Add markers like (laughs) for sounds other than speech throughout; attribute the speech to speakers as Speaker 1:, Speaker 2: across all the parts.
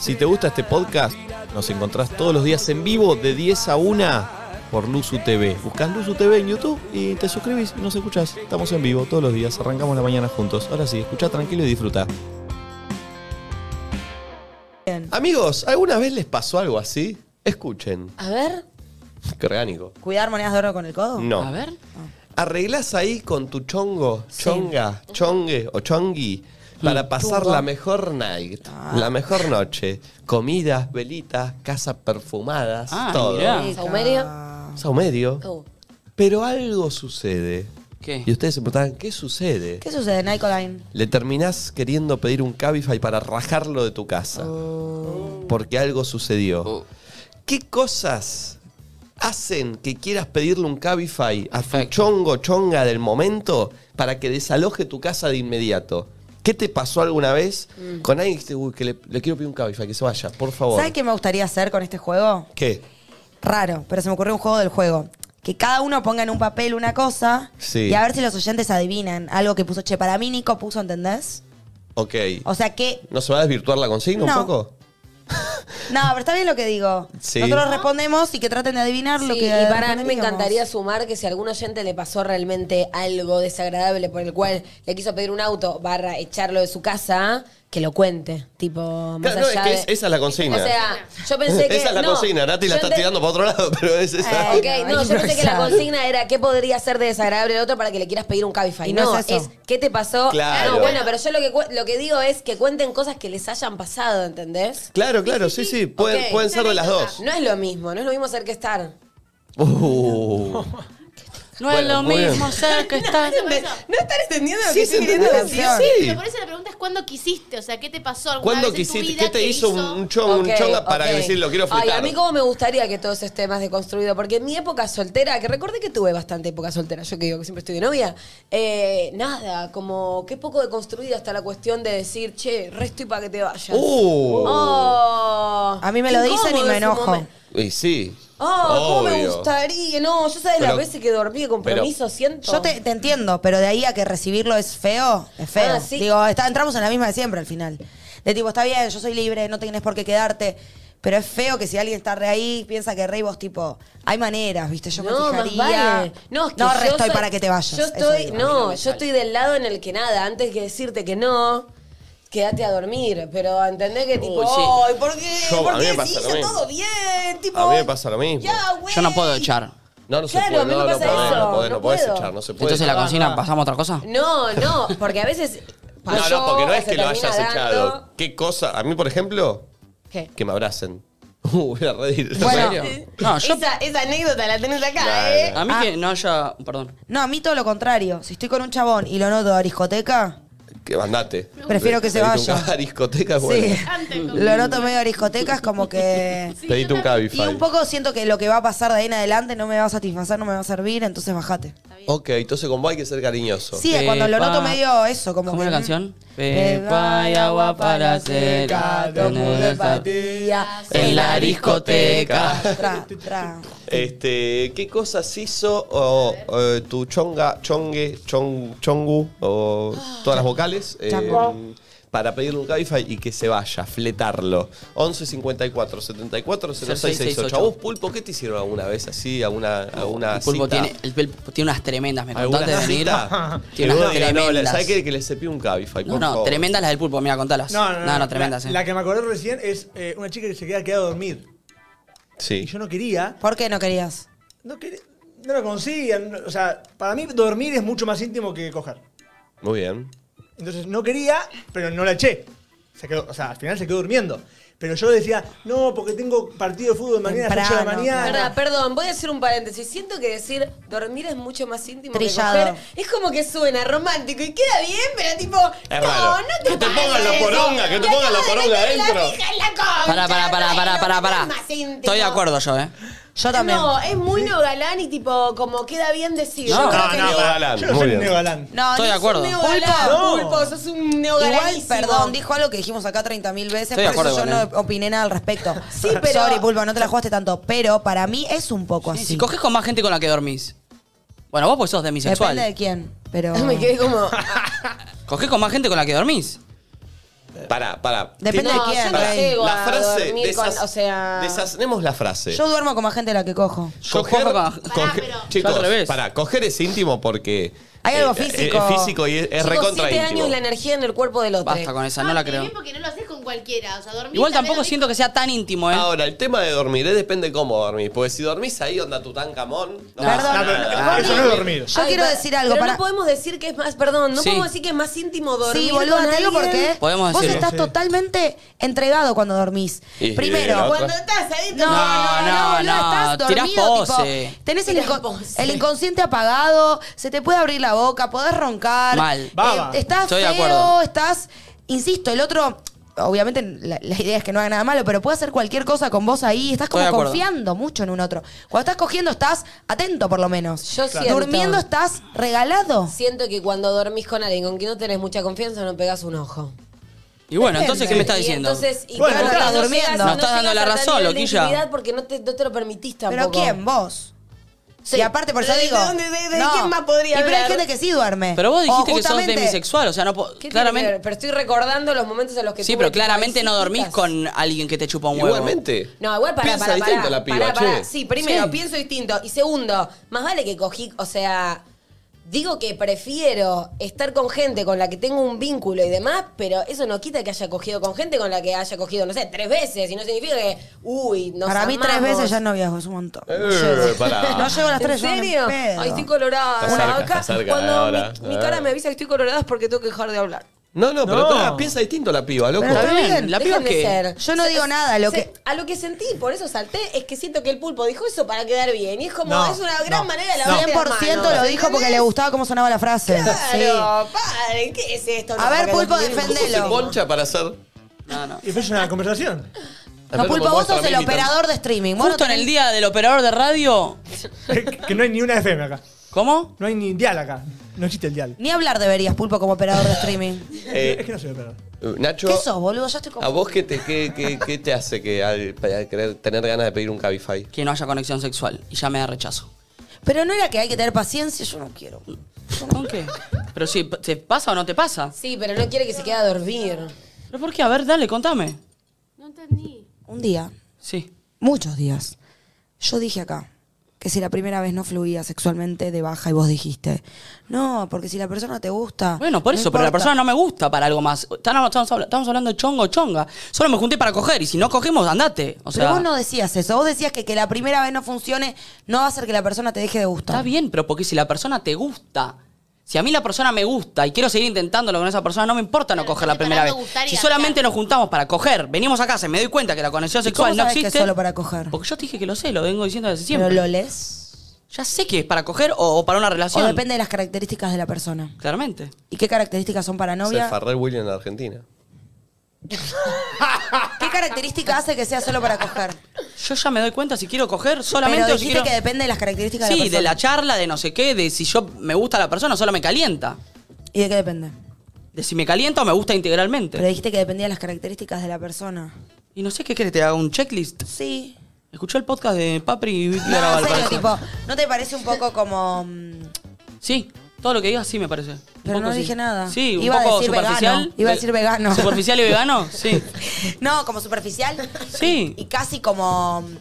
Speaker 1: Si te gusta este podcast, nos encontrás todos los días en vivo de 10 a 1 por Luzu TV. Buscás Luzu TV en YouTube y te suscribís y nos escuchás. Estamos en vivo todos los días, arrancamos la mañana juntos. Ahora sí, escuchá tranquilo y disfruta. Amigos, ¿alguna vez les pasó algo así? Escuchen.
Speaker 2: A ver,
Speaker 1: Qué orgánico.
Speaker 2: cuidar monedas de oro con el codo.
Speaker 1: No.
Speaker 3: A ver.
Speaker 1: ¿Arreglás ahí con tu chongo, chonga, chongue o chongui para pasar la mejor night,
Speaker 3: Ah.
Speaker 1: la mejor noche? Comidas, velitas, casas perfumadas,
Speaker 3: Ah,
Speaker 1: todo.
Speaker 3: mirá.
Speaker 4: Saumerio.
Speaker 1: Saumedio.
Speaker 4: Oh.
Speaker 1: Pero algo sucede.
Speaker 3: ¿Qué?
Speaker 1: Y ustedes se preguntaban, ¿qué sucede?
Speaker 2: ¿Qué sucede, Nicoline?
Speaker 1: Le terminás queriendo pedir un Cabify para rajarlo de tu casa.
Speaker 4: Oh.
Speaker 1: Porque algo sucedió.
Speaker 3: Oh.
Speaker 1: ¿Qué cosas hacen que quieras pedirle un Cabify a tu
Speaker 3: Perfecto.
Speaker 1: chongo chonga del momento para que desaloje tu casa de inmediato? ¿Qué te pasó alguna vez
Speaker 4: Mm.
Speaker 1: con alguien que dijiste, "Uy, que le, le quiero pedir un Cabify, que se vaya, por favor?
Speaker 2: ¿Sabes qué me gustaría hacer con este juego?
Speaker 1: ¿Qué?
Speaker 2: Raro, pero se me ocurrió un juego del juego. Que cada uno ponga en un papel una cosa
Speaker 1: Sí.
Speaker 2: y a ver si los oyentes adivinan algo que puso. Che, para mí Nico puso, ¿entendés?
Speaker 1: Ok.
Speaker 2: O sea que.
Speaker 1: ¿No se va a desvirtuar la consigna un
Speaker 2: No.
Speaker 1: poco?
Speaker 2: No, pero está bien lo que digo.
Speaker 1: Sí.
Speaker 2: Nosotros respondemos y que traten de adivinar lo
Speaker 4: Sí,
Speaker 2: que.
Speaker 4: y para mí me
Speaker 2: respondimos.
Speaker 4: encantaría sumar que si a algún oyente le pasó realmente algo desagradable por el cual le quiso pedir un auto barra echarlo de su casa, que lo cuente. Tipo, más
Speaker 1: Claro, no, es
Speaker 4: allá
Speaker 1: que
Speaker 4: de-
Speaker 1: es- esa es la consigna.
Speaker 4: O sea, yo pensé que.
Speaker 1: (laughs) esa es la
Speaker 4: no,
Speaker 1: consigna, Nati la está
Speaker 4: yo ente- (laughs) Ah,
Speaker 1: tirando para otro lado, (laughs) pero es esa.
Speaker 2: Ay,
Speaker 4: Ok,
Speaker 2: no,
Speaker 4: no, yo pensé que la
Speaker 2: improvisado.
Speaker 4: consigna era qué podría ser de desagradable el otro para que le quieras pedir un Cabify.
Speaker 2: Y no
Speaker 4: no,
Speaker 2: es eso.
Speaker 4: qué te pasó. Ah,
Speaker 1: Claro.
Speaker 4: No, bueno, pero yo lo que, cu- lo que digo es que cuenten cosas que les hayan pasado, ¿entendés?
Speaker 1: Claro, claro, sí, sí, pueden,
Speaker 4: Ok.
Speaker 1: pueden ser de las dos.
Speaker 4: No es lo mismo, no es lo mismo ser que estar.
Speaker 1: Uh.
Speaker 3: No es
Speaker 1: Bueno,
Speaker 3: lo
Speaker 1: muy
Speaker 3: mismo
Speaker 1: bien.
Speaker 3: ser que estás.
Speaker 4: No estar entendiendo
Speaker 1: Sí, se entiende la
Speaker 2: decir.
Speaker 1: sí, sí.
Speaker 5: Pero por eso la pregunta es cuándo quisiste, o sea, ¿qué te pasó alguna
Speaker 1: ¿Cuándo
Speaker 5: vez en tu
Speaker 1: quisiste?
Speaker 5: vida
Speaker 1: ¿Qué te
Speaker 5: que
Speaker 1: hizo un, chonga, un
Speaker 4: Ok,
Speaker 1: chonga para
Speaker 4: ok.
Speaker 1: decir lo quiero
Speaker 4: Ay,
Speaker 1: fritar?
Speaker 4: a mí como me gustaría que todos esos temas de construido, porque en mi época soltera, que recordé que tuve bastante época soltera, yo que digo que siempre estoy de novia, eh, nada, como qué poco de construido hasta la cuestión de decir, che, resto y para que te vayas.
Speaker 1: Uh.
Speaker 4: Oh.
Speaker 2: A mí me lo
Speaker 4: Qué
Speaker 2: dicen y
Speaker 4: incómodo
Speaker 2: me
Speaker 4: ese
Speaker 2: enojo.
Speaker 4: momento.
Speaker 1: Y sí.
Speaker 4: Ah, cómo me
Speaker 1: obvio.
Speaker 4: gustaría. No, yo sabes
Speaker 1: Pero-
Speaker 4: las veces que dormí de compromiso,
Speaker 1: pero-
Speaker 4: siento.
Speaker 2: Yo te, te entiendo, pero de ahí a que recibirlo es feo, es feo.
Speaker 4: Ah, sí.
Speaker 2: Digo, está- entramos en la misma de siempre al final. De tipo, está bien, yo soy libre, no tienes por qué quedarte. Pero es feo que si alguien está re ahí, piensa que re y vos, tipo, hay maneras, ¿viste? Yo me
Speaker 4: no, más
Speaker 2: fijaría.
Speaker 4: vale. No, es que
Speaker 2: no
Speaker 4: yo
Speaker 2: re estoy
Speaker 4: soy-
Speaker 2: para que te vayas.
Speaker 4: Yo
Speaker 2: Eso
Speaker 4: estoy,
Speaker 2: digo.
Speaker 4: no, yo estoy del lado en el que nada, antes que decirte que no, quédate a dormir. Pero entendés que tipo,
Speaker 3: Uy, sí.
Speaker 4: ay, ¿por qué?
Speaker 1: Yo- a
Speaker 4: ¿Por
Speaker 1: mí me
Speaker 4: qué
Speaker 1: pasa
Speaker 4: si
Speaker 1: lo
Speaker 4: hizo
Speaker 1: mismo.
Speaker 4: todo bien? Tipo,
Speaker 1: A mí me pasa lo mismo.
Speaker 4: Ya, güey.
Speaker 3: Yo no puedo echar.
Speaker 1: No, no se
Speaker 4: Claro,
Speaker 1: puede.
Speaker 4: a mí me
Speaker 1: No, no,
Speaker 4: pasa
Speaker 1: podés,
Speaker 4: eso,
Speaker 1: no podés,
Speaker 4: no
Speaker 1: no podés
Speaker 4: puedo.
Speaker 1: echar, no se puede.
Speaker 3: Entonces la
Speaker 1: Ah,
Speaker 3: consigna,
Speaker 1: ah.
Speaker 3: ¿pasamos a otra cosa?
Speaker 4: No, no, porque a veces.
Speaker 1: (laughs) No, no,
Speaker 4: pasó,
Speaker 1: porque no es
Speaker 4: se
Speaker 1: que lo
Speaker 4: termina
Speaker 1: hayas
Speaker 4: dando.
Speaker 1: echado. ¿Qué cosa? A mí, por ejemplo,
Speaker 4: ¿Qué?
Speaker 1: que me abracen. (laughs) Uh, voy a reír.
Speaker 3: Bueno. No, yo-
Speaker 4: esa, esa anécdota la tenés acá,
Speaker 1: Claro.
Speaker 4: ¿eh?
Speaker 3: A mí que no haya. Perdón.
Speaker 2: No, a mí todo lo contrario. Si estoy con un chabón y lo noto a discoteca,
Speaker 1: Que mandate.
Speaker 2: Prefiero que se
Speaker 1: Pedite un
Speaker 2: vaya.
Speaker 1: ca- (laughs) discoteca, bueno.
Speaker 2: sí.
Speaker 5: Antes, como-
Speaker 2: (laughs) Lo noto medio a discoteca, es como que.
Speaker 5: Sí,
Speaker 1: Pedite
Speaker 5: yo
Speaker 1: un
Speaker 5: también.
Speaker 1: Cabify.
Speaker 2: Y un poco siento que lo que va a pasar de ahí en adelante no me va a satisfacer, no me va a servir, entonces bajate.
Speaker 1: Ok, entonces con vos hay que ser cariñoso.
Speaker 2: Sí, cuando lo
Speaker 3: Pepa.
Speaker 2: noto medio eso, como
Speaker 3: ¿Cómo
Speaker 2: que,
Speaker 3: es la
Speaker 2: mm.
Speaker 3: canción? Pepa Eh, y agua para secar. En la discoteca.
Speaker 2: Tra, tra.
Speaker 1: Este, ¿qué cosas hizo o, eh, tu chonga, chongue, chong, chongu o todas las vocales eh,
Speaker 2: Chango.
Speaker 1: para pedirle un Cabify y que se vaya, fletarlo? 11 54 74 06 68. ¿A vos, Pulpo, qué te hicieron alguna vez así? ¿Alguna, alguna
Speaker 3: El pulpo
Speaker 1: cita?
Speaker 3: tiene, el pulpo tiene unas tremendas, me
Speaker 1: ¿Alguna
Speaker 3: contaste de venir.
Speaker 1: cita? (laughs) Que
Speaker 3: Tiene
Speaker 1: vos
Speaker 3: unas
Speaker 1: digas, no,
Speaker 3: tremendas.
Speaker 1: la- ¿sabés qué? Que le cepillé un Cabify,
Speaker 3: No,
Speaker 1: por
Speaker 3: no,
Speaker 1: favor.
Speaker 3: tremendas las del pulpo, mira, contalas.
Speaker 6: No, no, no.
Speaker 3: tremendas,
Speaker 6: la,
Speaker 3: eh.
Speaker 6: la que me acordé recién es eh, una chica que se queda quedada a dormir. Y
Speaker 1: Sí.
Speaker 6: yo no quería.
Speaker 2: ¿Por qué no querías?
Speaker 6: No quería. No lo conseguían. no- o sea, para mí dormir es mucho más íntimo que coger.
Speaker 1: Muy bien.
Speaker 6: Entonces no quería, pero no la eché. Se quedó, o sea, al final se quedó durmiendo. Pero yo decía, no, porque tengo partido de fútbol mañana a las 8 de la
Speaker 2: Temprano,
Speaker 6: mañana.
Speaker 4: Verdad, perdón, voy a hacer un paréntesis. Siento que decir dormir es mucho más íntimo
Speaker 2: Trillado.
Speaker 4: que coger. Es como que suena romántico y queda bien, pero tipo,
Speaker 1: Es
Speaker 4: no,
Speaker 1: raro.
Speaker 4: no te
Speaker 1: Que te
Speaker 4: pases
Speaker 1: pongan la
Speaker 4: eso.
Speaker 1: poronga, que te
Speaker 4: Te
Speaker 1: pongan la
Speaker 4: acabo de
Speaker 1: poronga
Speaker 4: meter la
Speaker 1: adentro.
Speaker 4: pija en la concha,
Speaker 3: Pará, pará, pará,
Speaker 4: no,
Speaker 3: pará,
Speaker 4: no,
Speaker 3: pará,
Speaker 4: no
Speaker 3: pará.
Speaker 4: es más íntimo.
Speaker 3: Estoy de acuerdo yo, eh.
Speaker 2: Yo también.
Speaker 4: No,
Speaker 2: No,
Speaker 4: es muy neogalán y tipo, como queda bien decir.
Speaker 3: No,
Speaker 4: Yo creo
Speaker 1: No,
Speaker 4: que
Speaker 1: no, galán.
Speaker 6: Yo no
Speaker 1: Muy
Speaker 6: soy un
Speaker 1: bien.
Speaker 6: neogalán.
Speaker 3: Estoy de
Speaker 4: sos
Speaker 3: acuerdo.
Speaker 4: un neogalán,
Speaker 6: Pulpo.
Speaker 4: Pulpo, sos un
Speaker 2: Igual,
Speaker 4: neogalanísimo.
Speaker 2: perdón,
Speaker 4: (laughs)
Speaker 2: dijo algo que dijimos acá 30.000 veces,
Speaker 3: Estoy de
Speaker 2: por eso yo
Speaker 3: acuerdo con
Speaker 2: no opiné nada al
Speaker 3: (laughs)
Speaker 2: respecto.
Speaker 4: Sí, pero-
Speaker 2: Sorry, Pulpo, no te la jugaste tanto, pero para mí es un poco
Speaker 3: Y
Speaker 2: así.
Speaker 3: Si coges con más gente con la que dormís. Bueno, vos pues sos
Speaker 1: (laughs)
Speaker 2: (laughs)
Speaker 3: demisexual.
Speaker 2: Depende de quién, pero...
Speaker 4: Me quedé como.
Speaker 3: Cogés con más gente con la que dormís.
Speaker 7: Para, para.
Speaker 2: Depende de quién,
Speaker 4: yo no
Speaker 2: Rey.
Speaker 4: llego
Speaker 7: La
Speaker 4: a
Speaker 7: frase.
Speaker 4: dormir con-
Speaker 7: desaz-
Speaker 4: o sea-
Speaker 7: Deshaznemos la frase.
Speaker 2: Yo duermo con más gente de la que cojo.
Speaker 7: Coger,
Speaker 3: Yo-
Speaker 7: coge-
Speaker 5: Pará, pero-
Speaker 7: chicos,
Speaker 3: Yo al revés.
Speaker 7: para coger es íntimo porque
Speaker 2: Hay algo
Speaker 7: eh, eh,
Speaker 2: físico.
Speaker 7: es físico y es, es
Speaker 4: Chicos,
Speaker 7: recontra
Speaker 4: siete
Speaker 7: íntimo.
Speaker 4: años la energía en el cuerpo del otro.
Speaker 3: Basta con esa, no la creo.
Speaker 5: Bien porque no lo haces con cualquiera. O sea, dormís,
Speaker 3: Igual
Speaker 5: tal vez
Speaker 3: tampoco
Speaker 5: dormís
Speaker 3: siento que sea tan íntimo, ¿eh?
Speaker 7: Ahora el tema de dormir es depende cómo dormís, porque si dormís ahí onda Tutankamón, no,
Speaker 2: Perdón.
Speaker 7: pasa
Speaker 6: No, pero
Speaker 7: nada.
Speaker 6: eso no es dormir.
Speaker 2: Yo quiero decir algo,
Speaker 4: Pero
Speaker 2: para-
Speaker 4: no podemos decir que es más, perdón, no
Speaker 3: Sí.
Speaker 4: podemos decir que es más íntimo dormir
Speaker 2: Sí, boludo,
Speaker 4: con
Speaker 2: te digo por
Speaker 4: alguien.
Speaker 2: qué.
Speaker 3: Podemos
Speaker 2: Vos
Speaker 3: decirlo.
Speaker 2: estás
Speaker 6: Sí.
Speaker 2: totalmente entregado cuando dormís.
Speaker 7: Y- y la
Speaker 2: Primero,
Speaker 7: otra-
Speaker 2: cuando estás ahí, no,
Speaker 3: No,
Speaker 2: no, no,
Speaker 3: no,
Speaker 2: boludo,
Speaker 3: no,
Speaker 2: estás dormido,
Speaker 3: tirás pose.
Speaker 2: tipo, tenés el,
Speaker 4: Tirás
Speaker 2: inco-
Speaker 4: pose.
Speaker 2: el inconsciente apagado, se te puede abrir la boca, podés roncar. Eh,
Speaker 3: Mal.
Speaker 6: Baba.
Speaker 2: estás
Speaker 3: Estoy de
Speaker 2: feo,
Speaker 3: acuerdo.
Speaker 2: estás, insisto, el otro Obviamente la, la idea es que no haga nada malo, pero puede hacer cualquier cosa con vos ahí. Estás
Speaker 3: de
Speaker 2: como
Speaker 3: acuerdo.
Speaker 2: confiando mucho en un otro. Cuando estás cogiendo estás atento por lo menos.
Speaker 4: Yo siento-
Speaker 2: Durmiendo estás regalado.
Speaker 4: Siento que cuando dormís con alguien con quien no tenés mucha confianza no pegas un ojo.
Speaker 3: Y bueno, entonces, ¿qué me estás
Speaker 4: Y
Speaker 3: diciendo?
Speaker 4: entonces, y
Speaker 6: Bueno,
Speaker 4: claro,
Speaker 6: estás
Speaker 4: no
Speaker 2: durmiendo.
Speaker 4: llegas-
Speaker 2: No
Speaker 3: estás dando
Speaker 4: llegas
Speaker 3: la
Speaker 4: a tal
Speaker 3: razón,
Speaker 4: nivel de
Speaker 3: loquilla.
Speaker 4: intimidad porque no te, no te lo permitís
Speaker 2: ¿Pero
Speaker 4: tampoco.
Speaker 2: quién? ¿Vos? Sí. Y aparte, por eso
Speaker 4: ¿De- de
Speaker 2: digo.
Speaker 4: dónde- de- de quién más podría
Speaker 2: y pero hay
Speaker 4: hablar?
Speaker 2: gente que sí duerme.
Speaker 3: Pero vos dijiste
Speaker 2: O
Speaker 3: que sos
Speaker 2: justamente-
Speaker 3: demisexual, o sea, no po-
Speaker 4: ¿Qué tiene que ver?
Speaker 3: claramente.
Speaker 4: Pero estoy recordando los momentos en los que
Speaker 3: Sí,
Speaker 4: tuve
Speaker 3: pero
Speaker 4: tipo
Speaker 3: claramente no dormís
Speaker 4: visitas.
Speaker 3: con alguien que te chupa un huevo.
Speaker 7: Igualmente.
Speaker 4: No, igual para,
Speaker 7: Piensa
Speaker 4: para,
Speaker 7: distinto
Speaker 4: para,
Speaker 7: la piba, che.
Speaker 4: Sí, primero,
Speaker 3: Sí.
Speaker 4: pienso distinto. Y segundo, más vale que cogí, o sea, digo que prefiero estar con gente con la que tengo un vínculo y demás, pero eso no quita que haya cogido con gente con la que haya cogido, no sé, tres veces. Y no significa que, uy, nos
Speaker 2: Para mí, tres
Speaker 4: amamos.
Speaker 2: veces ya no viajo, es un montón.
Speaker 7: Eh, pará.
Speaker 2: No llego a las
Speaker 4: ¿En
Speaker 2: tres, yo ni
Speaker 4: serio?
Speaker 2: en pedo.
Speaker 4: Ay, estoy colorada.
Speaker 7: Está cerca,
Speaker 4: Acá,
Speaker 7: está cerca
Speaker 4: cuando
Speaker 7: ahora.
Speaker 4: Mi, mi cara me avisa que estoy colorada es porque tengo que dejar de hablar.
Speaker 7: No, no, pero
Speaker 6: No.
Speaker 7: pará, piensa distinto la piba, loco.
Speaker 2: Pero está bien,
Speaker 3: la piba
Speaker 4: Dejen de
Speaker 3: que.
Speaker 4: ser.
Speaker 2: Yo no digo nada, lo que-
Speaker 4: A lo que sentí, por eso salté, es que siento que el pulpo dijo eso para quedar bien. Y es como,
Speaker 6: No,
Speaker 4: es una gran
Speaker 6: no,
Speaker 4: manera de
Speaker 6: no.
Speaker 4: lavarse las
Speaker 2: 100% lo
Speaker 4: manos,
Speaker 2: dijo porque
Speaker 4: ¿entendés?
Speaker 2: le gustaba cómo sonaba la frase.
Speaker 4: Claro, padre, ¿qué es esto?
Speaker 2: A ver,
Speaker 4: porque
Speaker 2: pulpo,
Speaker 4: lo tienen-
Speaker 7: ¿Cómo se
Speaker 2: defendelo.
Speaker 7: poncha para hacer?
Speaker 3: No, no.
Speaker 6: Y después una conversación. (laughs)
Speaker 2: Sí. No, Pulpo, vos sos el operador de streaming. Vos no
Speaker 3: Justo en
Speaker 2: tenés-
Speaker 3: el día del operador de radio.
Speaker 6: que no hay ni una FM acá.
Speaker 3: ¿Cómo?
Speaker 6: No hay ni dial acá. No existe el dial.
Speaker 2: Ni hablar deberías, Pulpo, como operador de streaming.
Speaker 6: es que no soy operador.
Speaker 7: Eh, Nacho,
Speaker 2: ¿Qué sos, boludo? Ya estoy
Speaker 7: ¿a
Speaker 2: como...
Speaker 7: vos qué te, qué, qué, qué te hace que al, para querer, tener ganas de pedir un Cabify?
Speaker 3: Que no haya conexión sexual. Y ya me da rechazo.
Speaker 2: Pero no era que hay que tener paciencia, yo no quiero.
Speaker 3: ¿Con qué? Pero sí, ¿te pasa o no te pasa?
Speaker 4: Sí, pero no quiere que se quede a dormir.
Speaker 3: ¿Pero por qué? A ver, dale, contame.
Speaker 5: No entendí.
Speaker 2: Un día,
Speaker 3: Sí.
Speaker 2: muchos días, yo dije acá que si la primera vez no fluía sexualmente de baja y vos dijiste, no, porque si la persona te gusta.
Speaker 3: Bueno, por
Speaker 2: no
Speaker 3: eso, pero la
Speaker 2: importa".
Speaker 3: persona no me gusta para algo más. Estamos, estamos habla- estamos hablando de chongo, chonga. Solo me junté para coger y si no cogemos, andate. O sea,
Speaker 2: pero vos no decías eso, vos decías que que la primera vez no funcione no va a hacer que la persona te deje de gustar.
Speaker 3: está bien, pero porque si la persona te gusta, si a mí la persona me gusta y quiero seguir intentándolo con esa persona, no me importa no
Speaker 5: Pero
Speaker 3: coger la
Speaker 5: estás
Speaker 3: primera vez.
Speaker 5: separando gustar y
Speaker 3: Si
Speaker 5: hacer.
Speaker 3: solamente nos juntamos para coger, venimos a casa y me doy cuenta que la conexión sexual
Speaker 2: cómo
Speaker 3: no
Speaker 2: sabés que es
Speaker 3: existe.
Speaker 2: solo para coger?
Speaker 3: Porque yo te dije que lo sé, lo vengo diciendo desde
Speaker 2: Pero
Speaker 3: siempre.
Speaker 2: lo lees.
Speaker 3: Ya sé que es para coger o, o para una
Speaker 2: O
Speaker 3: relación.
Speaker 2: depende de las características de la persona.
Speaker 3: Claramente.
Speaker 2: ¿Y qué características son para
Speaker 7: Es el
Speaker 2: novia?
Speaker 7: Farrell Williams de Argentina.
Speaker 2: ¿Qué característica hace que sea solo para coger?
Speaker 3: Yo ya me doy cuenta si quiero coger solamente
Speaker 2: Pero
Speaker 3: o si
Speaker 2: dijiste
Speaker 3: quiero.
Speaker 2: que depende de las características
Speaker 3: sí,
Speaker 2: de
Speaker 3: de
Speaker 2: la
Speaker 3: la
Speaker 2: persona.
Speaker 3: charla, de no sé qué, de si yo me gusta la persona, solo me calienta.
Speaker 2: ¿Y de qué depende?
Speaker 3: De si me calienta o me gusta integralmente.
Speaker 2: Pero dijiste que dependía de las características de la persona.
Speaker 3: Y no sé qué querés, te haga un checklist.
Speaker 2: Sí.
Speaker 3: Escuchó el podcast de Papri y Vicky
Speaker 2: No,
Speaker 3: Grabal,
Speaker 2: en serio,
Speaker 3: parece.
Speaker 2: tipo, ¿no te parece un poco como... mm,
Speaker 3: Sí, todo lo que digas sí me parece. Un
Speaker 2: Pero
Speaker 3: poco
Speaker 2: no
Speaker 3: sí.
Speaker 2: dije nada.
Speaker 3: Sí, un
Speaker 2: Iba a
Speaker 3: poco
Speaker 2: decir
Speaker 3: superficial.
Speaker 2: vegano. Iba a decir vegano.
Speaker 3: ¿Superficial y vegano?
Speaker 2: (laughs)
Speaker 3: Sí.
Speaker 2: No, como superficial.
Speaker 3: Sí.
Speaker 2: Y casi como mm,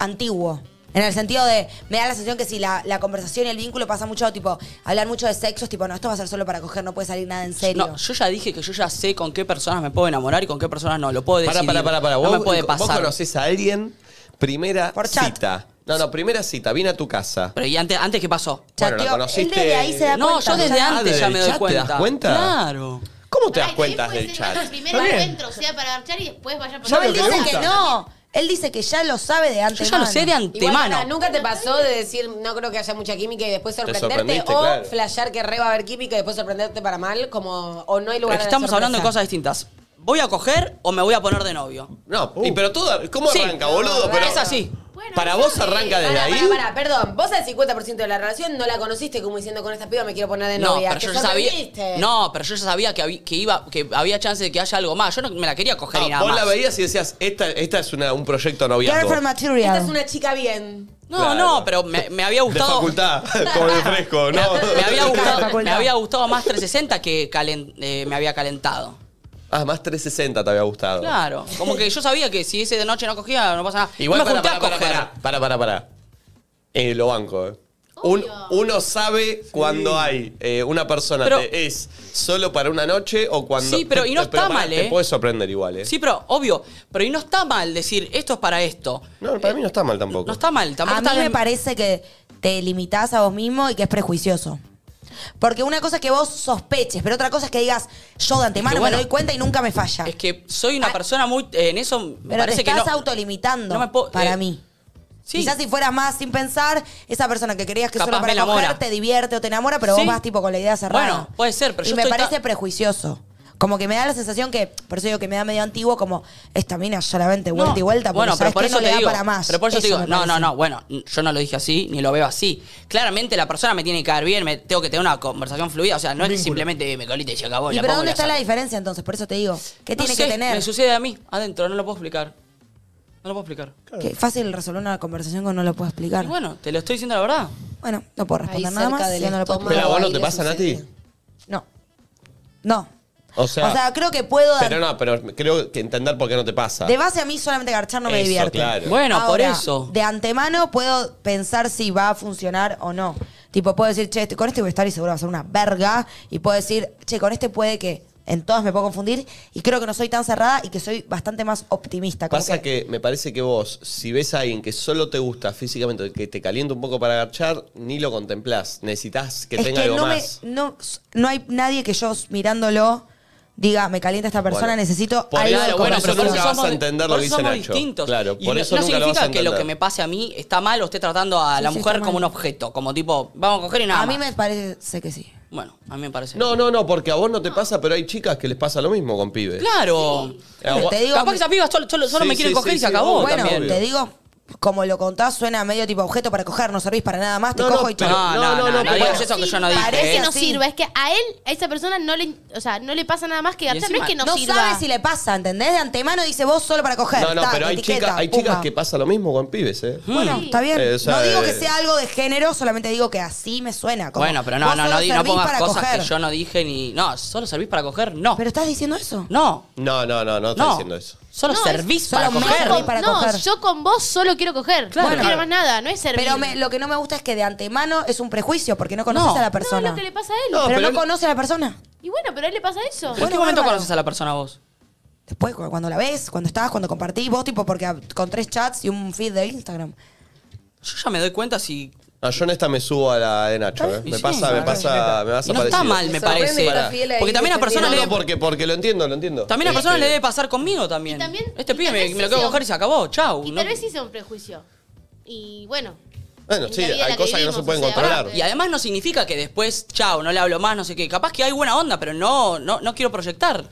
Speaker 2: antiguo. En el sentido de, me da la sensación que si la, la conversación y el vínculo pasa mucho, tipo, hablar mucho de sexo, es tipo, no, esto va a ser solo para coger, no puede salir nada en serio.
Speaker 3: No, yo ya dije que yo ya sé con qué personas me puedo enamorar y con qué personas no. Lo puedo decidir.
Speaker 7: Para, para, para, para.
Speaker 3: No
Speaker 7: Vos,
Speaker 3: me puede
Speaker 7: vos
Speaker 3: pasar.
Speaker 7: conocés a alguien, primera
Speaker 2: Por chat.
Speaker 7: cita. No, no, primera cita, viene a tu casa.
Speaker 3: Pero ¿y antes, antes qué pasó?
Speaker 7: Bueno, la
Speaker 2: Chateo.
Speaker 7: conociste-
Speaker 2: Él desde ahí se da
Speaker 3: No,
Speaker 2: cuenta.
Speaker 3: yo desde
Speaker 2: ya-
Speaker 7: Ah,
Speaker 3: antes ya
Speaker 7: ¿desde el
Speaker 3: me doy
Speaker 7: chat te
Speaker 3: cuenta.
Speaker 7: das cuenta?
Speaker 3: Claro.
Speaker 7: ¿Cómo te
Speaker 5: Pará,
Speaker 7: das
Speaker 5: y
Speaker 7: cuenta
Speaker 5: también
Speaker 7: del
Speaker 5: puede
Speaker 7: chat?
Speaker 5: ser que El primer
Speaker 6: Está bien.
Speaker 5: encuentro sea para garchar y después vaya por
Speaker 2: No, él
Speaker 6: Lo que
Speaker 2: dice
Speaker 6: gusta.
Speaker 2: que no. Él dice que ya lo sabe de
Speaker 3: Yo
Speaker 2: antes.
Speaker 3: ya lo sé de
Speaker 4: Igual,
Speaker 3: antemano.
Speaker 4: pará, ¿Nunca te pasó de decir no creo que haya mucha química y después sorprenderte?
Speaker 7: sorprendiste,
Speaker 4: O
Speaker 7: claro.
Speaker 4: flashear que re va a haber química y después sorprenderte para mal, como o no hay lugar
Speaker 3: Pero
Speaker 4: a la
Speaker 3: estamos
Speaker 4: sorpresa.
Speaker 3: hablando de cosas distintas. ¿Voy a coger o me voy a poner de novio?
Speaker 7: (laughs) No, y pero todo. ¿Cómo
Speaker 3: Sí.
Speaker 7: arranca, boludo? Pero,
Speaker 3: Es así.
Speaker 5: Bueno,
Speaker 7: para
Speaker 5: no
Speaker 7: vos
Speaker 5: sé.
Speaker 7: arranca desde
Speaker 4: Pará,
Speaker 7: ahí.
Speaker 4: pará, pará, perdón. Vos al 50% de la relación no la conociste como diciendo con esta piba me quiero poner de
Speaker 3: No,
Speaker 4: novia.
Speaker 3: pero
Speaker 4: Te
Speaker 3: yo ya sabía.
Speaker 4: sorprendiste.
Speaker 3: No, pero yo ya sabía que, habí- que iba, que había chance de que haya algo más. Yo no me la quería coger
Speaker 7: No,
Speaker 3: y nada
Speaker 7: Ah, vos
Speaker 3: más.
Speaker 7: la veías y decías, esta, esta es una, un proyecto noviazgo.
Speaker 2: Girlfriend material.
Speaker 4: Esta es una chica bien.
Speaker 3: No,
Speaker 7: Claro.
Speaker 3: no, pero me, me había
Speaker 7: De
Speaker 3: gustado.
Speaker 7: facultad, (laughs) como de fresco, (laughs)
Speaker 3: Me,
Speaker 7: ¿no?
Speaker 3: me había
Speaker 2: Chica de
Speaker 3: gustado
Speaker 2: facultad.
Speaker 3: me había gustado más 360 que calen- eh, me había calentado.
Speaker 1: Ah, más 360 te había gustado.
Speaker 3: Claro. Como que yo sabía que si ese de noche no cogía, no pasa nada.
Speaker 1: Igual
Speaker 3: no me
Speaker 1: para,
Speaker 3: junté
Speaker 1: para, para,
Speaker 3: a coger.
Speaker 1: para, para, para, para. Eh, lo banco, eh. Un-
Speaker 5: Obvio.
Speaker 1: uno sabe cuando hay eh, una persona
Speaker 3: Pero-
Speaker 1: te- es solo para una noche o cuando.
Speaker 3: Sí, pero- y no está
Speaker 1: pará,
Speaker 3: mal,
Speaker 1: Te
Speaker 3: eh.
Speaker 1: puede sorprender igual, eh.
Speaker 3: Sí, pero obvio. Pero y no está mal decir esto es para esto.
Speaker 1: No, para mí no está mal tampoco.
Speaker 3: No está mal. Tampoco
Speaker 2: A mí
Speaker 3: está
Speaker 2: me
Speaker 3: bien-
Speaker 2: parece que te limitás a vos mismo y que es prejuicioso. Porque una cosa es que vos sospeches, pero otra cosa es que digas, yo de antemano
Speaker 3: bueno,
Speaker 2: me doy cuenta y nunca me falla.
Speaker 3: Es que soy una
Speaker 2: Ah.
Speaker 3: persona muy. eh, en eso me
Speaker 2: pero te
Speaker 3: parece que
Speaker 2: estás
Speaker 3: no.
Speaker 2: autolimitando
Speaker 3: No me puedo-
Speaker 2: para
Speaker 3: eh,
Speaker 2: mí.
Speaker 3: Sí.
Speaker 2: Quizás si fueras más sin pensar, esa persona que querías que
Speaker 3: Capaz
Speaker 2: solo
Speaker 3: me
Speaker 2: para
Speaker 3: enamora.
Speaker 2: coger te divierte o te enamora, pero
Speaker 3: Sí.
Speaker 2: vos vas tipo con la idea cerrada.
Speaker 3: Bueno, puede ser, pero
Speaker 2: Y
Speaker 3: yo
Speaker 2: me
Speaker 3: estoy
Speaker 2: parece
Speaker 3: ta-
Speaker 2: prejuicioso. Como que me da la sensación que, por eso digo que me da medio antiguo, como esta mina solamente vuelta y vuelta, porque
Speaker 3: bueno,
Speaker 2: sabes
Speaker 3: pero por
Speaker 2: que
Speaker 3: eso
Speaker 2: no
Speaker 3: te
Speaker 2: le da
Speaker 3: digo,
Speaker 2: para más.
Speaker 3: Pero por eso, te
Speaker 2: Eso
Speaker 3: digo,
Speaker 2: me
Speaker 3: no, no,
Speaker 2: parece.
Speaker 3: no, bueno, n- yo no lo dije así, ni lo veo así. Claramente la persona me tiene que caer bien, me, tengo que tener una conversación fluida, o sea, no es que simplemente me colita y se acabó.
Speaker 2: ¿Y
Speaker 3: la
Speaker 2: pero
Speaker 3: pongo
Speaker 2: dónde
Speaker 3: y
Speaker 2: está la
Speaker 3: saco.
Speaker 2: diferencia entonces? Por eso te digo. ¿Qué
Speaker 3: No
Speaker 2: tiene
Speaker 3: sé,
Speaker 2: que tener?
Speaker 3: Me sucede a mí, adentro, no lo puedo explicar. No lo puedo explicar.
Speaker 2: Que fácil resolver una conversación que no lo puedo explicar.
Speaker 3: Y
Speaker 2: Bueno,
Speaker 3: bueno, te lo estoy diciendo la verdad.
Speaker 2: no puedo responder nada más. ya no lo puedo
Speaker 1: Pero a
Speaker 2: explicar.
Speaker 1: vos no te pasa, Nati.
Speaker 2: No. No.
Speaker 1: O sea,
Speaker 2: o sea, creo que puedo dar.
Speaker 1: pero no, pero creo que entender por qué no te pasa.
Speaker 2: De base a mí solamente garchar no me
Speaker 1: Eso,
Speaker 2: divierte.
Speaker 1: claro.
Speaker 3: Bueno, por
Speaker 2: Ahora,
Speaker 3: eso.
Speaker 2: De antemano puedo pensar si va a funcionar o no. Tipo, puedo decir, che, este- con este voy a estar y seguro va a ser una verga. Y puedo decir, che, con este puede que en todas me puedo confundir. Y creo que no soy tan cerrada y que soy bastante más optimista. como
Speaker 1: Pasa que me parece que vos, si ves a alguien que solo te gusta físicamente, que te calienta un poco para agarchar, ni lo contemplás. Necesitas que
Speaker 2: es
Speaker 1: tenga
Speaker 2: que
Speaker 1: algo
Speaker 2: no, me-
Speaker 1: más.
Speaker 2: no, no hay nadie que yo mirándolo diga, me calienta esta persona,
Speaker 1: Bueno.
Speaker 2: necesito
Speaker 1: Por
Speaker 2: algo
Speaker 1: eso,
Speaker 2: de
Speaker 1: bueno,
Speaker 2: conversación.
Speaker 1: pero nunca vas a
Speaker 3: somos-
Speaker 1: entender lo
Speaker 3: por
Speaker 1: que
Speaker 3: eso
Speaker 1: dice
Speaker 3: somos
Speaker 1: Nacho.
Speaker 3: distintos.
Speaker 1: Claro,
Speaker 3: Y
Speaker 1: por
Speaker 3: no,
Speaker 1: eso
Speaker 3: no
Speaker 1: nunca lo vas
Speaker 3: significa
Speaker 1: a
Speaker 3: que lo que
Speaker 1: entender.
Speaker 3: me pase a mí está mal o esté tratando a
Speaker 2: Sí,
Speaker 3: la
Speaker 2: sí,
Speaker 3: mujer
Speaker 2: está
Speaker 3: como un
Speaker 2: mal.
Speaker 3: objeto, como tipo, vamos a coger y nada.
Speaker 2: A mí
Speaker 3: más.
Speaker 2: me parece que sí.
Speaker 3: Bueno, a mí me parece.
Speaker 1: No, no, no, porque a vos no te pasa, pero hay chicas que les pasa lo mismo con pibes.
Speaker 3: Claro.
Speaker 1: Eh, a vos-
Speaker 2: Te digo-
Speaker 3: Capaz que esas pibas solo, solo- solo
Speaker 1: Sí,
Speaker 3: me quieren
Speaker 1: sí,
Speaker 3: coger
Speaker 1: sí,
Speaker 3: y se
Speaker 1: sí,
Speaker 3: acabó.
Speaker 2: Bueno,
Speaker 3: también.
Speaker 2: te digo, como lo contás, suena medio tipo objeto para coger, no servís para nada más, te
Speaker 1: No, no,
Speaker 2: cojo y
Speaker 1: pero-
Speaker 2: chao.
Speaker 3: no, no, no, no,
Speaker 1: no,
Speaker 3: digas
Speaker 1: bueno.
Speaker 3: eso que yo no dije.
Speaker 2: Parece
Speaker 5: Es que no
Speaker 2: así.
Speaker 5: sirva, es que a él, a esa persona no le, o sea, no le pasa nada más que garchar, no
Speaker 3: encima,
Speaker 5: es que no,
Speaker 2: No
Speaker 5: sirva.
Speaker 2: sabe si le pasa, ¿entendés? De antemano dice vos solo para coger.
Speaker 1: No, no,
Speaker 2: ta,
Speaker 1: pero hay,
Speaker 2: etiqueta,
Speaker 1: chicas, hay
Speaker 2: pumba.
Speaker 1: chicas que pasa lo mismo con pibes, ¿eh?
Speaker 3: Hmm.
Speaker 2: Bueno,
Speaker 5: Mm.
Speaker 2: está bien.
Speaker 1: Eh, o sea,
Speaker 2: no digo que
Speaker 1: eh,
Speaker 2: sea algo de género, solamente digo que así me suena. como,
Speaker 3: Bueno, pero no,
Speaker 2: vos
Speaker 3: no, no,
Speaker 2: solo
Speaker 3: di- no
Speaker 2: servís
Speaker 3: pongas
Speaker 2: para
Speaker 3: cosas
Speaker 2: coger.
Speaker 3: que yo no dije ni. No, solo servís para coger, no.
Speaker 2: Pero estás diciendo eso.
Speaker 3: no,
Speaker 1: No, no, no, no estoy
Speaker 3: no.
Speaker 1: diciendo eso.
Speaker 3: Solo
Speaker 5: No, es-
Speaker 3: servís para
Speaker 2: solo me
Speaker 3: coger.
Speaker 2: servís para
Speaker 5: no,
Speaker 2: coger.
Speaker 5: yo con vos solo quiero coger.
Speaker 3: Claro.
Speaker 5: No quiero más nada, no es servir.
Speaker 2: Pero me- lo que no me gusta es que de antemano es un prejuicio porque no conoces
Speaker 3: No.
Speaker 2: a la
Speaker 5: No,
Speaker 2: persona.
Speaker 5: lo que le pasa a él.
Speaker 1: No,
Speaker 2: pero,
Speaker 1: pero
Speaker 2: no
Speaker 1: él-
Speaker 2: conoces a la persona.
Speaker 5: Y bueno, pero a él le pasa eso.
Speaker 3: ¿En
Speaker 2: Bueno,
Speaker 3: qué momento
Speaker 2: bárbaro.
Speaker 3: conoces a la persona vos?
Speaker 2: Después, cu- cuando la ves, cuando estás, cuando compartís, vos tipo, porque a- con tres chats y un feed de Instagram.
Speaker 3: Yo ya me doy cuenta si.
Speaker 1: No, yo en esta me subo a la de Nacho, ¿eh?
Speaker 3: Sí,
Speaker 1: Me
Speaker 3: sí,
Speaker 1: pasa, me
Speaker 3: claro.
Speaker 1: pasa, me
Speaker 3: Y
Speaker 1: pasa
Speaker 3: no está
Speaker 1: parecido.
Speaker 3: mal, me
Speaker 4: Me sorprende
Speaker 3: parece.
Speaker 4: que está fiel ahí,
Speaker 5: e
Speaker 3: Porque también a
Speaker 4: defendiendo.
Speaker 3: la persona
Speaker 1: No,
Speaker 3: le
Speaker 1: no,
Speaker 3: debe.
Speaker 1: porque, porque lo entiendo, lo entiendo.
Speaker 3: También a la persona
Speaker 1: Este,
Speaker 3: le debe pasar conmigo también.
Speaker 5: Y también-
Speaker 3: este
Speaker 5: y
Speaker 3: pibe me,
Speaker 5: también
Speaker 3: me lo quiero
Speaker 5: sí,
Speaker 3: coger y se acabó. Chau.
Speaker 5: Y
Speaker 3: no-
Speaker 5: tal vez hice un prejuicio. Y bueno.
Speaker 1: Bueno,
Speaker 5: en
Speaker 1: sí,
Speaker 5: la vida en
Speaker 1: hay
Speaker 5: la
Speaker 1: cosas que no se pueden controlar.
Speaker 5: eh,
Speaker 3: Y además no significa que después, chau, no le hablo más, no sé qué. Capaz que hay buena onda, pero no, no, no quiero proyectar.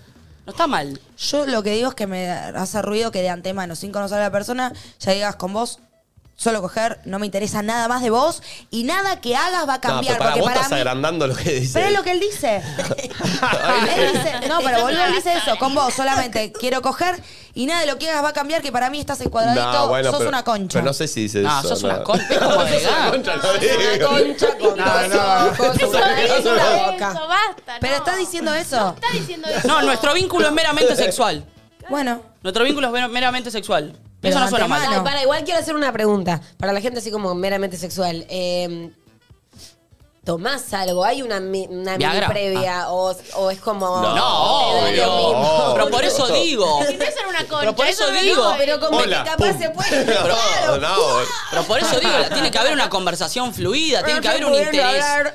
Speaker 3: No está mal.
Speaker 2: Yo lo que digo es que me hace ruido que de antemano, sin conocer a la persona, ya digas con vos, solo coger, no me interesa nada más de vos y nada que hagas va a
Speaker 1: No,
Speaker 2: cambiar.
Speaker 1: pero para,
Speaker 2: porque
Speaker 1: vos
Speaker 2: para
Speaker 1: estás
Speaker 2: mí-
Speaker 1: agrandando lo que dice.
Speaker 2: Pero es lo
Speaker 1: (laughs)
Speaker 2: que (laughs) él dice. Él dice- no, pero boludo, él dice eso. Con vos solamente quiero coger y nada de lo que hagas va a cambiar, que para mí estás encuadradito,
Speaker 1: No, bueno,
Speaker 2: sos
Speaker 1: pero-
Speaker 2: una concha.
Speaker 1: Pero no sé si dice
Speaker 3: No,
Speaker 1: eso.
Speaker 3: sos una concha, es como
Speaker 1: sos una
Speaker 3: agregar.
Speaker 1: concha, (laughs) no
Speaker 4: Una
Speaker 1: digo.
Speaker 4: concha con
Speaker 6: No,
Speaker 4: dos
Speaker 1: (laughs)
Speaker 6: no.
Speaker 4: ojos,
Speaker 5: Eso
Speaker 4: una
Speaker 5: es,
Speaker 4: nariz,
Speaker 5: eso,
Speaker 4: una boca.
Speaker 5: basta, no.
Speaker 2: Pero está diciendo eso.
Speaker 5: Está diciendo eso. (laughs)
Speaker 3: No, nuestro vínculo es meramente sexual.
Speaker 2: Bueno,
Speaker 3: Nuestro vínculo es meramente sexual.
Speaker 2: Pero
Speaker 3: Eso no suena
Speaker 2: antemano.
Speaker 3: mal.
Speaker 4: Ay, para, igual quiero hacer una pregunta. Para la gente así como meramente sexual. Eh, ¿Tomás algo? ¿Hay una, mi- una mini
Speaker 3: Viagra. Ah.
Speaker 4: previa? O, o es como.?
Speaker 1: No,
Speaker 3: No,
Speaker 4: Te da lo
Speaker 3: obvio.
Speaker 4: mismo.
Speaker 1: obvio.
Speaker 3: Pero por eso digo.
Speaker 5: Si no eso era una concha.
Speaker 3: Pero por eso
Speaker 5: no
Speaker 3: digo.
Speaker 5: era-
Speaker 4: Pero como
Speaker 1: Hola,
Speaker 4: que capaz
Speaker 1: pum.
Speaker 2: (laughs)
Speaker 4: se puede.
Speaker 1: No, eh.
Speaker 4: claro.
Speaker 1: no.
Speaker 3: Pero por eso digo, la- tiene que haber una conversación fluida, tiene que haber un
Speaker 4: Bueno,
Speaker 3: interés.
Speaker 4: hablar.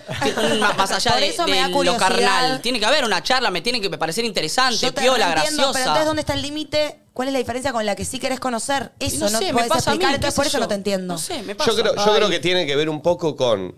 Speaker 3: un- más más allá
Speaker 2: Por
Speaker 3: de,
Speaker 2: eso me
Speaker 3: de
Speaker 2: da
Speaker 3: lo
Speaker 2: curiosidad.
Speaker 3: carnal. Tiene que haber una charla, me tiene que parecer interesante,
Speaker 2: yo te
Speaker 3: piola,
Speaker 2: entiendo, pero entonces
Speaker 3: graciosa.
Speaker 2: ¿dónde está el límite? ¿Cuál es la diferencia con la que sí querés conocer?
Speaker 3: Y
Speaker 2: Eso no,
Speaker 3: sé, me
Speaker 2: podés
Speaker 3: pasa a mí,
Speaker 2: explicar,
Speaker 3: qué
Speaker 2: entonces
Speaker 3: sé
Speaker 2: por eso
Speaker 3: yo.
Speaker 2: no te entiendo.
Speaker 3: No sé, me pasa.
Speaker 1: Yo creo, yo creo que tiene que ver un poco con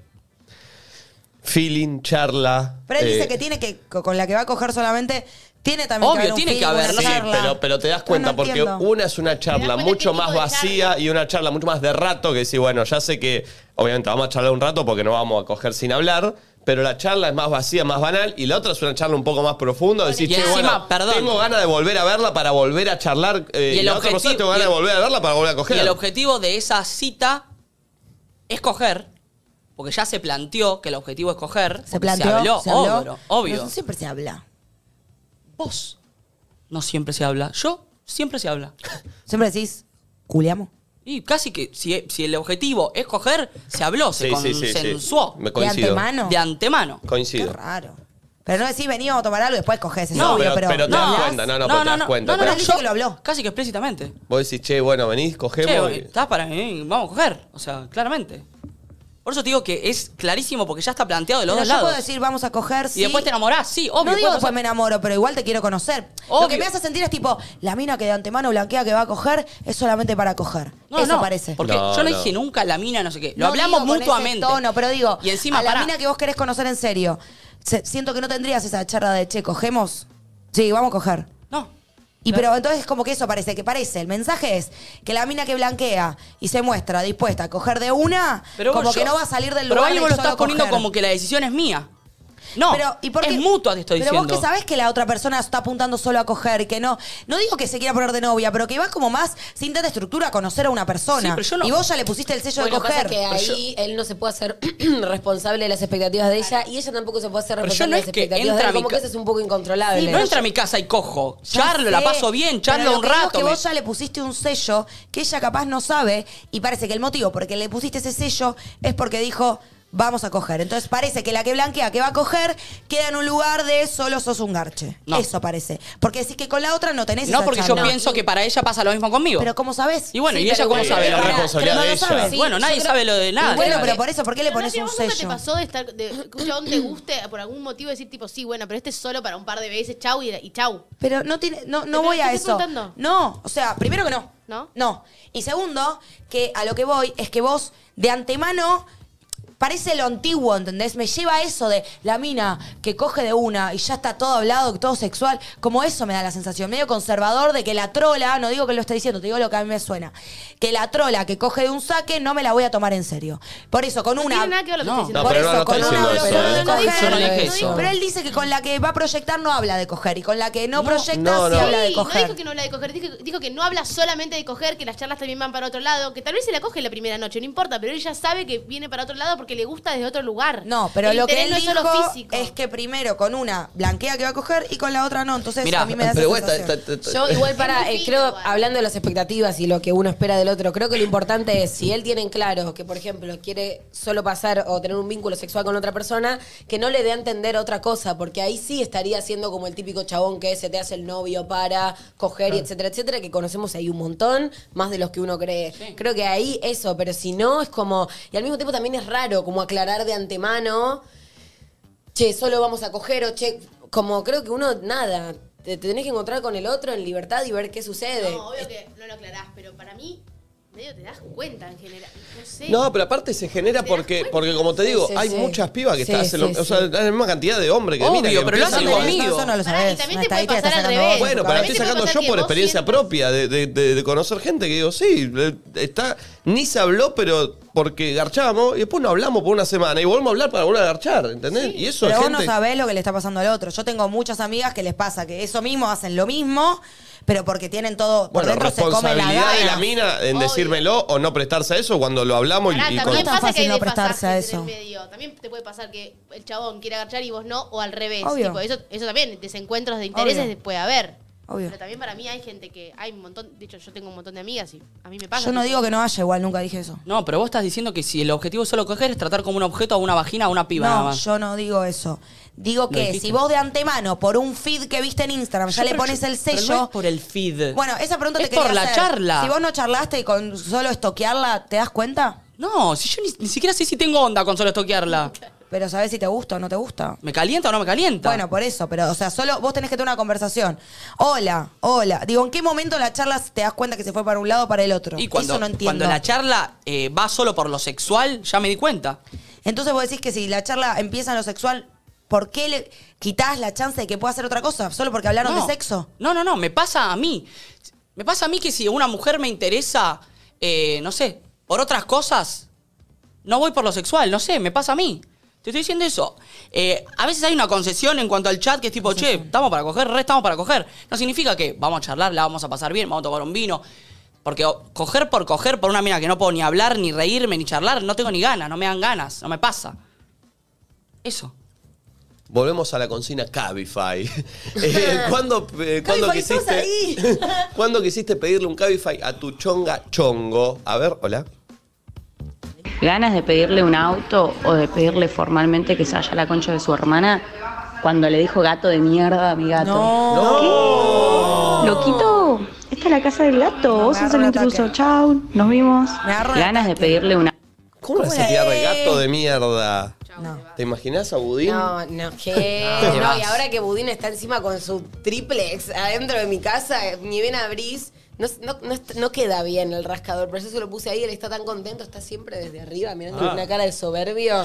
Speaker 1: feeling, charla.
Speaker 2: Pero él dice
Speaker 1: eh,
Speaker 2: que tiene que, co- con la que va a coger solamente, tiene también que
Speaker 3: Obvio,
Speaker 2: haber un
Speaker 3: tiene que
Speaker 2: feeling,
Speaker 3: haber,
Speaker 2: una
Speaker 3: no sé,
Speaker 1: Sí,
Speaker 2: charla.
Speaker 1: pero, pero te das
Speaker 2: No,
Speaker 1: cuenta
Speaker 2: no
Speaker 1: porque
Speaker 2: entiendo.
Speaker 1: una es una
Speaker 5: Te
Speaker 1: charla
Speaker 5: das cuenta
Speaker 1: mucho
Speaker 5: qué
Speaker 1: más
Speaker 5: tipo de
Speaker 1: vacía
Speaker 5: charla.
Speaker 1: y una charla mucho más de rato que decir, bueno, ya sé que obviamente vamos a charlar un rato porque no vamos a coger sin hablar, pero la charla es más vacía, más banal y la otra es una charla un poco más profunda, decir,
Speaker 3: Y
Speaker 1: che,
Speaker 3: encima,
Speaker 1: bueno,
Speaker 3: perdón.
Speaker 1: tengo ganas de volver a verla para volver a charlar eh,
Speaker 3: Y
Speaker 1: y,
Speaker 3: el
Speaker 1: la otra
Speaker 3: objetivo-
Speaker 1: persona tengo ganas
Speaker 3: y el-
Speaker 1: de volver a verla para volver a
Speaker 3: Y
Speaker 1: coger.
Speaker 3: el objetivo de esa cita es coger, porque ya se planteó que el objetivo es coger.
Speaker 2: Se
Speaker 3: porque
Speaker 2: planteó,
Speaker 3: habló,
Speaker 2: se habló.
Speaker 3: obvio. obvio.
Speaker 2: No, siempre se habla.
Speaker 3: Vos. no siempre se habla. Yo, siempre se habla.
Speaker 2: Siempre decís, culiamos.
Speaker 3: Y casi que si, si el objetivo es coger, se habló, se
Speaker 1: Sí, sí, sí, sí.
Speaker 3: consensuó
Speaker 1: Me
Speaker 2: De
Speaker 1: coincido.
Speaker 2: antemano.
Speaker 3: de antemano.
Speaker 2: Qué
Speaker 1: Coincido.
Speaker 2: raro. Pero no decís, venimos a tomar algo y después cogés. Es
Speaker 1: No,
Speaker 2: obvio,
Speaker 1: pero-
Speaker 2: pero,
Speaker 1: pero te das cuenta, no, no, pero te das cuenta,
Speaker 2: pero-
Speaker 3: yo-
Speaker 2: Él dice que lo habló.
Speaker 3: Casi que explícitamente.
Speaker 1: Vos decís, che, bueno, venís,
Speaker 3: Che,
Speaker 1: cogemos. y-
Speaker 3: estás para mí, vamos a coger. O sea, claramente. Por eso te digo que es clarísimo porque ya está planteado de los
Speaker 2: Pero
Speaker 3: dos
Speaker 2: yo
Speaker 3: lados.
Speaker 2: puedo decir, vamos a coger.
Speaker 3: y después te enamorás, sí,
Speaker 2: no
Speaker 3: obvio.
Speaker 2: digo
Speaker 3: puede
Speaker 2: después
Speaker 3: pasar.
Speaker 2: me enamoro, pero igual te quiero conocer. Lo que
Speaker 3: Obvio.
Speaker 2: me hace sentir es tipo, la mina que de antemano blanquea que va a coger es solamente para coger.
Speaker 3: No,
Speaker 2: Eso
Speaker 3: no,
Speaker 2: parece.
Speaker 3: Porque
Speaker 1: No,
Speaker 3: yo no,
Speaker 1: no.
Speaker 3: dije nunca la mina, no sé qué. Lo
Speaker 2: No
Speaker 3: hablamos
Speaker 2: digo con
Speaker 3: mutuamente.
Speaker 2: Ese tono, pero digo,
Speaker 3: Y encima,
Speaker 2: a la
Speaker 3: pará.
Speaker 2: mina que vos querés conocer en serio, se- siento que no tendrías esa charla de, che, ¿cogemos? Sí, vamos a coger.
Speaker 3: No.
Speaker 2: Y pero entonces como que eso parece, que parece. El mensaje es que la mina que blanquea y se muestra dispuesta a coger de una,
Speaker 3: Pero
Speaker 2: como
Speaker 3: yo-
Speaker 2: que no va a salir del
Speaker 3: Pero
Speaker 2: lugar
Speaker 3: ahí
Speaker 2: del
Speaker 3: vos lo
Speaker 2: solo
Speaker 3: estás poniendo
Speaker 2: coger.
Speaker 3: como que la decisión es mía. No,
Speaker 2: Pero, ¿y por qué-
Speaker 3: es mutua te estoy
Speaker 2: Pero
Speaker 3: diciendo.
Speaker 2: vos que sabés que la otra persona está apuntando solo a coger y que no. No digo que se quiera poner de novia, pero que vas como más sin tanta estructura a conocer a una persona.
Speaker 3: Sí, pero yo no-
Speaker 2: Y vos ya le pusiste el sello
Speaker 4: Bueno,
Speaker 2: de coger.
Speaker 4: pasa que ahí él no se puede hacer (clears throat) responsable de las expectativas de ella y ella tampoco se puede hacer
Speaker 3: Pero yo
Speaker 4: responsable
Speaker 3: no
Speaker 4: de
Speaker 3: es
Speaker 4: las
Speaker 3: que
Speaker 4: expectativas de él,
Speaker 3: entra a mi
Speaker 4: como que
Speaker 3: ca-
Speaker 4: eso es un poco incontrolable.
Speaker 3: Sí, no entra a mi casa y cojo. Charlo, la
Speaker 2: sé,
Speaker 3: paso bien, charlo
Speaker 2: pero lo
Speaker 3: un
Speaker 2: que digo es
Speaker 3: rato.
Speaker 2: que
Speaker 3: me-
Speaker 2: vos ya le pusiste un sello que ella capaz no sabe y parece que el motivo por que le pusiste ese sello es porque dijo vamos a coger. Entonces parece que la que blanquea que va a coger queda en un lugar de solo sos un garche.
Speaker 3: No.
Speaker 2: Eso parece. Porque decís que con la otra no tenés
Speaker 3: No,
Speaker 2: esa
Speaker 3: porque yo
Speaker 2: charla.
Speaker 3: pienso que para ella pasa lo mismo conmigo.
Speaker 2: Pero ¿cómo sabés?
Speaker 3: Y bueno,
Speaker 4: Sí,
Speaker 3: ¿y ella
Speaker 4: pero
Speaker 3: cómo
Speaker 4: bueno,
Speaker 3: sabe?
Speaker 1: es
Speaker 3: lo
Speaker 1: la
Speaker 3: que-
Speaker 1: responsabilidad
Speaker 2: no lo
Speaker 1: de
Speaker 2: sabe.
Speaker 1: ella.
Speaker 2: Sí,
Speaker 3: bueno,
Speaker 4: yo
Speaker 3: nadie
Speaker 4: creo-
Speaker 3: sabe lo de
Speaker 2: Y
Speaker 3: nada.
Speaker 2: bueno,
Speaker 3: claro.
Speaker 2: pero por eso, ¿por qué le
Speaker 5: Pero
Speaker 2: pones
Speaker 5: Nati, ¿a
Speaker 2: un
Speaker 5: vos nunca te
Speaker 2: sello?
Speaker 5: pasó de estar de, que un chabón te guste por algún motivo decir tipo, sí, bueno, pero este es solo para un par de veces, chau y, y chau?
Speaker 2: Pero no tiene, no,
Speaker 5: Pero
Speaker 2: no voy a
Speaker 5: estás
Speaker 2: eso.
Speaker 5: apuntando.
Speaker 2: No, o sea, primero que no.
Speaker 5: ¿No?
Speaker 2: No. Y segundo, que a lo que voy es que vos de antemano parece lo antiguo, ¿entendés? Me lleva a eso de la mina que coge de una y ya está todo hablado, todo sexual. Como eso me da la sensación, medio conservador de que la trola, no digo que lo esté diciendo, te digo lo que a mí me suena, que la trola que coge de un saque no me la voy a tomar en serio. Por eso, con
Speaker 5: No
Speaker 2: una...
Speaker 5: tiene nada que ver lo que
Speaker 3: No.
Speaker 5: estoy
Speaker 1: No,
Speaker 5: diciendo.
Speaker 2: Por
Speaker 1: pero
Speaker 2: eso,
Speaker 1: no
Speaker 2: con
Speaker 1: está
Speaker 2: una
Speaker 1: diciendo
Speaker 2: habló
Speaker 1: eso,
Speaker 2: solo
Speaker 1: ¿eh?
Speaker 2: de coger.
Speaker 3: Yo no dije eso.
Speaker 2: Pero él dice que con la que va a proyectar no habla de coger. Y con la que no, proyecta
Speaker 1: no,
Speaker 2: sí
Speaker 1: no.
Speaker 2: habla de
Speaker 5: Sí,
Speaker 2: coger.
Speaker 5: No dijo que no habla de coger, dijo, dijo que no habla solamente de coger, que las charlas también van para otro lado, que tal vez se la coge la primera noche, no importa, pero él ya sabe que viene para otro lado porque le gusta desde otro lugar.
Speaker 2: No, pero
Speaker 5: El
Speaker 2: lo que
Speaker 5: interés
Speaker 2: él
Speaker 5: no es
Speaker 2: dijo
Speaker 5: solo físico.
Speaker 2: es que primero con una blanquea que va a coger y con la otra no. Entonces
Speaker 3: Mirá,
Speaker 2: a mí me da esa
Speaker 1: Pero vos estás-
Speaker 2: sensación.
Speaker 1: estás-
Speaker 4: Yo
Speaker 5: (laughs)
Speaker 4: igual para,
Speaker 5: muy
Speaker 4: eh,
Speaker 5: fino
Speaker 4: creo,
Speaker 5: igual.
Speaker 4: hablando de las expectativas y lo que uno espera del otro, creo que lo importante es, si él tiene en claro que, por ejemplo, quiere solo pasar o tener un vínculo sexual con otra persona, que no le dé a entender otra cosa, porque ahí sí estaría siendo como el típico chabón que se te hace el novio para coger y etcétera, etcétera, que conocemos ahí un montón, más de los que uno cree. Creo que ahí eso, pero si no, es como, y al mismo tiempo también es raro como aclarar de antemano che, solo vamos a coger o che, como creo que uno, nada, te, te tenés que encontrar con el otro en libertad y ver qué sucede.
Speaker 5: No, obvio que no lo aclarás, pero para mí, medio te das cuenta en general. No sé.
Speaker 1: No, pero aparte se genera
Speaker 5: ¿Te das
Speaker 1: porque,
Speaker 5: cuenta?
Speaker 1: porque como te
Speaker 4: Sí,
Speaker 1: digo,
Speaker 4: sí,
Speaker 1: hay
Speaker 4: sí.
Speaker 1: muchas pibas que
Speaker 4: Sí,
Speaker 1: te hacen
Speaker 4: sí,
Speaker 1: lo, o sea,
Speaker 4: sí.
Speaker 1: la misma cantidad de hombres que
Speaker 3: Obvio,
Speaker 1: mira, que
Speaker 3: pero lo
Speaker 1: empiezan
Speaker 3: hacen
Speaker 1: con-
Speaker 2: No,
Speaker 3: conmigo.
Speaker 2: eso no lo
Speaker 5: Pará,
Speaker 2: sabés.
Speaker 5: y también
Speaker 2: Una
Speaker 5: te puede pasar
Speaker 2: estadística estás
Speaker 5: al
Speaker 2: sacando
Speaker 5: revés.
Speaker 2: vos.
Speaker 1: Bueno, pero
Speaker 5: También
Speaker 1: estoy
Speaker 5: te puede
Speaker 1: sacando
Speaker 5: pasar
Speaker 1: yo
Speaker 5: que
Speaker 1: por
Speaker 5: vos
Speaker 1: experiencia
Speaker 5: sientas-
Speaker 1: propia de, de- de- de conocer gente que digo, sí, le- está, ni se habló, pero porque garchamos y después no hablamos por una semana y volvemos a hablar para volver a garchar, ¿entendés? Y eso
Speaker 2: Pero
Speaker 1: es
Speaker 2: vos
Speaker 1: gente...
Speaker 2: no sabés lo que le está pasando al otro. Yo tengo muchas amigas que les pasa que eso mismo hacen lo mismo, pero porque tienen todo.
Speaker 1: Bueno,
Speaker 2: por dentro se come la
Speaker 1: responsabilidad de la
Speaker 2: gana.
Speaker 1: mina en
Speaker 5: Obvio.
Speaker 1: decírmelo o no prestarse a eso cuando lo hablamos y-
Speaker 5: Pará,
Speaker 1: y,
Speaker 5: también
Speaker 2: No es tan
Speaker 5: pasa que hay
Speaker 2: fácil no
Speaker 5: desfasajes
Speaker 2: prestarse a eso.
Speaker 5: En el medio. También te puede pasar que el chabón quiere agachar y vos no, o al revés.
Speaker 2: Obvio.
Speaker 5: Tipo, eso, eso también, desencuentros de intereses
Speaker 2: Obvio.
Speaker 5: puede haber.
Speaker 2: Obvio.
Speaker 5: Pero también para mí hay gente que hay un montón, de hecho yo tengo un montón de amigas y a mí me pasa.
Speaker 2: Yo no
Speaker 5: tipo,
Speaker 2: digo que no haya igual, nunca dije eso.
Speaker 3: No, pero vos estás diciendo que si el objetivo es solo coger es tratar como un objeto a una vagina a una piba nada
Speaker 2: No,
Speaker 3: más.
Speaker 2: yo no digo eso. Digo que
Speaker 3: dijiste.
Speaker 2: si vos de antemano, por un feed que viste en Instagram, ya
Speaker 3: Yo-
Speaker 2: le
Speaker 3: pero
Speaker 2: pones
Speaker 3: yo-
Speaker 2: el
Speaker 3: pero
Speaker 2: sello.
Speaker 3: no es por el feed.
Speaker 2: Bueno, esa pregunta
Speaker 3: Es
Speaker 2: te quería
Speaker 3: por la
Speaker 2: hacer.
Speaker 3: charla.
Speaker 2: Si vos no charlaste y con solo estoquearla, ¿te das cuenta?
Speaker 3: No, si yo ni, ni siquiera sé si tengo onda con solo estoquearla.
Speaker 2: Pero sabés si te gusta o no te gusta.
Speaker 3: ¿Me calienta o no me calienta?
Speaker 2: Bueno, por eso, pero, o sea, solo vos tenés que tener una conversación. Hola, hola. Digo, ¿en qué momento la charla te das cuenta que se fue para un lado o para el otro?
Speaker 3: y cuando,
Speaker 2: eso no entiendo.
Speaker 3: cuando la charla eh, va solo por lo sexual, ya me di cuenta.
Speaker 2: Entonces vos decís que si la charla empieza en lo sexual, ¿por qué le quitas la chance de que pueda hacer otra cosa? ¿Solo porque hablaron de sexo?
Speaker 3: No, no, no, me pasa a mí. Me pasa a mí que si una mujer me interesa, eh, no sé, por otras cosas, no voy por lo sexual, no sé, me pasa a mí. Te estoy diciendo eso. Eh, a veces hay una concesión en cuanto al chat que es tipo, che, estamos para coger, re estamos para coger. No significa que vamos a charlar, la vamos a pasar bien, vamos a tomar un vino. Porque o, coger por coger por una mina que no puedo ni hablar, ni reírme, ni charlar, no tengo ni ganas, no me dan ganas, no me pasa. Eso.
Speaker 1: Volvemos a la consigna
Speaker 2: (laughs)
Speaker 1: Cabify. Eh, ¿Cuándo, eh, ¿cuándo
Speaker 4: Cabify,
Speaker 1: quisiste,
Speaker 4: estás ahí.
Speaker 1: (laughs) ¿Cuándo quisiste pedirle un Cabify a tu chonga chongo? A ver, hola.
Speaker 8: ganas de pedirle un auto o de pedirle formalmente que se haya la concha de su hermana cuando le dijo gato de mierda a mi gato. ¿Qué? Loquito, esta es la casa del gato, vos sos el
Speaker 2: agarra un ataque.
Speaker 8: intruso, chau, nos vimos.
Speaker 2: Me agarra un
Speaker 8: Ganas de pedirle una...
Speaker 1: ¿Cómo le haces tirar de gato de mierda? ¿Te imaginas a Budín?
Speaker 4: No, no, que.
Speaker 3: te
Speaker 4: No,
Speaker 3: vas.
Speaker 4: y ahora que Budín está encima con su triplex adentro de mi casa, eh, ni bien abrís. No, no, no, est- no queda bien el rascador, por eso se lo puse ahí, él está tan contento, está siempre desde arriba, mirando con una cara de soberbio.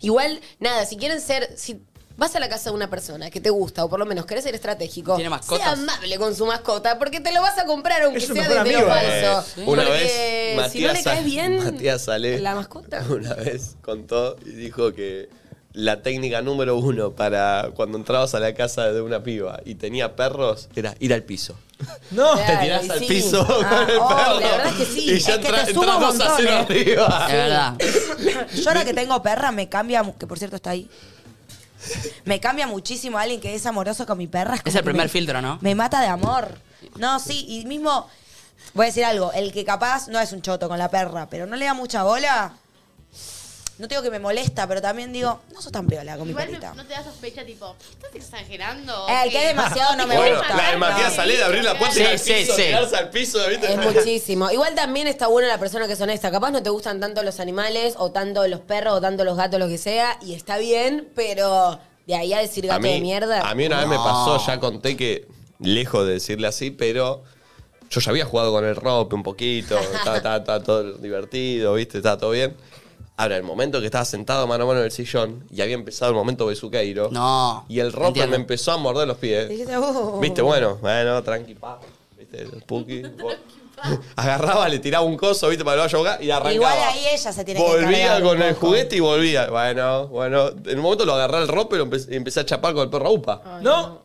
Speaker 4: Igual, nada, si quieren ser, si vas a la casa de una persona que te gusta, o por lo menos querés ser estratégico,
Speaker 3: Tiene mascotas.
Speaker 4: sea amable con su mascota, porque te lo vas a comprar aunque
Speaker 6: Es su
Speaker 4: sea
Speaker 6: mejor
Speaker 4: desde lo
Speaker 6: amigo, eh.
Speaker 4: falso.
Speaker 1: Una
Speaker 4: Porque
Speaker 1: vez, Matías,
Speaker 4: si no le
Speaker 1: Ale-
Speaker 4: caes bien,
Speaker 1: Matías Ale,
Speaker 4: la mascota.
Speaker 1: (laughs) Una vez contó y dijo que la técnica número uno para cuando entrabas a la casa de una piba y tenía perros era ir al piso.
Speaker 6: No.
Speaker 4: Claro,
Speaker 1: te tirás
Speaker 4: y
Speaker 1: al
Speaker 4: sí.
Speaker 1: piso (laughs)
Speaker 4: Ah,
Speaker 1: con el
Speaker 4: oh,
Speaker 1: perro.
Speaker 4: la verdad es que sí.
Speaker 1: Y ya
Speaker 2: Es que
Speaker 1: entra-
Speaker 2: te suma un
Speaker 1: entrabas
Speaker 2: montón,
Speaker 1: hacia (laughs)
Speaker 2: eh.
Speaker 1: arriba.
Speaker 3: Es verdad.
Speaker 2: (laughs) Yo
Speaker 1: (laughs)
Speaker 2: ahora que tengo perra me cambia, mu- que por cierto está ahí. Me cambia muchísimo alguien que es amoroso con mi perra. como
Speaker 3: Es el
Speaker 2: que
Speaker 3: primer
Speaker 2: me-
Speaker 3: filtro, ¿no?
Speaker 2: Me mata de amor. No, sí, y mismo, voy a decir algo, el que capaz no es un choto con la perra, pero no le da mucha bola. No digo que me molesta, pero también digo, no sos tan piola con mi
Speaker 5: Igual me-
Speaker 2: perrita.
Speaker 5: no te da sospecha, tipo, ¿estás exagerando?
Speaker 2: Eh, el que es demasiado no me
Speaker 1: Bueno,
Speaker 2: gusta.
Speaker 1: la de Matías
Speaker 5: no.
Speaker 1: Ale de abrir la puerta y ir al
Speaker 3: Sí, sí,
Speaker 1: piso,
Speaker 3: sí.
Speaker 1: tirarse al piso. ¿viste?
Speaker 4: Es
Speaker 1: (laughs)
Speaker 4: muchísimo. Igual también está buena la persona que es honesta. Capaz no te gustan tanto los animales, o tanto los perros, o tanto los gatos, lo que sea, y está bien, pero de ahí a decir gato
Speaker 1: a mí,
Speaker 4: de mierda.
Speaker 1: A mí una vez me pasó, ya conté que, lejos de decirle así, pero yo ya había jugado con el rope un poquito, estaba, estaba- estaba todo divertido, ¿viste? Estaba todo bien. Ahora, el momento que estaba sentado mano a mano en el sillón y había empezado el momento besuqueiro.
Speaker 3: No,
Speaker 1: Y el rope
Speaker 3: entiendo.
Speaker 1: me empezó a morder los pies.
Speaker 2: Dijiste, "Uh".
Speaker 4: Oh.
Speaker 1: ¿Viste? Bueno, bueno, tranqui, pa. ¿Viste?
Speaker 4: (laughs)
Speaker 1: Puki. (laughs) Agarraba, le tiraba un coso, ¿viste? Para que lo vaya a buscar y arrancaba.
Speaker 2: Igual ahí ella se tiene que
Speaker 1: Volvía
Speaker 2: encargar un
Speaker 1: con el
Speaker 2: poco.
Speaker 1: juguete y volvía. Bueno, bueno. En un momento lo agarré al rope y lo empe- y empecé a chapar con el perro upa.
Speaker 6: No.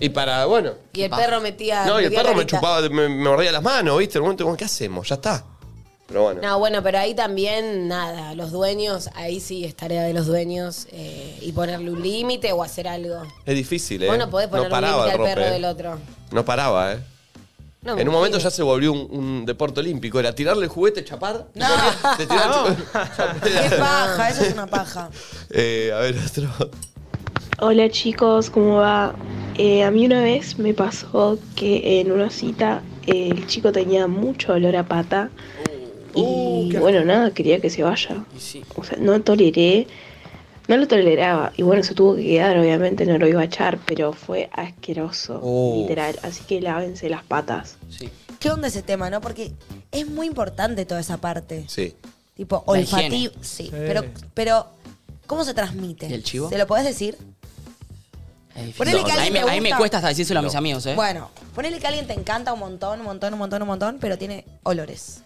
Speaker 1: Y para, bueno.
Speaker 4: Y el perro metía.
Speaker 1: No, y el
Speaker 4: metía
Speaker 1: perro me
Speaker 4: carita.
Speaker 1: chupaba, me, me mordía las manos, ¿viste? En un momento, bueno, ¿qué hacemos? Ya está. Pero bueno.
Speaker 4: No, bueno, pero ahí también, nada, los dueños, ahí sí es tarea de los dueños eh, y ponerle un límite o hacer algo.
Speaker 1: Es difícil, ¿eh?
Speaker 4: Vos no podés ponerle un
Speaker 1: paraba
Speaker 4: límite al
Speaker 1: el rope,
Speaker 4: perro
Speaker 1: ¿eh?
Speaker 4: del otro.
Speaker 1: No paraba, ¿eh?
Speaker 4: No,
Speaker 1: en
Speaker 4: me
Speaker 1: un momento
Speaker 4: imagino.
Speaker 1: ya se volvió un, un deporte olímpico. Era tirarle el juguete, chapar.
Speaker 2: No.
Speaker 1: Te tiraba-
Speaker 2: Qué
Speaker 1: (laughs)
Speaker 2: paja, eso es una paja.
Speaker 1: Eh, a ver, otro.
Speaker 9: Hola chicos, ¿cómo va? Eh, a mí una vez me pasó que en una cita eh, el chico tenía mucho olor a pata
Speaker 3: Uh,
Speaker 9: y bueno, nada, quería que se vaya.
Speaker 3: Y sí.
Speaker 9: O sea, no toleré, no lo toleraba y bueno, se tuvo que quedar, obviamente no lo iba a echar, pero fue asqueroso,
Speaker 1: Oh.
Speaker 9: literal. Así que lávense las patas.
Speaker 3: Sí.
Speaker 2: ¿Qué onda ese tema, no? Porque es muy importante toda esa parte.
Speaker 1: Sí.
Speaker 2: Tipo,
Speaker 3: La
Speaker 2: olfativo.
Speaker 3: higiene.
Speaker 2: Sí, Pero, pero, ¿cómo se transmite?
Speaker 3: ¿Y el chivo?
Speaker 2: ¿Se lo podés decir?
Speaker 3: Es difícil.
Speaker 2: Ponele que
Speaker 3: a, mí
Speaker 2: alguien
Speaker 3: me,
Speaker 2: le
Speaker 3: a mí me
Speaker 2: gusta-
Speaker 3: cuesta hasta decírselo a mis amigos, ¿eh?
Speaker 2: Bueno, ponele que alguien te encanta un montón, un montón, un montón, un montón, pero tiene olores.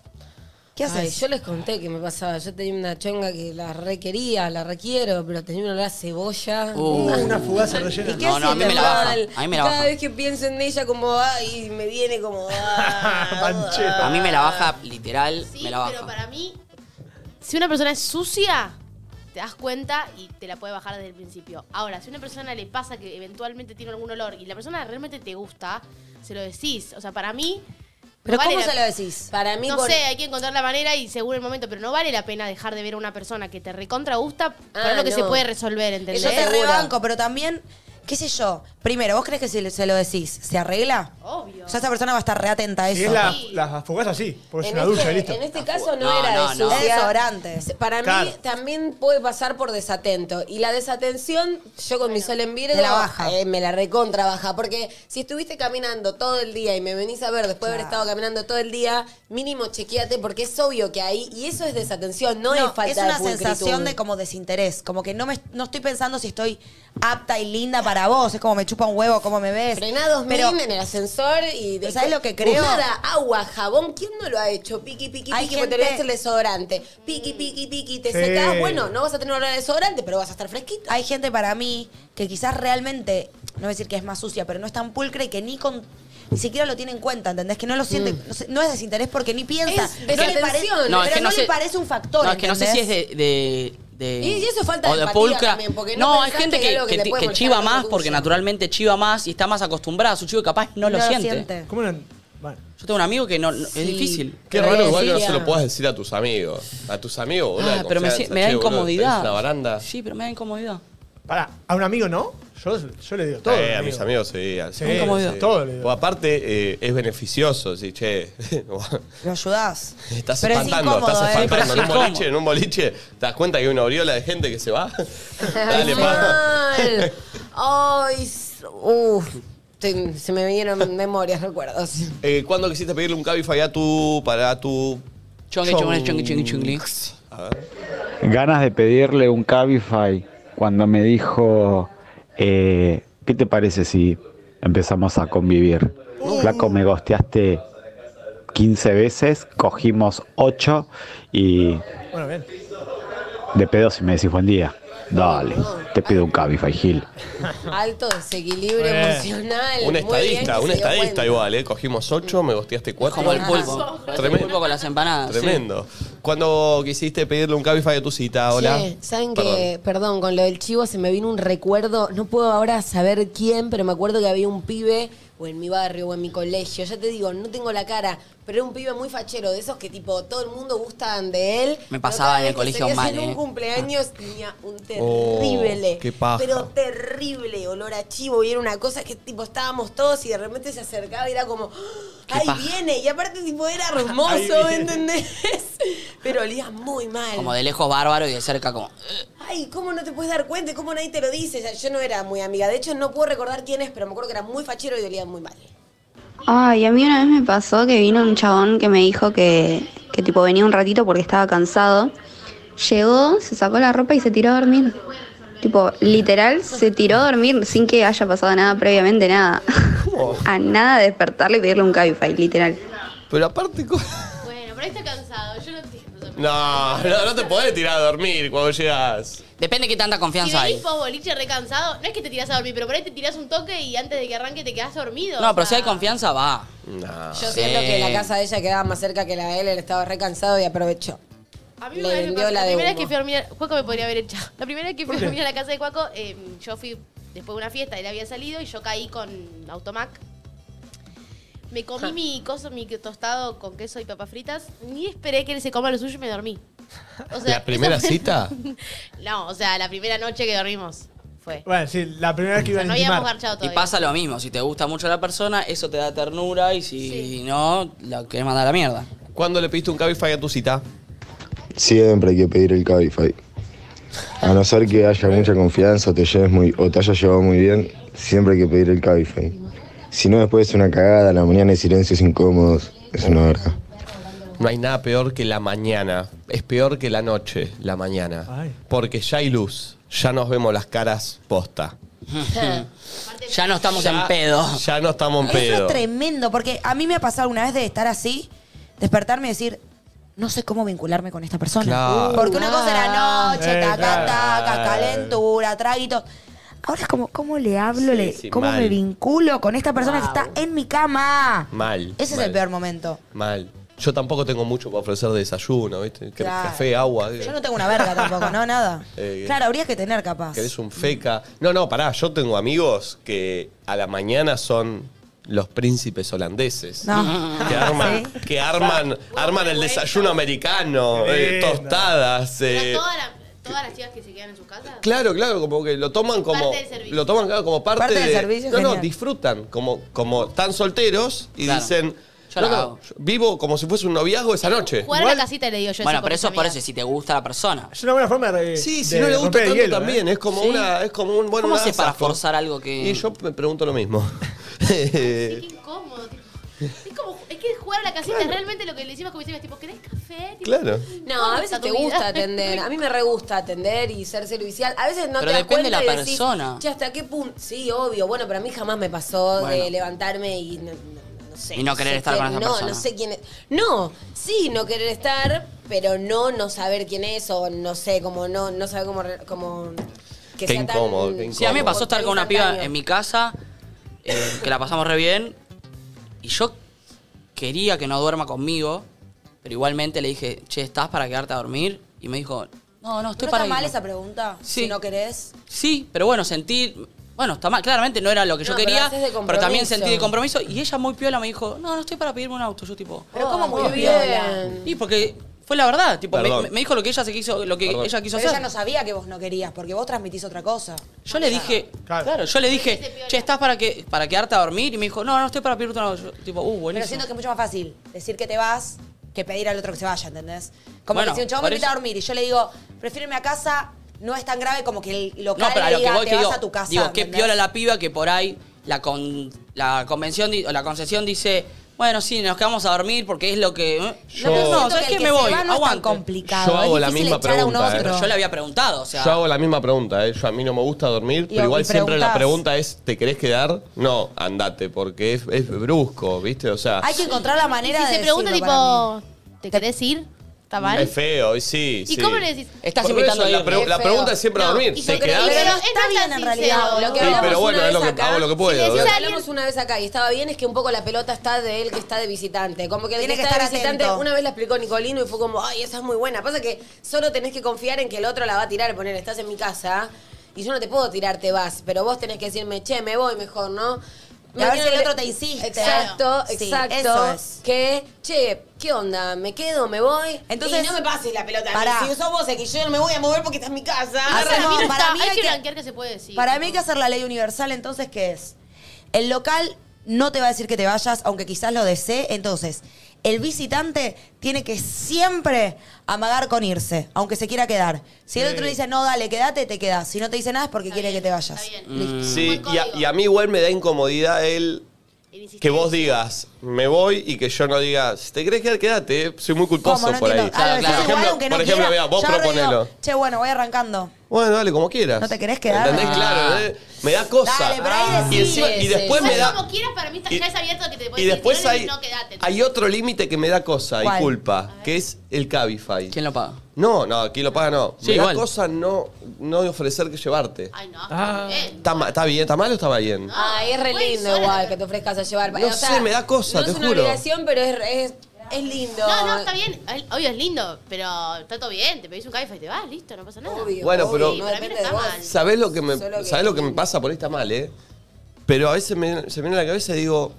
Speaker 2: ¿Qué
Speaker 4: Ay,
Speaker 2: haces?
Speaker 4: yo les conté que me pasaba. Yo tenía una chonga que la requería, la requiero, pero tenía una olor a cebolla.
Speaker 3: Uh.
Speaker 6: Una fugaza rellena.
Speaker 2: ¿Y qué
Speaker 3: no, no, a mí
Speaker 2: sientes
Speaker 3: me la baja. A mí me la
Speaker 4: Cada
Speaker 3: baja.
Speaker 4: vez que pienso en ella, como ay, me viene
Speaker 5: (laughs)
Speaker 4: como. ah,
Speaker 6: Pancheta.
Speaker 3: A mí me la baja, literal,
Speaker 5: Sí,
Speaker 3: me la baja.
Speaker 5: pero para mí, si una persona es sucia, te das cuenta y te la puede bajar desde el principio. Ahora, si a una persona le pasa que eventualmente tiene algún olor y la persona realmente te gusta, se lo decís. O sea, para mí...
Speaker 2: ¿Pero
Speaker 5: no vale
Speaker 2: cómo
Speaker 5: la-
Speaker 2: se lo decís?
Speaker 4: Para mí,
Speaker 5: No
Speaker 4: por-
Speaker 5: sé, hay que encontrar la manera y según el momento, pero no vale la pena dejar de ver a una persona que te recontra gusta para
Speaker 4: Ah,
Speaker 5: lo que se
Speaker 4: no.
Speaker 5: puede resolver, ¿entendés?
Speaker 2: Yo te
Speaker 4: Seguro.
Speaker 2: rebanco, pero también, qué sé yo. Primero, ¿vos crees que si le- se lo decís, se arregla?
Speaker 5: Obvio.
Speaker 2: O sea, esa persona va a estar reatenta a eso.
Speaker 6: Si es la,
Speaker 5: Sí.
Speaker 6: la fugaza, sí. Porque es
Speaker 4: en,
Speaker 6: una ducha, y
Speaker 4: este,
Speaker 6: listo.
Speaker 4: en este caso no,
Speaker 3: No,
Speaker 4: era
Speaker 3: no,
Speaker 4: de
Speaker 3: no.
Speaker 2: Es
Speaker 4: sucia.
Speaker 2: desodorante.
Speaker 4: Para
Speaker 6: Claro.
Speaker 4: mí también puede pasar por desatento. Y la desatención, yo con mi sol en Virgo,
Speaker 2: Te la baja.
Speaker 4: eh, me la recontra baja. Porque si estuviste caminando todo el día y me venís a ver después de haber estado caminando todo el día, mínimo chequeate porque es obvio que ahí. Y eso es desatención, no, es falta de
Speaker 2: una
Speaker 4: pulcritud.
Speaker 2: sensación de como desinterés, como que no me no estoy pensando si estoy apta y linda para vos, es como me chupa un huevo cómo me ves.
Speaker 4: Frená dos
Speaker 2: Pero
Speaker 4: mil en el ascensor y...
Speaker 2: ¿Pero sabés lo que creo?
Speaker 4: Nada, agua, jabón. ¿Quién no lo ha hecho? Piqui, piqui,
Speaker 2: Hay
Speaker 4: piqui, porque
Speaker 2: gente-
Speaker 4: te olvidaste el desodorante. Piqui, piqui, piqui, te
Speaker 6: Sí.
Speaker 4: secás. Bueno, no vas a tener olor a desodorante, pero vas a estar fresquito.
Speaker 2: hay gente para mí que quizás realmente, no voy a decir que es más sucia, pero no es tan pulcra y que ni con ni siquiera lo tiene en cuenta, ¿entendés? Que no lo siente,
Speaker 1: Mm.
Speaker 2: no, sé, no es desinterés porque ni piensa.
Speaker 4: Es
Speaker 2: no le parece,
Speaker 4: desatención. No,
Speaker 2: pero
Speaker 4: es
Speaker 2: no,
Speaker 4: que
Speaker 2: le parece un factor.
Speaker 3: No, es que no sé si es
Speaker 2: ¿entendés?
Speaker 3: de, de de-
Speaker 4: Y- y eso es falta de empatía también, porque no
Speaker 3: hay
Speaker 4: pensás
Speaker 3: gente
Speaker 4: que hay
Speaker 3: que,
Speaker 4: algo que
Speaker 3: que
Speaker 4: te
Speaker 3: ti-
Speaker 4: puede
Speaker 3: que
Speaker 4: molestar
Speaker 3: chiva
Speaker 4: en lo
Speaker 3: más
Speaker 4: tuyo.
Speaker 3: porque naturalmente chiva más y está más acostumbrada a su chivo y capaz no, lo, siente.
Speaker 4: este-
Speaker 6: ¿Cómo eran? Bueno,
Speaker 3: Yo tengo un amigo que no, no-
Speaker 4: Sí.
Speaker 3: es difícil.
Speaker 1: Qué
Speaker 4: Pero
Speaker 1: raro
Speaker 4: voy a
Speaker 1: igual que no
Speaker 4: decir
Speaker 1: se
Speaker 4: a-
Speaker 1: lo puedas decir a tus amigos. A tus amigos, boludo.
Speaker 3: Ah,
Speaker 1: de
Speaker 3: pero me, si-
Speaker 1: confianza,
Speaker 3: me da
Speaker 1: che, boludo,
Speaker 3: incomodidad.
Speaker 1: ¿tenés La baranda.
Speaker 3: Sí, pero me da incomodidad.
Speaker 6: pará, a un amigo no. Yo, yo le digo todo.
Speaker 1: Eh, a mis amigos sí, al
Speaker 6: Sí,
Speaker 1: sí,
Speaker 6: incomodidad. todo le digo.
Speaker 1: O aparte eh, es beneficioso, sí, che, (laughs)
Speaker 2: Lo ayudás.
Speaker 1: estás
Speaker 2: Pero es
Speaker 1: espantando,
Speaker 2: incómodo,
Speaker 1: estás
Speaker 2: ¿eh?
Speaker 1: espantando
Speaker 3: Pero
Speaker 1: en
Speaker 3: es
Speaker 1: un
Speaker 3: incómodo.
Speaker 1: boliche, en un boliche, te das cuenta que hay una oriola de gente que se
Speaker 3: (laughs)
Speaker 1: va. (laughs) Dale, pa. (laughs)
Speaker 4: Mal. Ay, s- uf. Te- se me vinieron memorias, recuerdos.
Speaker 1: (laughs) Eh, ¿Cuándo quisiste pedirle un Cabify a tu para tu
Speaker 3: Chongue, chongue, chongue, chongue, chongue.
Speaker 1: A ver.
Speaker 10: Ganas de pedirle un Cabify cuando me dijo, eh, ¿qué te parece si empezamos a convivir? Flaco, me gosteaste 15 veces, cogimos 8 y
Speaker 6: Bueno, bien.
Speaker 10: de pedo si me decís buen día. Dale, te pido un Cabify, Gil.
Speaker 4: Alto desequilibrio
Speaker 6: Bien.
Speaker 4: emocional.
Speaker 1: Un
Speaker 4: Muy bien que
Speaker 1: estadista,
Speaker 4: se
Speaker 1: un
Speaker 4: dio
Speaker 1: estadista
Speaker 4: cuenta.
Speaker 1: igual, eh. Cogimos ocho, me gosteaste cuatro.
Speaker 3: Como el
Speaker 4: Ah,
Speaker 3: pulpo. Tremendo.
Speaker 1: Tremendo.
Speaker 3: El pulpo con las empanadas. sí.
Speaker 1: Tremendo. ¿Cuándo quisiste pedirle un Cabify a tu cita? Hola.
Speaker 4: Che, Saben
Speaker 1: Perdón.
Speaker 4: que, perdón, con lo del chivo se me vino un recuerdo, no puedo ahora saber quién, pero me acuerdo que había un pibe, o en mi barrio, o en mi colegio, ya te digo, no tengo la cara, pero era un pibe muy fachero, de esos que tipo todo el mundo gustaban de él. pero
Speaker 3: pasaba
Speaker 4: cada
Speaker 3: en el
Speaker 4: vez que
Speaker 3: colegio
Speaker 4: salía a
Speaker 3: mal,
Speaker 4: hacer
Speaker 3: eh.
Speaker 4: un cumpleaños tenía un
Speaker 1: Oh,
Speaker 4: terrible,
Speaker 1: qué paja.
Speaker 4: pero terrible olor a chivo, y era una cosa que tipo estábamos todos y de repente se acercaba y era como, ¡Ah!
Speaker 3: Qué
Speaker 4: ahí
Speaker 3: paja.
Speaker 4: viene, y aparte tipo
Speaker 3: (laughs)
Speaker 4: era hermoso, ¿entendés? Pero olía muy mal.
Speaker 3: Como de lejos bárbaro y de cerca como...
Speaker 4: Ay, ¿cómo no te puedes dar cuenta? ¿Cómo nadie te lo dice? O sea, yo no era muy amiga. De hecho, no puedo recordar quién es, pero me acuerdo que era muy fachero y olía muy mal.
Speaker 8: Ay, a mí una vez me pasó que vino un chabón que me dijo que, que tipo venía un ratito porque estaba cansado. Llegó, se sacó la ropa y se tiró a dormir. Tipo, literal, se tiró a dormir sin que haya pasado nada previamente, nada. (laughs) A nada de despertarle y pedirle un Cabify, literal.
Speaker 1: Pero aparte. co- (laughs)
Speaker 5: Bueno, pero ahí está cansado. Yo no te dije.
Speaker 1: No, no, no te podés tirar a dormir cuando llegas.
Speaker 3: Depende de qué tanta
Speaker 5: Si
Speaker 3: confianza hay.
Speaker 5: venís post boliche recansado, no es que te tirás a dormir, pero por ahí te tirás un toque y antes de que arranque te quedás dormido.
Speaker 3: No,
Speaker 5: o
Speaker 3: pero si
Speaker 5: sea.
Speaker 3: hay confianza, va.
Speaker 1: No.
Speaker 4: Yo
Speaker 3: Sí.
Speaker 4: siento que la casa de ella quedaba más cerca que la de él. Él estaba re cansado y aprovechó.
Speaker 5: A mí
Speaker 4: Le
Speaker 5: una vez me
Speaker 4: vendió
Speaker 5: pasó-
Speaker 4: la
Speaker 5: la,
Speaker 4: de
Speaker 5: primera
Speaker 4: humo.
Speaker 5: vez que fui a dormir, Cuaco me podría haber echado. La primera vez que fui a dormir a la casa de Cuaco, eh, yo fui después de una fiesta, él había salido y yo caí con Automac. Me comí mi coso, mi tostado con queso y papas fritas, ni esperé que él se coma lo suyo y me dormí.
Speaker 1: (laughs)
Speaker 5: O sea,
Speaker 1: ¿La primera
Speaker 5: esa fue-
Speaker 1: cita?
Speaker 5: No, o sea, la primera noche que dormimos fue.
Speaker 6: Bueno, sí, la primera vez que
Speaker 5: O
Speaker 6: iban
Speaker 5: sea, no
Speaker 6: a
Speaker 5: habíamos
Speaker 6: intimar.
Speaker 5: garchado
Speaker 3: Y
Speaker 5: todavía.
Speaker 3: pasa lo mismo. Si te gusta mucho la persona, eso te da ternura y si
Speaker 5: Sí.
Speaker 3: no, la querés mandar a la mierda.
Speaker 1: ¿Cuándo le pediste un Cabify a tu cita?
Speaker 11: Siempre hay que pedir el Cabify. A no ser que haya mucha confianza o te, lleves muy, o te haya llevado muy bien, siempre hay que pedir el Cabify. Si no, después es una cagada, la mañana hay silencios incómodos. Es una verga.
Speaker 1: No hay nada peor que la mañana. Es peor que la noche, la mañana.
Speaker 6: Ay.
Speaker 1: Porque ya hay luz. Ya nos vemos las caras posta.
Speaker 3: Ya no estamos
Speaker 1: Ya-
Speaker 3: en pedo.
Speaker 1: Ya no estamos en
Speaker 2: Eso
Speaker 1: pedo.
Speaker 2: es tremendo, porque a mí me ha pasado alguna vez de estar así, despertarme y decir, no sé cómo vincularme con esta persona.
Speaker 1: Claro.
Speaker 2: Porque una cosa
Speaker 3: Uh,
Speaker 2: era noche,
Speaker 6: Eh,
Speaker 2: taca,
Speaker 6: claro.
Speaker 2: taca, calentura, traguitos. Ahora es como, ¿cómo le hablo?
Speaker 1: Sí,
Speaker 2: le-
Speaker 1: sí,
Speaker 2: ¿Cómo
Speaker 1: mal.
Speaker 2: me vinculo con esta persona que está en mi cama?
Speaker 1: Mal,
Speaker 2: Ese es
Speaker 1: mal.
Speaker 2: el peor momento.
Speaker 1: Mal. Yo tampoco tengo mucho para ofrecer de desayuno, ¿viste? Cre-
Speaker 2: Claro.
Speaker 1: Café, agua.
Speaker 2: Yo no tengo una verga tampoco, no, nada.
Speaker 1: (laughs) Eh,
Speaker 2: claro, habría que tener capaz.
Speaker 1: Querés un feca. No, no, pará. Yo tengo amigos que a la mañana son los príncipes holandeses.
Speaker 2: No.
Speaker 1: Que arman,
Speaker 2: Sí.
Speaker 1: que arman, arman el desayuno americano, eh,
Speaker 6: Lindo.
Speaker 1: tostadas.
Speaker 5: Pero
Speaker 1: eh,
Speaker 5: todas las- todas las chicas que se quedan en su casa.
Speaker 1: Claro, claro, como que lo toman como
Speaker 5: Parte del servicio.
Speaker 1: lo toman claro, como parte,
Speaker 2: Parte del
Speaker 1: de-
Speaker 2: servicio,
Speaker 1: No, no,
Speaker 2: genial.
Speaker 1: disfrutan como como están solteros y
Speaker 3: Claro.
Speaker 1: dicen
Speaker 3: Yo
Speaker 1: no,
Speaker 3: la
Speaker 1: no,
Speaker 3: hago.
Speaker 1: yo vivo como si fuese un noviazgo esa noche.
Speaker 5: Jugar a
Speaker 6: Igual-
Speaker 5: la casita le digo yo.
Speaker 3: Bueno,
Speaker 5: así con
Speaker 3: pero
Speaker 5: mis
Speaker 3: eso es por eso,
Speaker 5: amigas.
Speaker 3: si te gusta la persona.
Speaker 6: Es una buena forma de.
Speaker 1: Sí, si
Speaker 6: de
Speaker 1: no le gusta
Speaker 6: romper el
Speaker 1: tanto
Speaker 6: hielo, ¿eh?
Speaker 1: también, es como
Speaker 3: Sí.
Speaker 1: una es como un bueno
Speaker 3: ¿Cómo
Speaker 1: nada,
Speaker 3: haces para
Speaker 1: saco.
Speaker 3: forzar algo que-
Speaker 1: Y yo me pregunto lo mismo. (laughs)
Speaker 5: Sí,
Speaker 1: Eh,
Speaker 5: qué incómodo. tipo. Es como, es que jugar a la casita es realmente lo que le decimos como decimos, tipo, ¿querés café? Tipo,
Speaker 1: Claro.
Speaker 4: No, a veces te (laughs) gusta
Speaker 5: (laughs)
Speaker 4: atender. A mí me re gusta atender y ser servicial. A veces no te
Speaker 3: Pero
Speaker 4: das
Speaker 3: depende
Speaker 4: cuenta
Speaker 3: la
Speaker 4: y decís,
Speaker 3: persona.
Speaker 4: "Che, ¿hasta qué punto? Sí, obvio. Bueno, pero a mí jamás me pasó
Speaker 3: Bueno.
Speaker 4: de levantarme y no, no- no sé.
Speaker 3: Y no querer
Speaker 4: sé
Speaker 3: estar
Speaker 4: quién-
Speaker 3: con esa
Speaker 4: no,
Speaker 3: persona.
Speaker 4: No, sé quién es. No, sí, no querer estar, pero no no saber quién es o no sé, como no, no saber cómo... re- cómo que
Speaker 1: Qué
Speaker 4: sea tan-
Speaker 1: incómodo, qué incómodo.
Speaker 3: Sí, a mí me pasó estar con una piba
Speaker 4: instantáneo.
Speaker 3: en mi casa, eh, que la pasamos re bien, y yo quería que no duerma conmigo, pero igualmente le dije, che, ¿estás para quedarte a dormir? Y me dijo, No, no, estoy
Speaker 2: ¿No
Speaker 3: para
Speaker 2: está mal
Speaker 3: irme.
Speaker 2: esa pregunta?
Speaker 3: Sí.
Speaker 2: Si no querés.
Speaker 3: Sí, pero bueno, sentí. Bueno, está mal, claramente no era lo que yo
Speaker 2: No, pero
Speaker 3: quería,
Speaker 2: haces de
Speaker 3: pero,
Speaker 2: compromiso.
Speaker 3: también sentí el compromiso. Y ella muy piola me dijo, no, no estoy para pedirme un auto. Yo tipo,
Speaker 2: Pero como muy
Speaker 4: muy
Speaker 2: viola.
Speaker 4: bien.
Speaker 3: y porque fue la verdad, tipo, me,
Speaker 1: Perdón.
Speaker 3: me dijo lo que ella se quiso, lo que
Speaker 1: Perdón.
Speaker 3: ella quiso
Speaker 2: Pero
Speaker 3: hacer.
Speaker 2: ella no sabía que vos no querías, porque vos transmitís otra cosa.
Speaker 3: Yo le dije,
Speaker 6: Claro.
Speaker 3: claro, yo le dije, che, ¿estás para que, para quedarte a dormir? Y me dijo, no, no estoy para pedirte un auto. Yo, tipo, uh,
Speaker 2: Pero
Speaker 3: buenísimo.
Speaker 2: siento que es mucho más fácil decir que te vas que pedir al otro que se vaya, ¿entendés? Como
Speaker 3: Bueno,
Speaker 2: que si un chabón
Speaker 3: por
Speaker 2: me invita a
Speaker 3: eso-
Speaker 2: dormir y yo le digo, prefiero irme a casa, no es tan grave como que el local
Speaker 3: No, pero a
Speaker 2: le
Speaker 3: lo que
Speaker 2: diga,
Speaker 3: voy
Speaker 2: te
Speaker 3: que
Speaker 2: vas
Speaker 3: digo,
Speaker 2: a tu casa.
Speaker 3: digo, qué
Speaker 2: ¿entendés?
Speaker 3: piola la piba que por ahí la, con, la convención di- o la concesión dice, bueno, sí, nos quedamos a dormir porque es lo que... ¿eh?
Speaker 1: Yo-
Speaker 3: no,
Speaker 2: Siento
Speaker 3: no, ¿sabes
Speaker 2: que el
Speaker 3: qué?
Speaker 2: que
Speaker 3: Me
Speaker 2: se va
Speaker 3: voy,
Speaker 2: no es tan
Speaker 3: aguante.
Speaker 2: complicado.
Speaker 1: Yo
Speaker 2: es
Speaker 1: hago la
Speaker 2: difícil
Speaker 1: misma
Speaker 2: echar a un
Speaker 1: pregunta, ¿eh?
Speaker 2: otro.
Speaker 3: Yo le había preguntado, o sea...
Speaker 1: Yo hago la misma pregunta, ¿eh? Yo, a mí no me gusta dormir, pero
Speaker 2: y
Speaker 1: igual siempre la
Speaker 2: preguntás.
Speaker 1: pregunta es, ¿te querés quedar? No, andate, porque es, es brusco, ¿viste? O sea,
Speaker 2: Hay que encontrar la
Speaker 5: Y
Speaker 2: manera
Speaker 5: si
Speaker 2: de
Speaker 5: se pregunta
Speaker 2: decirlo para mí.
Speaker 5: tipo, ¿te querés ir? ¿Está mal?
Speaker 1: es feo, y sí,
Speaker 5: ¿Y
Speaker 1: sí.
Speaker 5: cómo le decís?
Speaker 3: Estás
Speaker 1: Por eso
Speaker 3: invitando a
Speaker 1: la,
Speaker 3: alguien.
Speaker 1: pre-
Speaker 6: ¿eh?
Speaker 2: Es
Speaker 1: la
Speaker 2: feo.
Speaker 1: pregunta es siempre a
Speaker 5: No,
Speaker 1: dormir.
Speaker 5: y yo
Speaker 1: ¿Te quedás?
Speaker 5: creo- y
Speaker 2: Pero
Speaker 5: Pero
Speaker 2: no está
Speaker 5: es
Speaker 2: bien
Speaker 5: tan
Speaker 2: en realidad.
Speaker 5: sincero,
Speaker 2: Lo que
Speaker 1: Sí,
Speaker 5: hablamos
Speaker 1: pero bueno,
Speaker 4: una
Speaker 1: es lo
Speaker 4: vez
Speaker 1: que,
Speaker 4: acá,
Speaker 1: hago lo que
Speaker 5: si
Speaker 1: puedo.
Speaker 5: decís
Speaker 4: Lo que
Speaker 5: Está
Speaker 4: hablamos
Speaker 5: bien.
Speaker 4: una vez acá y estaba bien es que un poco la pelota está de él que está de visitante. Como que el
Speaker 2: Tiene que
Speaker 4: que está de
Speaker 2: estar
Speaker 4: visitante,
Speaker 2: atento.
Speaker 4: una vez la explicó Nicolino y fue como, ay, esa es muy buena. Pasa que solo tenés que confiar en que el otro la va a tirar, poner, estás en mi casa y yo no te puedo tirar, te vas. Pero vos tenés que decirme, che, me voy mejor, ¿no?
Speaker 2: Y a ver si el
Speaker 4: le-
Speaker 2: otro te insiste.
Speaker 4: Exacto,
Speaker 2: Sí,
Speaker 4: exacto.
Speaker 2: eso es.
Speaker 4: Que, che, ¿qué onda? ¿Me quedo? ¿Me voy?
Speaker 2: Entonces-
Speaker 4: y no me pases la pelota.
Speaker 2: Pará.
Speaker 4: Si sos vos, es que yo no me voy a mover porque estás en mi casa.
Speaker 2: Hacemos-
Speaker 5: Para mí, no
Speaker 2: para
Speaker 5: está-
Speaker 2: mí
Speaker 5: hay,
Speaker 2: hay
Speaker 5: que
Speaker 2: que-
Speaker 5: blanquear que se puede decir.
Speaker 2: Para mí hay que hacer la ley universal, entonces, ¿qué es? El local no te va a decir que te vayas, aunque quizás lo desee. Entonces, el visitante tiene que siempre amagar con irse, aunque se quiera quedar. Si el otro le dice, no, dale, quédate, te quedas. Si no te dice nada es porque
Speaker 5: Está
Speaker 2: quiere
Speaker 5: bien,
Speaker 2: que te vayas.
Speaker 5: Está bien.
Speaker 3: Mm.
Speaker 1: Sí,
Speaker 5: Buen
Speaker 1: y a,
Speaker 5: código.
Speaker 1: y a mí igual me da incomodidad el
Speaker 5: El insistente.
Speaker 1: que vos digas, me voy y que yo no diga, si te querés quedar, quédate, eh, soy muy culposo
Speaker 2: ¿Cómo? No
Speaker 1: por
Speaker 2: entiendo.
Speaker 1: ahí.
Speaker 2: Ah, lo
Speaker 3: Claro,
Speaker 2: decís
Speaker 3: claro.
Speaker 1: Por
Speaker 2: igual,
Speaker 1: ejemplo,
Speaker 2: aunque no
Speaker 1: por ejemplo,
Speaker 2: quiera.
Speaker 1: vea, vos
Speaker 2: Yo ahora digo,
Speaker 1: proponelo.
Speaker 2: che, bueno, voy arrancando.
Speaker 1: Bueno, dale, como quieras.
Speaker 2: ¿No te querés quedar?
Speaker 1: ¿Entendés?
Speaker 2: Ah.
Speaker 1: Claro, eh, me da cosa. Ah.
Speaker 2: Dale, pero ahí
Speaker 1: y,
Speaker 2: decís.
Speaker 1: encima- y
Speaker 4: Sí,
Speaker 1: después
Speaker 5: Igual
Speaker 1: me da...
Speaker 5: como quieras, para mí está-
Speaker 1: y-
Speaker 5: ya es abierto que te puedes
Speaker 1: Y después hay,
Speaker 5: no quedate.
Speaker 1: hay otro límite que me da cosa
Speaker 2: ¿Cuál?
Speaker 1: y culpa, que es el Cabify.
Speaker 3: ¿Quién lo paga?
Speaker 1: No, no, aquí lo paga no.
Speaker 3: Sí,
Speaker 1: me
Speaker 3: igual.
Speaker 1: da cosa no, no ofrecer que llevarte.
Speaker 5: Ay, no, Eh. está bien.
Speaker 1: ¿Está, ma- está bien? ¿Está mal o está bien?
Speaker 4: Ay, es re
Speaker 5: Voy
Speaker 4: lindo
Speaker 5: sola,
Speaker 4: igual
Speaker 5: pero-
Speaker 4: que te ofrezcas a llevar.
Speaker 1: No sé, me da cosa,
Speaker 4: no
Speaker 1: te
Speaker 4: es una
Speaker 1: juro.
Speaker 4: obligación, pero es, es, es lindo.
Speaker 5: No, no, está bien. El- Obvio, es lindo, pero está todo bien. Te pedís un caifa y te vas, listo, no pasa nada.
Speaker 4: Obvio,
Speaker 1: Bueno,
Speaker 4: obvio,
Speaker 1: pero-
Speaker 5: Sí,
Speaker 4: no
Speaker 5: para mí no
Speaker 4: depende de
Speaker 5: está
Speaker 4: vos.
Speaker 5: mal.
Speaker 1: ¿Sabés lo que me,
Speaker 4: Solo que-
Speaker 1: ¿sabés lo que me pasa? Por ahí está mal, ¿eh? Pero a veces me- se me viene a la cabeza y digo...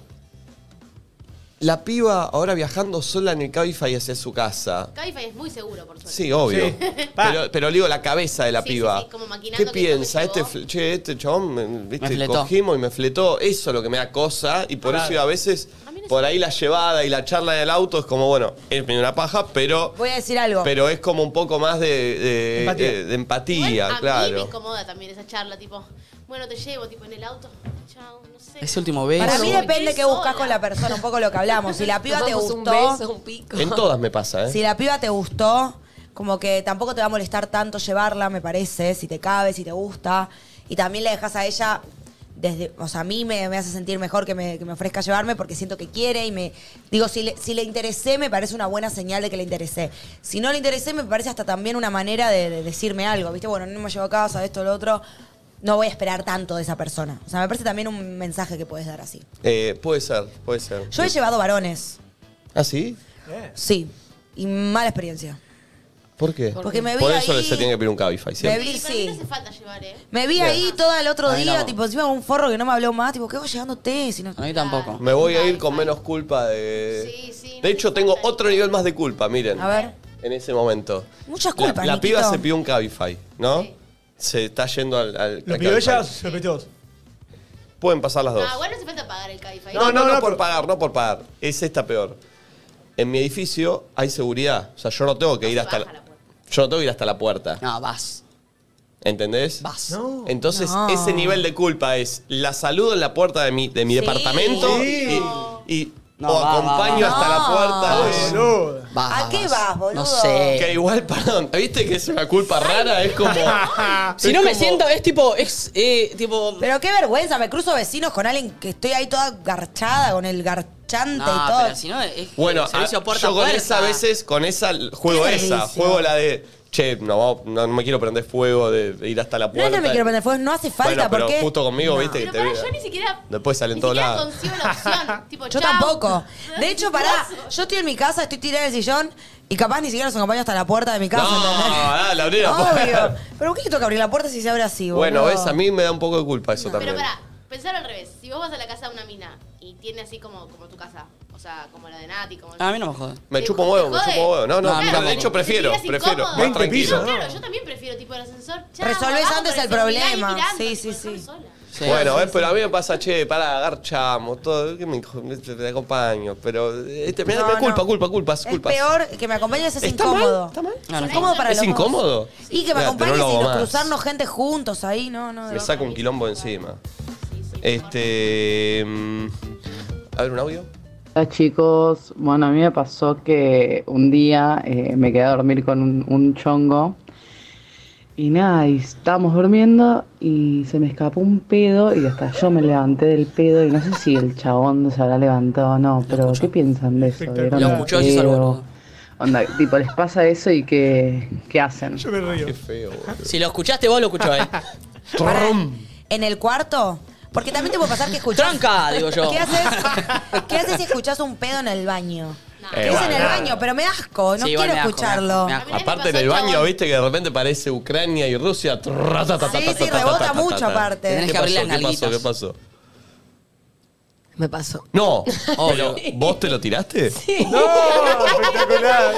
Speaker 1: La piba ahora viajando sola en el Cabify hacia su casa.
Speaker 5: Caifa es muy seguro, por suerte.
Speaker 1: Sí, obvio.
Speaker 6: Sí.
Speaker 1: Pero, pero le digo, la cabeza de la
Speaker 5: Sí,
Speaker 1: piba.
Speaker 5: sí, sí, como maquinando
Speaker 1: ¿Qué
Speaker 5: que
Speaker 1: piensa?
Speaker 5: no me
Speaker 1: Este,
Speaker 5: llegó.
Speaker 1: fle- che, este chabón, me- viste,
Speaker 3: fletó.
Speaker 1: cogimos y me fletó. Eso es lo que me da cosa. Y por
Speaker 6: Claro.
Speaker 1: eso digo, a veces,
Speaker 5: A mí no
Speaker 1: por
Speaker 5: sé.
Speaker 1: ahí la llevada y la charla en el auto es como, bueno, es medio una paja, pero,
Speaker 2: Voy a decir algo.
Speaker 1: pero es como un poco más de, de-
Speaker 6: Empatía.
Speaker 1: de- de
Speaker 5: Igual
Speaker 1: empatía,
Speaker 5: a mí me
Speaker 1: claro.
Speaker 5: incomoda también esa charla, tipo, bueno, te llevo, tipo, en el auto. Chao, no sé.
Speaker 3: Ese último beso.
Speaker 2: Para mí
Speaker 5: Eso.
Speaker 2: depende qué buscas con la persona, un poco lo que hablamos. Si la piba te
Speaker 4: Tomamos
Speaker 2: gustó,
Speaker 4: un beso, un pico.
Speaker 1: En todas me pasa, ¿eh?
Speaker 2: Si la piba te gustó, como que tampoco te va a molestar tanto llevarla, me parece, si te cabe, si te gusta. Y también le dejas a ella, desde, o sea, a mí me, me hace sentir mejor que me, que me ofrezca llevarme porque siento que quiere y me. Digo, si le, si le interesé, me parece una buena señal de que le interesé. Si no le interesé, me parece hasta también una manera de, de decirme algo, ¿viste? Bueno, no me llevo a casa, esto, lo otro. No voy a esperar tanto de esa persona. O sea, me parece también un mensaje que puedes dar así.
Speaker 1: Eh, puede ser, puede ser.
Speaker 2: Yo he llevado varones,
Speaker 1: ¿Ah, sí?
Speaker 2: sí, y mala experiencia.
Speaker 1: ¿Por qué?
Speaker 2: Porque me vi
Speaker 1: Por eso
Speaker 2: ahí-
Speaker 1: se tiene que pedir un Cabify
Speaker 2: Me
Speaker 1: siempre.
Speaker 5: Sí,
Speaker 2: vi,
Speaker 5: para mí no
Speaker 2: sí.
Speaker 5: hace falta llevar, ¿eh?
Speaker 2: Me vi ahí todo el otro
Speaker 3: Ahí
Speaker 2: día,
Speaker 3: no.
Speaker 2: tipo, encima con un forro que no me habló más, tipo, ¿qué hago llegándote? Si no-
Speaker 3: A mí tampoco.
Speaker 1: Me voy a ir con
Speaker 5: Cabify.
Speaker 1: menos culpa de.
Speaker 5: Sí, sí, no
Speaker 1: de
Speaker 5: te
Speaker 1: hecho, tengo
Speaker 5: importa.
Speaker 1: otro nivel más de culpa, miren.
Speaker 2: A ver.
Speaker 1: En ese momento.
Speaker 2: Muchas
Speaker 1: La-
Speaker 2: culpas,
Speaker 1: La,
Speaker 2: Niquito.
Speaker 1: piba se pidió un Cabify, ¿no?
Speaker 5: Sí.
Speaker 1: Se está yendo al. al-
Speaker 6: ¿Lo
Speaker 1: al
Speaker 6: pidió
Speaker 1: Cabify.
Speaker 6: ella o se lo pediste vos?
Speaker 1: Pueden pasar las dos.
Speaker 5: No, Ah, igual no hace falta pagar el caifa.
Speaker 1: No, no, no,
Speaker 6: no, no,
Speaker 1: por
Speaker 6: pero-
Speaker 1: pagar, no por pagar. Es esta peor. En mi edificio hay seguridad. O sea, yo no tengo que ir
Speaker 5: se
Speaker 1: hasta.
Speaker 5: baja
Speaker 1: la-
Speaker 5: la puerta.
Speaker 1: yo no tengo que ir hasta la puerta.
Speaker 3: No, vas.
Speaker 1: ¿Entendés?
Speaker 3: Vas.
Speaker 6: No.
Speaker 1: Entonces,
Speaker 2: Oh, No.
Speaker 1: ese nivel de culpa es la saludo en la puerta de mi, de mi
Speaker 2: Sí.
Speaker 1: departamento
Speaker 6: Sí.
Speaker 1: y, y-
Speaker 3: No,
Speaker 1: o
Speaker 3: va, va,
Speaker 1: acompaño
Speaker 3: va.
Speaker 1: hasta
Speaker 2: No.
Speaker 6: Ah,
Speaker 1: la puerta. de-
Speaker 6: Boludo.
Speaker 3: Vas,
Speaker 2: ¿A qué vas, boludo?
Speaker 3: No sé.
Speaker 1: Que igual, perdón, ¿viste que es una culpa rara? Es
Speaker 2: (laughs)
Speaker 1: como.
Speaker 4: Ah.
Speaker 3: Si no me siento, es tipo, es eh, tipo.
Speaker 2: Pero qué vergüenza, me cruzo vecinos con alguien que estoy ahí toda garchada, con el garchante
Speaker 3: no,
Speaker 2: y todo.
Speaker 3: pero si no, es
Speaker 1: Bueno,
Speaker 3: el
Speaker 1: a-
Speaker 3: servicio
Speaker 1: yo
Speaker 3: puerta a
Speaker 1: con
Speaker 3: puerta.
Speaker 1: esa a veces, con esa l- juego
Speaker 2: ¿Qué
Speaker 1: esa,
Speaker 2: servicio?
Speaker 1: juego la de. Che, no, vamos- no, no me quiero prender fuego de, de ir hasta la
Speaker 2: no,
Speaker 1: puerta.
Speaker 2: no me quiero prender fuego, no hace falta,
Speaker 1: Bueno, pero
Speaker 2: porque.
Speaker 1: justo conmigo,
Speaker 2: No.
Speaker 1: viste, que
Speaker 5: Pero
Speaker 1: te
Speaker 5: para,
Speaker 1: vi-
Speaker 5: yo ni siquiera.
Speaker 1: Después salen
Speaker 5: ni
Speaker 1: todos
Speaker 5: siquiera
Speaker 1: lados.
Speaker 2: (laughs)
Speaker 5: concibo la opción. tipo,
Speaker 2: Yo
Speaker 5: chau.
Speaker 2: tampoco.
Speaker 5: No,
Speaker 2: De hecho,
Speaker 5: es
Speaker 2: pará,
Speaker 1: (laughs)
Speaker 5: (laughs) hermoso.
Speaker 2: yo estoy en mi casa, estoy tirada en el sillón Y capaz ni siquiera nos acompaña hasta la puerta de mi casa.
Speaker 1: No,
Speaker 2: ¿entendés?
Speaker 1: ah, la abrí la
Speaker 2: Obvio.
Speaker 1: puerta.
Speaker 2: Pero ¿por qué le toca abrir la puerta si se abre así,
Speaker 1: (laughs)
Speaker 2: boludo?
Speaker 1: Bueno, ves, a mí me da un poco de culpa eso
Speaker 5: Pero
Speaker 1: también.
Speaker 5: pará, pensar al revés. Si vos vas a la casa de una mina y tiene así como, como tu casa, o sea, como la de Nati, como
Speaker 3: A mí no me jode.
Speaker 1: Me
Speaker 5: ¿Te
Speaker 1: chupo un
Speaker 5: jode?
Speaker 1: huevo, me
Speaker 5: ¿Te
Speaker 1: chupo
Speaker 5: jode?
Speaker 1: un huevo. No,
Speaker 3: No,
Speaker 1: no,
Speaker 3: a mí tampoco.
Speaker 1: de hecho prefiero,
Speaker 5: Te sentirás
Speaker 1: prefiero,
Speaker 5: incómodo.
Speaker 1: más
Speaker 6: 20 pisos,
Speaker 1: tranquilo.
Speaker 5: No,
Speaker 6: ¿no?
Speaker 5: claro, yo también prefiero tipo el ascensor. chao,
Speaker 2: Resolvés
Speaker 5: abajo
Speaker 2: antes
Speaker 5: con
Speaker 2: el
Speaker 5: celular
Speaker 2: problema.
Speaker 5: y mirando,
Speaker 2: Sí,
Speaker 5: tipo,
Speaker 2: sí,
Speaker 5: dejarme
Speaker 2: sí.
Speaker 5: sola.
Speaker 3: Sí.
Speaker 1: bueno, ¿ves? pero a mí me pasa, che, pará, agarchamos, todo, que me, te, te acompaño, pero este, me,
Speaker 2: No,
Speaker 1: me culpa,
Speaker 2: no.
Speaker 1: culpa, culpa,
Speaker 2: Es
Speaker 1: culpa.
Speaker 2: peor que me acompañes, es incómodo.
Speaker 3: No, no.
Speaker 2: Es incómodo para
Speaker 1: ¿Es
Speaker 2: los dos.
Speaker 1: incómodo?
Speaker 2: Y que me
Speaker 1: Mira,
Speaker 2: acompañes
Speaker 1: te lo hago
Speaker 2: y nos
Speaker 1: más.
Speaker 2: cruzarnos gente juntos ahí, no, no. de
Speaker 1: Me
Speaker 2: verdad.
Speaker 1: saco un quilombo encima. Este. mm, A ver, un audio.
Speaker 8: Hola chicos, bueno a mí me pasó que un día eh, me quedé a dormir con un, un chongo y nada, y estábamos durmiendo y se me escapó un pedo y hasta yo me levanté del pedo y no sé si el chabón se habrá levantado o no, pero ¿qué piensan de eso?
Speaker 6: Espectacular.
Speaker 8: ¿Vieron
Speaker 3: Lo
Speaker 8: el
Speaker 3: escuchó y se
Speaker 8: pedo?
Speaker 3: salvó.
Speaker 8: Onda, tipo les pasa eso y qué, qué hacen.
Speaker 6: Yo me río.
Speaker 1: feo, boludo.
Speaker 3: Si lo escuchaste vos, lo escuchó
Speaker 2: (laughs)
Speaker 3: él.
Speaker 2: Pues Pará, En el cuarto. Porque también te puede pasar que escuchás.
Speaker 3: Tranca, digo yo.
Speaker 2: ¿Qué haces? ¿Qué haces si escuchás un pedo en el baño?
Speaker 1: Eh,
Speaker 2: Que es en
Speaker 1: bueno,
Speaker 2: el
Speaker 1: nada.
Speaker 2: baño, pero me asco, no
Speaker 3: Sí, igual
Speaker 2: quiero
Speaker 3: me asco,
Speaker 2: escucharlo.
Speaker 3: me asco, me asco.
Speaker 1: Aparte en
Speaker 5: pasó,
Speaker 1: el baño,
Speaker 5: chabón?
Speaker 1: viste que de repente parece Ucrania y Rusia. Trra, ta, ta, ta,
Speaker 2: Sí,
Speaker 1: ta,
Speaker 2: sí,
Speaker 1: ta, ta,
Speaker 2: rebota
Speaker 1: ta, ta,
Speaker 2: mucho
Speaker 1: ta.
Speaker 2: aparte.
Speaker 1: ¿Qué
Speaker 3: Tenés que abrir
Speaker 1: pasó?
Speaker 3: las
Speaker 1: ¿Qué pasó? ¿Qué
Speaker 3: nalguitas.
Speaker 1: pasó?
Speaker 4: Me pasó.
Speaker 1: No,
Speaker 3: Obvio.
Speaker 1: pero ¿vos te lo tiraste? Sí.
Speaker 6: ¡No! ¡Espectacular!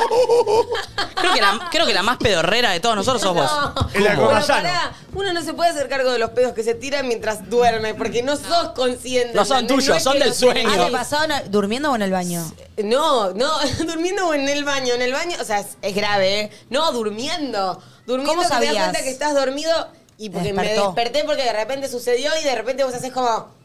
Speaker 3: Creo que, la, creo que la más pedorrera de todos nosotros sos vos.
Speaker 6: El
Speaker 4: Pero
Speaker 6: alcoholazano.
Speaker 4: pará, uno no se puede hacer cargo de los pedos que se tiran mientras duerme, porque no sos consciente.
Speaker 3: No son
Speaker 4: ¿entendés?
Speaker 3: tuyos,
Speaker 4: es
Speaker 3: son
Speaker 4: que
Speaker 3: del
Speaker 4: los-
Speaker 3: sueño.
Speaker 2: Ah,
Speaker 4: Ah,
Speaker 2: ¿te pasó en- durmiendo o en el baño?
Speaker 4: No, no, (laughs) durmiendo o en el baño. En el baño, o sea, es, es grave, ¿eh? No, durmiendo. Durmiendo
Speaker 2: ¿Cómo
Speaker 4: que te das
Speaker 2: sabías?
Speaker 4: cuenta que estás dormido y porque me
Speaker 2: Despertó.
Speaker 4: desperté porque de repente sucedió y de repente vos haces como.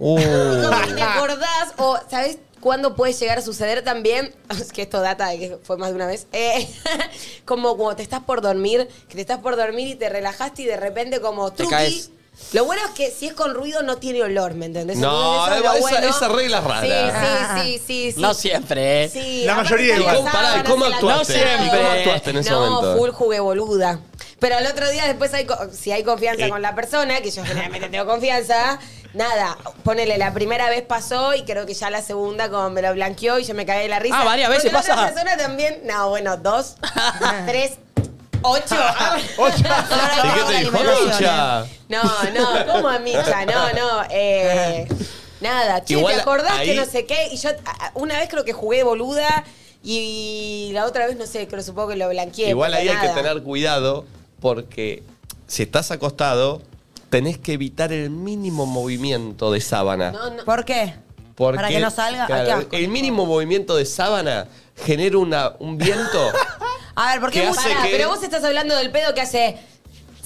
Speaker 1: Uh.
Speaker 4: (laughs) Como
Speaker 1: (laughs)
Speaker 4: que te acordás o sabes cuándo puede llegar a suceder también, (laughs) es que esto data de que fue más de una vez, eh, (laughs) como cuando te estás por dormir, que te estás por dormir y te relajaste y de repente como
Speaker 3: Te
Speaker 4: truqui.
Speaker 3: caes.
Speaker 4: Lo bueno es que si es con ruido no tiene olor, ¿me entendés?
Speaker 1: No,
Speaker 4: Entonces, eso es lo
Speaker 1: esa- esa regla es rara.
Speaker 4: Sí, sí, sí, sí, sí.
Speaker 3: Ah, No siempre, eh.
Speaker 4: Sí,
Speaker 6: La
Speaker 4: aparte
Speaker 6: mayoría
Speaker 4: te
Speaker 6: igual.
Speaker 4: la
Speaker 1: Pará, ¿y
Speaker 4: sábana,
Speaker 1: cómo
Speaker 4: se la
Speaker 1: actuaste?
Speaker 4: tapa.
Speaker 3: siempre.
Speaker 1: ¿Cómo actuaste en ese
Speaker 4: no,
Speaker 1: momento?
Speaker 4: full jugué boluda. Pero al otro día después hay, co- si hay confianza con la persona, que yo generalmente tengo confianza, nada, ponele, la primera vez pasó y creo que ya la segunda como me lo blanqueó y yo me cagué de la risa.
Speaker 3: Ah, varias veces
Speaker 4: Porque la otra
Speaker 3: pasa.
Speaker 4: persona también, no, bueno,
Speaker 3: (laughs)
Speaker 4: dos, tres,
Speaker 6: (laughs)
Speaker 4: ocho. (laughs)
Speaker 6: Ocho.
Speaker 1: ¿Y qué te dijo?
Speaker 2: Alimentación,
Speaker 1: Micha?
Speaker 4: No, no, ¿cómo a Micha? No, no,
Speaker 1: (laughs)
Speaker 4: eh, nada, che,
Speaker 1: Igual
Speaker 4: ¿te acordás
Speaker 1: ahí-
Speaker 4: que no sé qué? Y yo a- a- una vez creo que jugué boluda y la otra vez no sé, creo supongo que lo blanqueé.
Speaker 1: Igual
Speaker 4: pero
Speaker 1: ahí hay que
Speaker 4: nada.
Speaker 1: tener cuidado porque si estás acostado, tenés que evitar el mínimo movimiento de sábana.
Speaker 4: No, no.
Speaker 2: ¿Por qué?
Speaker 1: Porque,
Speaker 2: Para que no salga. Ay,
Speaker 1: claro,
Speaker 2: qué asco.
Speaker 1: el mínimo movimiento de sábana genera una, un
Speaker 4: (laughs)
Speaker 1: viento.
Speaker 2: A ver, ¿por qué
Speaker 1: ¿Qué
Speaker 2: mucha-
Speaker 1: hace
Speaker 4: Pará,
Speaker 1: que-
Speaker 4: pero vos estás hablando del pedo que hace.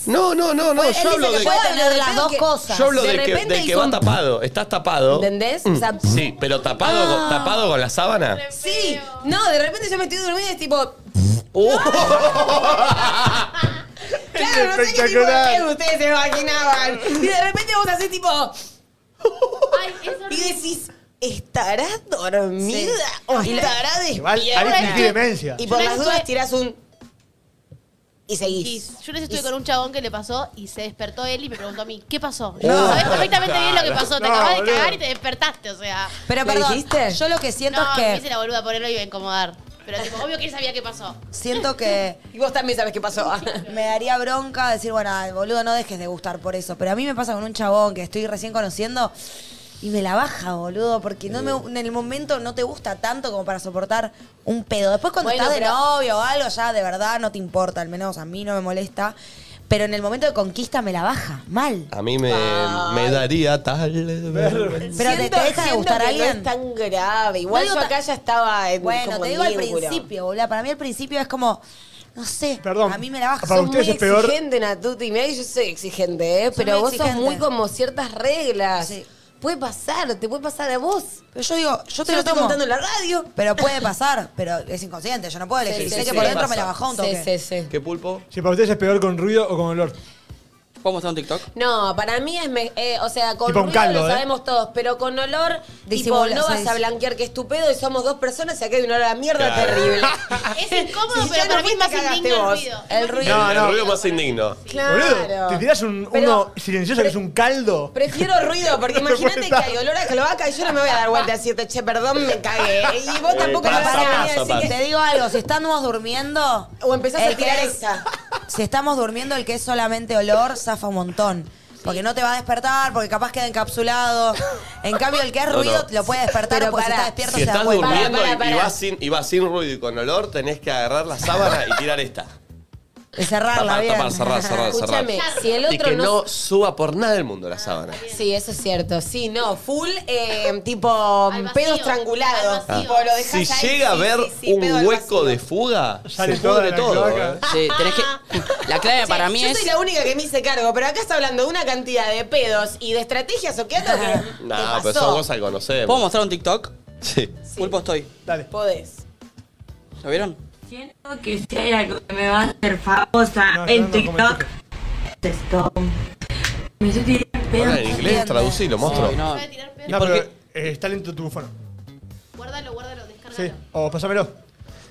Speaker 1: no, no, no, no.
Speaker 4: Él dice
Speaker 1: Yo hablo
Speaker 4: que
Speaker 1: de,
Speaker 4: puede
Speaker 2: Puede tener
Speaker 4: de
Speaker 2: las
Speaker 4: pedo
Speaker 2: dos
Speaker 4: que-
Speaker 2: cosas.
Speaker 1: yo hablo
Speaker 4: de
Speaker 1: de, que,
Speaker 4: repente
Speaker 1: del que
Speaker 4: hizo
Speaker 1: va
Speaker 4: un-
Speaker 1: tapado. Estás tapado. Mm.
Speaker 4: ¿Entendés? O sea- Ah.
Speaker 1: sí, pero tapado, con- tapado con la
Speaker 4: (laughs)
Speaker 1: sábana.
Speaker 4: Sí, no, de repente yo me estoy durmiendo y es tipo. (laughs)
Speaker 1: Uh.
Speaker 4: Claro, no sé qué tipo de
Speaker 6: Espectacular.
Speaker 4: pedo ustedes se imaginaban. Y de repente vos haces tipo.
Speaker 5: Ay, es
Speaker 4: Y
Speaker 5: horrible.
Speaker 4: decís, ¿estará dormida o estará
Speaker 6: Igual,
Speaker 4: despierta?
Speaker 6: ahí fingí demencia.
Speaker 4: Y por
Speaker 5: Yo
Speaker 4: las
Speaker 5: estuve-
Speaker 4: dudas tirás un. Y
Speaker 5: Y
Speaker 4: seguís.
Speaker 5: yo les estuve
Speaker 4: Y-
Speaker 5: con un chabón que le pasó y se despertó él y me preguntó a mí, ¿qué pasó? Y yo, Sabés perfectamente bien lo que pasó, te
Speaker 6: No,
Speaker 5: acabas de
Speaker 6: boludo.
Speaker 5: cagar y te despertaste, o sea.
Speaker 2: Pero
Speaker 4: ¿Le
Speaker 2: perdón,
Speaker 4: dijiste?
Speaker 2: yo lo que siento
Speaker 5: no, me
Speaker 2: es
Speaker 5: hice
Speaker 2: que
Speaker 5: la boluda por él y iba a incomodar. Pero tipo, obvio que él sabía qué pasó.
Speaker 2: siento que
Speaker 4: Y vos también sabés qué pasó. (laughs)
Speaker 2: me daría bronca decir, bueno, ay, boludo, no dejes de gustar por eso. Pero a mí me pasa con un chabón que estoy recién conociendo y me la baja, boludo, porque no me, en el momento no te gusta tanto como para soportar un pedo. Después cuando
Speaker 4: Bueno,
Speaker 2: estás de
Speaker 4: pero-
Speaker 2: novio o algo, ya de verdad no te importa, al menos a mí no me molesta. Pero en el momento de conquista me la baja, mal.
Speaker 1: A mí me, me daría tal vergüenza.
Speaker 2: Pero te-
Speaker 4: Siento-
Speaker 2: te deja de
Speaker 4: siento
Speaker 2: gustar
Speaker 4: que
Speaker 2: alguien.
Speaker 4: No es tan grave. Igual
Speaker 2: No digo
Speaker 4: yo acá
Speaker 2: tan-
Speaker 4: ya estaba en.
Speaker 2: Bueno,
Speaker 4: como
Speaker 2: te
Speaker 4: en
Speaker 2: digo al
Speaker 4: vínculo.
Speaker 2: principio, boludo. Para mí al principio es como, no sé,
Speaker 6: Perdón.
Speaker 2: a mí me la baja.
Speaker 6: Para
Speaker 4: Sos muy
Speaker 6: ustedes es peor.
Speaker 4: exigente, Natuti. Mirá que yo soy exigente, ¿eh? Pero
Speaker 2: muy
Speaker 4: vos
Speaker 2: exigente.
Speaker 4: sos muy como ciertas reglas.
Speaker 2: Sí.
Speaker 4: Puede pasar, te puede pasar a vos.
Speaker 2: Pero yo digo, yo te
Speaker 4: Yo
Speaker 2: lo
Speaker 4: estoy
Speaker 2: tomo.
Speaker 4: contando en la radio.
Speaker 2: Pero puede pasar, pero es inconsciente, yo no puedo elegir.
Speaker 4: Sí,
Speaker 2: sé
Speaker 4: sí,
Speaker 2: que
Speaker 4: sí,
Speaker 2: por
Speaker 4: sí,
Speaker 2: dentro me la
Speaker 1: pasa.
Speaker 2: bajó un toque.
Speaker 4: Sí, sí, sí.
Speaker 1: ¿Qué pulpo?
Speaker 6: Si para ustedes es peor con ruido o con olor.
Speaker 3: ¿Puedo mostrar un TikTok?
Speaker 4: No, para mí es, me- eh, o sea, con
Speaker 6: Tipo un
Speaker 4: ruido
Speaker 6: caldo,
Speaker 4: lo
Speaker 6: ¿eh?
Speaker 4: sabemos todos, pero con olor, tipo,
Speaker 2: Disimula,
Speaker 4: no
Speaker 2: se
Speaker 4: vas a
Speaker 2: dice.
Speaker 4: blanquear que es tu pedo y somos dos personas y acá hay un olor a mierda
Speaker 1: Claro.
Speaker 4: terrible.
Speaker 5: (laughs) Es incómodo,
Speaker 4: Si
Speaker 5: pero
Speaker 4: ya
Speaker 5: para
Speaker 4: no
Speaker 5: mí es
Speaker 4: fuiste,
Speaker 5: más
Speaker 4: cagaste
Speaker 5: indigno el
Speaker 4: vos.
Speaker 5: ruido. Es
Speaker 4: El
Speaker 5: más
Speaker 4: ruido.
Speaker 5: indigno.
Speaker 1: El ruido más indigno.
Speaker 6: Boludo, te tirás un,
Speaker 4: Pero-
Speaker 6: uno silencioso que es un caldo.
Speaker 4: Prefiero
Speaker 6: (laughs)
Speaker 4: ruido, porque imagínate que
Speaker 6: Bueno,
Speaker 4: hay olor a cloaca y yo no me voy a dar vuelta a decirte, che, perdón, me cagué. Y vos
Speaker 1: Eh,
Speaker 4: tampoco me
Speaker 1: pasa,
Speaker 4: vas a venir a
Speaker 1: pasa,
Speaker 4: decir
Speaker 1: pasa.
Speaker 4: que
Speaker 2: Te digo algo, si estamos durmiendo.
Speaker 4: O empezás a
Speaker 2: el que
Speaker 4: tirar
Speaker 2: es-
Speaker 4: esa.
Speaker 2: Si estamos durmiendo, el que es solamente olor zafa un montón. Porque no te va a despertar, porque capaz queda encapsulado. En cambio, el que es
Speaker 1: No,
Speaker 2: ruido
Speaker 1: no.
Speaker 2: lo puede despertar
Speaker 4: Pero
Speaker 2: porque si
Speaker 4: pará.
Speaker 2: está despierto
Speaker 1: Si
Speaker 2: se da
Speaker 1: estás
Speaker 2: cuenta.
Speaker 1: durmiendo
Speaker 4: Pará,
Speaker 1: y-
Speaker 4: pará,
Speaker 1: y
Speaker 4: pará.
Speaker 1: vas sin, y vas sin ruido y con olor, tenés que agarrar la sábana y tirar esta.
Speaker 2: De cerrarla
Speaker 1: Tapar,
Speaker 2: bien.
Speaker 1: tapar, cerrar, cerrar, cerrar.
Speaker 4: Escúchame, si el
Speaker 1: Y
Speaker 4: otro
Speaker 1: que
Speaker 4: no...
Speaker 1: no suba por nada del mundo la sábana.
Speaker 2: Ah.
Speaker 4: Sí, eso es cierto. Sí, no, full eh, tipo
Speaker 5: Al vacío,
Speaker 4: pedo
Speaker 5: al
Speaker 4: estrangulado.
Speaker 5: vacío.
Speaker 4: Tipo, lo dejás
Speaker 1: Ah. Si
Speaker 4: ahí,
Speaker 1: llega a
Speaker 4: sí,
Speaker 1: ver
Speaker 4: sí, sí, pedo
Speaker 1: un
Speaker 4: al
Speaker 1: hueco
Speaker 4: vacío.
Speaker 1: de fuga,
Speaker 6: Sale
Speaker 1: se
Speaker 6: toda
Speaker 1: pudre
Speaker 6: la
Speaker 1: todo.
Speaker 6: cloaca.
Speaker 1: eh.
Speaker 3: Sí,
Speaker 2: (laughs)
Speaker 3: tenés que. La clave para mí
Speaker 4: Yo
Speaker 3: es.
Speaker 4: soy la única que me hice cargo, pero acá está hablando de una cantidad de pedos y de estrategias o qué otra que te
Speaker 1: Nah,
Speaker 4: pasó.
Speaker 1: pero esa cosa que conocemos.
Speaker 3: ¿Puedo mostrar un TikTok?
Speaker 1: Sí.
Speaker 3: Pulpo estoy.
Speaker 6: Dale.
Speaker 4: Podés.
Speaker 3: ¿Lo vieron?
Speaker 8: Siento que si hay algo que me va a hacer famosa
Speaker 6: No,
Speaker 8: en
Speaker 6: no, no,
Speaker 8: TikTok,
Speaker 6: comentaste.
Speaker 8: es esto. Me hizo tirar
Speaker 1: Ahora
Speaker 8: pedos.
Speaker 1: en inglés traducilo, monstruo.
Speaker 3: Ay, no.
Speaker 5: Voy a tirar pedo.
Speaker 6: No,
Speaker 3: por
Speaker 6: pero
Speaker 3: qué?
Speaker 6: eh, está lento tu bufón.
Speaker 5: Guárdalo, guárdalo, descárgalo.
Speaker 6: Sí. O pásamelo.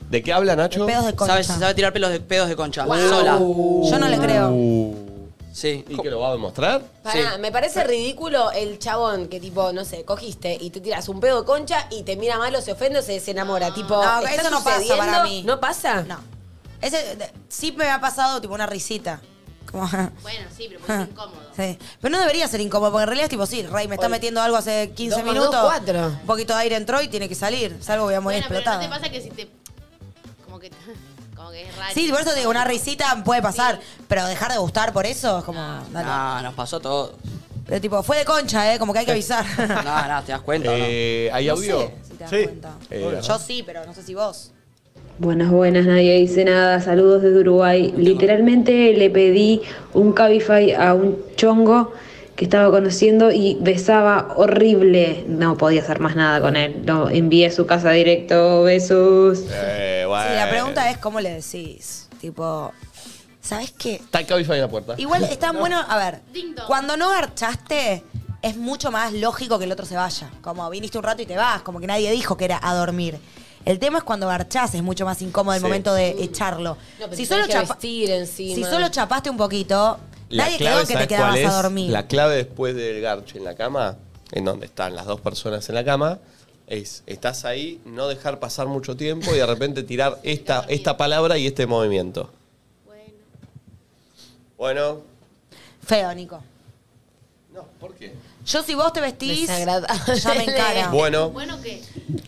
Speaker 1: ¿De qué habla Nacho?
Speaker 2: Pedos de concha.
Speaker 3: ¿Sabes? Sabe tirar pelos de, pedos de concha. Sola.
Speaker 2: Yo no le creo.
Speaker 3: Sí.
Speaker 1: Uh. ¿Y que lo va a demostrar?
Speaker 4: Pará,
Speaker 3: Sí.
Speaker 4: me parece ridículo el chabón que tipo, no sé, cogiste y te tiras un pedo de concha y te mira mal o se ofende o se desenamora. Tipo,
Speaker 2: No,
Speaker 4: ¿está
Speaker 2: eso no pasa
Speaker 4: sucediendo?
Speaker 2: para mí.
Speaker 4: ¿No pasa?
Speaker 2: No. Ese, de- sí me ha pasado tipo una risita. Como,
Speaker 5: Bueno, sí,
Speaker 2: (laughs)
Speaker 5: pero porque es incómodo.
Speaker 2: sí. Pero no debería ser incómodo, porque en realidad es tipo, sí, Rey, me está metiendo algo hace 15
Speaker 4: Dos más dos,
Speaker 2: minutos.
Speaker 4: cuatro.
Speaker 2: Un poquito de aire entró y tiene que salir. Salvo voy a morir
Speaker 5: Bueno, pero no
Speaker 2: explotada.
Speaker 5: te pasa que si te. Como que. (laughs) Como que es raro.
Speaker 2: Sí, por eso te digo, una risita puede pasar, pero dejar de gustar por eso es como. dale.
Speaker 3: No, nos pasó todo.
Speaker 2: Pero tipo, fue de concha, ¿eh? Como que hay que avisar.
Speaker 3: No, no, te das cuenta. o no?
Speaker 1: Eh, ¿Hay
Speaker 2: No
Speaker 1: audio?
Speaker 2: sé (laughs) si te das
Speaker 6: Sí.
Speaker 2: cuenta.
Speaker 1: Eh,
Speaker 2: Yo sí, pero no sé si vos.
Speaker 9: Buenas, buenas, nadie dice nada. Saludos desde Uruguay. Literalmente le pedí un Cabify a un chongo que estaba conociendo y besaba horrible. No podía hacer más nada con él. Lo envié a su casa directo. Besos.
Speaker 1: eh, bueno.
Speaker 2: Sí, la pregunta es cómo le decís. Tipo, ¿sabes qué?
Speaker 1: Está el Cabify en la puerta.
Speaker 2: Igual está bueno, a ver,
Speaker 5: Ding dong.
Speaker 2: cuando no garchaste, es mucho más lógico que el otro se vaya. Como viniste un rato y te vas, como que nadie dijo que era a dormir. El tema es cuando garchás, es mucho más incómodo el
Speaker 1: Sí.
Speaker 2: momento de echarlo.
Speaker 4: No, pero
Speaker 2: si,
Speaker 4: te
Speaker 2: solo
Speaker 4: tenés que
Speaker 2: chapa-
Speaker 4: vestir encima.
Speaker 2: si solo chapaste un poquito,
Speaker 1: La
Speaker 2: nadie
Speaker 1: clave,
Speaker 2: quedó que te
Speaker 1: ¿sabes
Speaker 2: quedabas
Speaker 1: cuál
Speaker 2: a
Speaker 1: es?
Speaker 2: dormir.
Speaker 1: La clave después del garche en la cama, en donde están las dos personas en la cama, es estás ahí, no dejar pasar mucho tiempo y de repente tirar esta, esta palabra y este movimiento.
Speaker 5: Bueno.
Speaker 1: Bueno,
Speaker 2: Feo, Nico.
Speaker 1: no, ¿por qué?
Speaker 2: Yo si vos te vestís,
Speaker 4: Desagradable.
Speaker 2: ya me encara.
Speaker 1: Bueno,
Speaker 5: Bueno, ¿qué?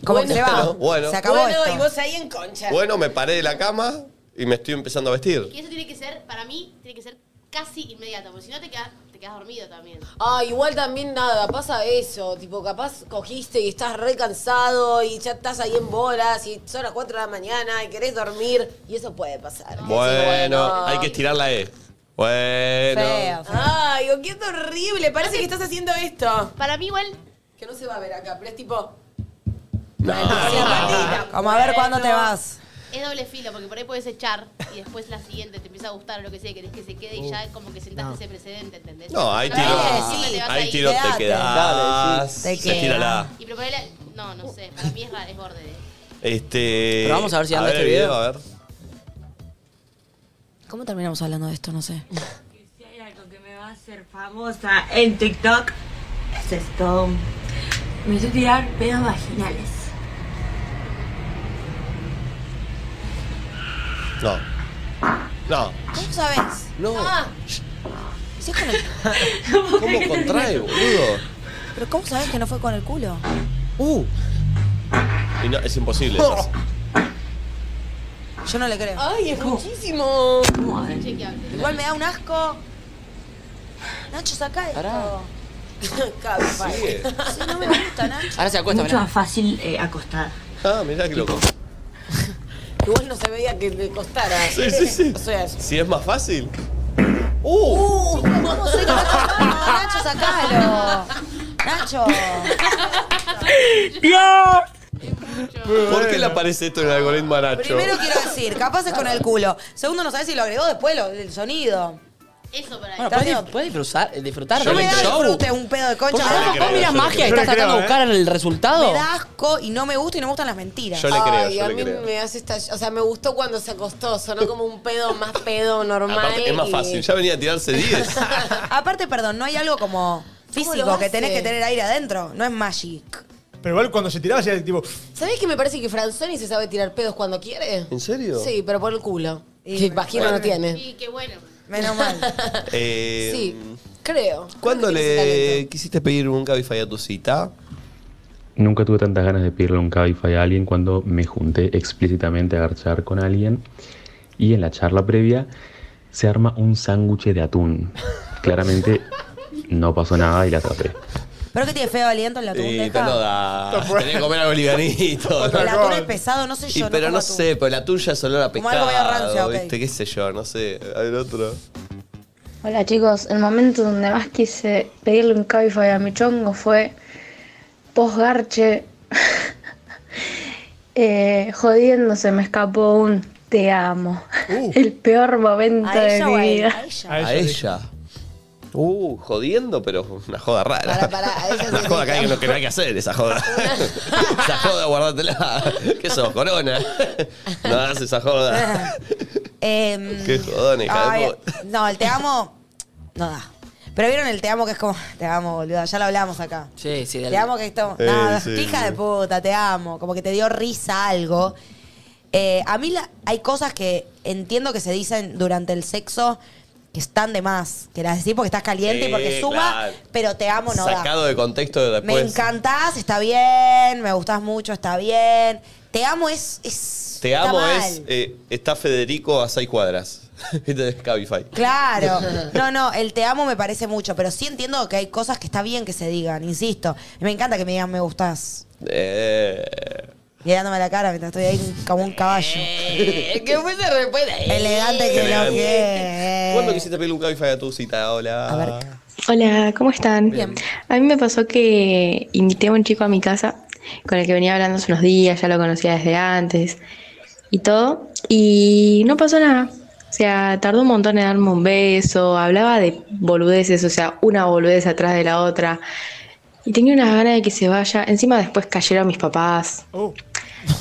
Speaker 2: Como que se va.
Speaker 1: Bueno, bueno.
Speaker 2: Se acabó
Speaker 4: bueno,
Speaker 2: esto.
Speaker 4: y vos ahí en concha.
Speaker 1: bueno, me paré de la cama y me estoy empezando a vestir.
Speaker 5: Que eso tiene que ser, para mí, tiene que ser casi inmediato, porque si no te quedas, te quedas dormido también.
Speaker 4: Ah, igual también nada, pasa eso. Tipo, capaz cogiste y estás re cansado y ya estás ahí en bolas y son las 4 de la mañana y querés dormir y eso puede pasar.
Speaker 1: Bueno, hay que estirar la E. Bueno.
Speaker 2: Feo, feo.
Speaker 4: Ay, qué es horrible. Parece que estás haciendo esto.
Speaker 5: Para mí igual,
Speaker 4: Que no se va a ver acá, pero es tipo.
Speaker 1: No. (laughs)
Speaker 2: Como a ver cuándo te
Speaker 4: Bueno.
Speaker 2: vas.
Speaker 5: es doble filo, porque por ahí puedes echar y después la siguiente te empieza a gustar o lo que sea, y querés que se quede y ya como que sentaste ese precedente, ¿entendés?
Speaker 1: No, ahí
Speaker 5: Pero
Speaker 1: tiro.
Speaker 5: siempre te vas
Speaker 1: Ahí
Speaker 5: ir.
Speaker 1: tiro te
Speaker 2: quedate.
Speaker 1: quedás.
Speaker 2: Dale, sí. Te
Speaker 1: Se tira la. E.
Speaker 5: Y proponerle, no, no sé, para mí es raro, es borde.
Speaker 1: Este.
Speaker 3: Pero vamos a ver si anda este
Speaker 1: el
Speaker 3: video.
Speaker 1: A ver.
Speaker 2: ¿Cómo terminamos hablando de esto? No sé.
Speaker 8: Si hay algo que me va a hacer famosa en TikTok, es esto. Me hizo tirar pedos vaginales.
Speaker 1: No. No.
Speaker 2: ¿Cómo sabés?
Speaker 1: No.
Speaker 2: Si es con el-
Speaker 1: ¿Cómo contrae, boludo?
Speaker 2: ¿Pero cómo sabés que no fue con el culo?
Speaker 1: Uh. Y no, es imposible. (laughs) esas.
Speaker 2: Yo no le creo.
Speaker 4: Ay, es muchísimo.
Speaker 2: Igual me da un asco. Nacho, saca esto.
Speaker 3: Pará.
Speaker 4: Cabify.
Speaker 1: Sigue.
Speaker 2: Sí, no me gusta, Nacho.
Speaker 3: Ahora se acuesta,
Speaker 8: Mucho
Speaker 3: mirá.
Speaker 8: más fácil eh, acostada.
Speaker 1: Ah, mirá que loco.
Speaker 4: Igual no se veía que le costara.
Speaker 1: (laughs) Sí, sí, sí.
Speaker 4: O sea,
Speaker 1: Si es más fácil. Uh.
Speaker 2: ¿Cómo soy capaz de- No, Nacho, sacalo. Nacho.
Speaker 1: ¿Por qué le aparece esto en el algoritmo a Nacho?
Speaker 2: Primero quiero decir, capaz es con el culo. Segundo, no sabés si lo agregó después lo- el sonido.
Speaker 5: Eso para
Speaker 3: Bueno,
Speaker 5: ahí.
Speaker 3: puedes, puedes disfrutar, eh, disfrutar
Speaker 2: Yo
Speaker 3: del
Speaker 2: me da
Speaker 3: show.
Speaker 2: disfrute un pedo de
Speaker 3: ¿Por
Speaker 2: concha.
Speaker 3: qué
Speaker 2: me da-
Speaker 3: vos miras magia y
Speaker 6: Yo le
Speaker 3: estás tratando de
Speaker 6: creo,
Speaker 3: buscar el resultado?
Speaker 2: Me da asco y no me gusta y no me gustan las mentiras.
Speaker 1: Yo le creo,
Speaker 4: Ay,
Speaker 1: yo
Speaker 4: a
Speaker 1: le
Speaker 4: mí
Speaker 1: creo.
Speaker 4: me hace estallar. O sea, me gustó cuando se acostó. Sonó como un pedo más pedo normal.
Speaker 1: Aparte, es más
Speaker 4: y-
Speaker 1: fácil. Ya venía a tirarse 10.
Speaker 2: Aparte, perdón, no hay algo como
Speaker 4: lo
Speaker 2: físico que tenés
Speaker 4: hace?
Speaker 2: que tener aire adentro. No es magic.
Speaker 6: Pero igual cuando se tiraba hacía tipo.
Speaker 4: ¿Sabés que me parece que Franzoni se sabe tirar pedos cuando quiere?
Speaker 1: ¿En serio?
Speaker 4: Sí, pero por el culo.
Speaker 2: Y
Speaker 4: Sí,
Speaker 2: me-
Speaker 4: vagina no tiene.
Speaker 5: Y qué bueno.
Speaker 2: Menos
Speaker 4: (laughs)
Speaker 2: mal.
Speaker 1: Eh,
Speaker 4: Sí, creo.
Speaker 1: ¿Cuándo
Speaker 4: Creo que tiene ese
Speaker 1: le
Speaker 4: talento.
Speaker 1: quisiste pedir un Cabify a tu cita?
Speaker 10: Nunca tuve tantas ganas de pedirle un Cabify a alguien cuando me junté explícitamente a garchar con alguien y en la charla previa se arma un sándwich de atún. Claramente no pasó nada y la atrapé.
Speaker 2: ¿Pero que tiene feo aliento en la
Speaker 1: Y
Speaker 2: tuya?
Speaker 1: te Eh, no da. Tenés que comer algo livianito.
Speaker 2: El
Speaker 6: Otra
Speaker 2: atún
Speaker 6: cosa.
Speaker 2: es pesado, no sé
Speaker 1: Y,
Speaker 2: yo.
Speaker 1: pero no
Speaker 2: como atún.
Speaker 1: sé, pues la tuya es olor a
Speaker 2: Como algo
Speaker 1: pescado,
Speaker 2: medio rancio, ok.
Speaker 1: ¿viste? ¿Qué sé yo? No sé. A ver, otro.
Speaker 9: Hola chicos, el momento donde más quise pedirle un Cabify a mi chongo fue posgarche. (laughs) Eh, jodiéndose me escapó un te amo. El peor momento
Speaker 2: Uh. A
Speaker 9: de
Speaker 2: ella o
Speaker 9: mi
Speaker 2: a él.
Speaker 9: vida.
Speaker 2: A ella.
Speaker 1: A,
Speaker 6: le-
Speaker 1: ella. Uh, jodiendo, pero una joda rara.
Speaker 4: Pará, pará, a
Speaker 1: (laughs)
Speaker 4: ella
Speaker 1: una
Speaker 4: sí
Speaker 1: joda
Speaker 4: le
Speaker 1: que, hay-
Speaker 4: llamo.
Speaker 1: que no hay que hacer, esa joda. (laughs) esa joda, guardatela. ¿Qué sos,
Speaker 2: (laughs)
Speaker 1: corona? no hagas esa joda.
Speaker 2: Em,
Speaker 1: Qué jodón, hija de
Speaker 2: ay,
Speaker 1: puta.
Speaker 2: No, el te amo no da. Pero vieron el te amo que es como, te amo, boluda, ya lo hablamos acá.
Speaker 3: Sí, sí,
Speaker 2: Te amo que esto.
Speaker 1: Eh,
Speaker 2: nada,
Speaker 1: sí,
Speaker 2: qué hija
Speaker 1: sí.
Speaker 2: de puta, te amo. Como que te dio risa algo. Eh, a mí la- hay cosas que entiendo que se dicen durante el sexo que están de más. Que las decís porque estás caliente y
Speaker 1: Sí,
Speaker 2: porque suma,
Speaker 1: claro.
Speaker 2: pero te amo no da.
Speaker 1: Sacado de contexto de
Speaker 2: Me
Speaker 1: después.
Speaker 2: encantás, está bien. Me gustás mucho, está bien. Te amo es. es-
Speaker 1: Te
Speaker 2: está
Speaker 1: amo
Speaker 2: mal.
Speaker 1: es. eh, está Federico a seis cuadras. (laughs) Viste, es Cabify. (laughs)
Speaker 2: Claro. No, no, el te amo me parece mucho, pero sí entiendo que hay cosas que está bien que se digan, insisto. Me encanta que me digan me gustás.
Speaker 1: Eh,
Speaker 2: Mirándome la cara mientras estoy ahí como un caballo.
Speaker 4: Eh, ¿Qué fue esa respuesta?
Speaker 2: (laughs)
Speaker 4: Eh,
Speaker 2: Elegante que lo que. es.
Speaker 1: ¿Cuándo quisiste Ah. pedirle un Cabify a tu cita? Hola.
Speaker 2: A ver.
Speaker 9: Hola, ¿cómo están? A mí me pasó que invité a un chico a mi casa con el que venía hablando hace unos días, ya lo conocía desde antes y todo, y no pasó nada. O sea, tardó un montón en darme un beso, hablaba de boludeces, o sea, una boludez atrás de la otra, y tenía unas ganas de que se vaya. Encima después cayeron mis papás.
Speaker 6: Uh,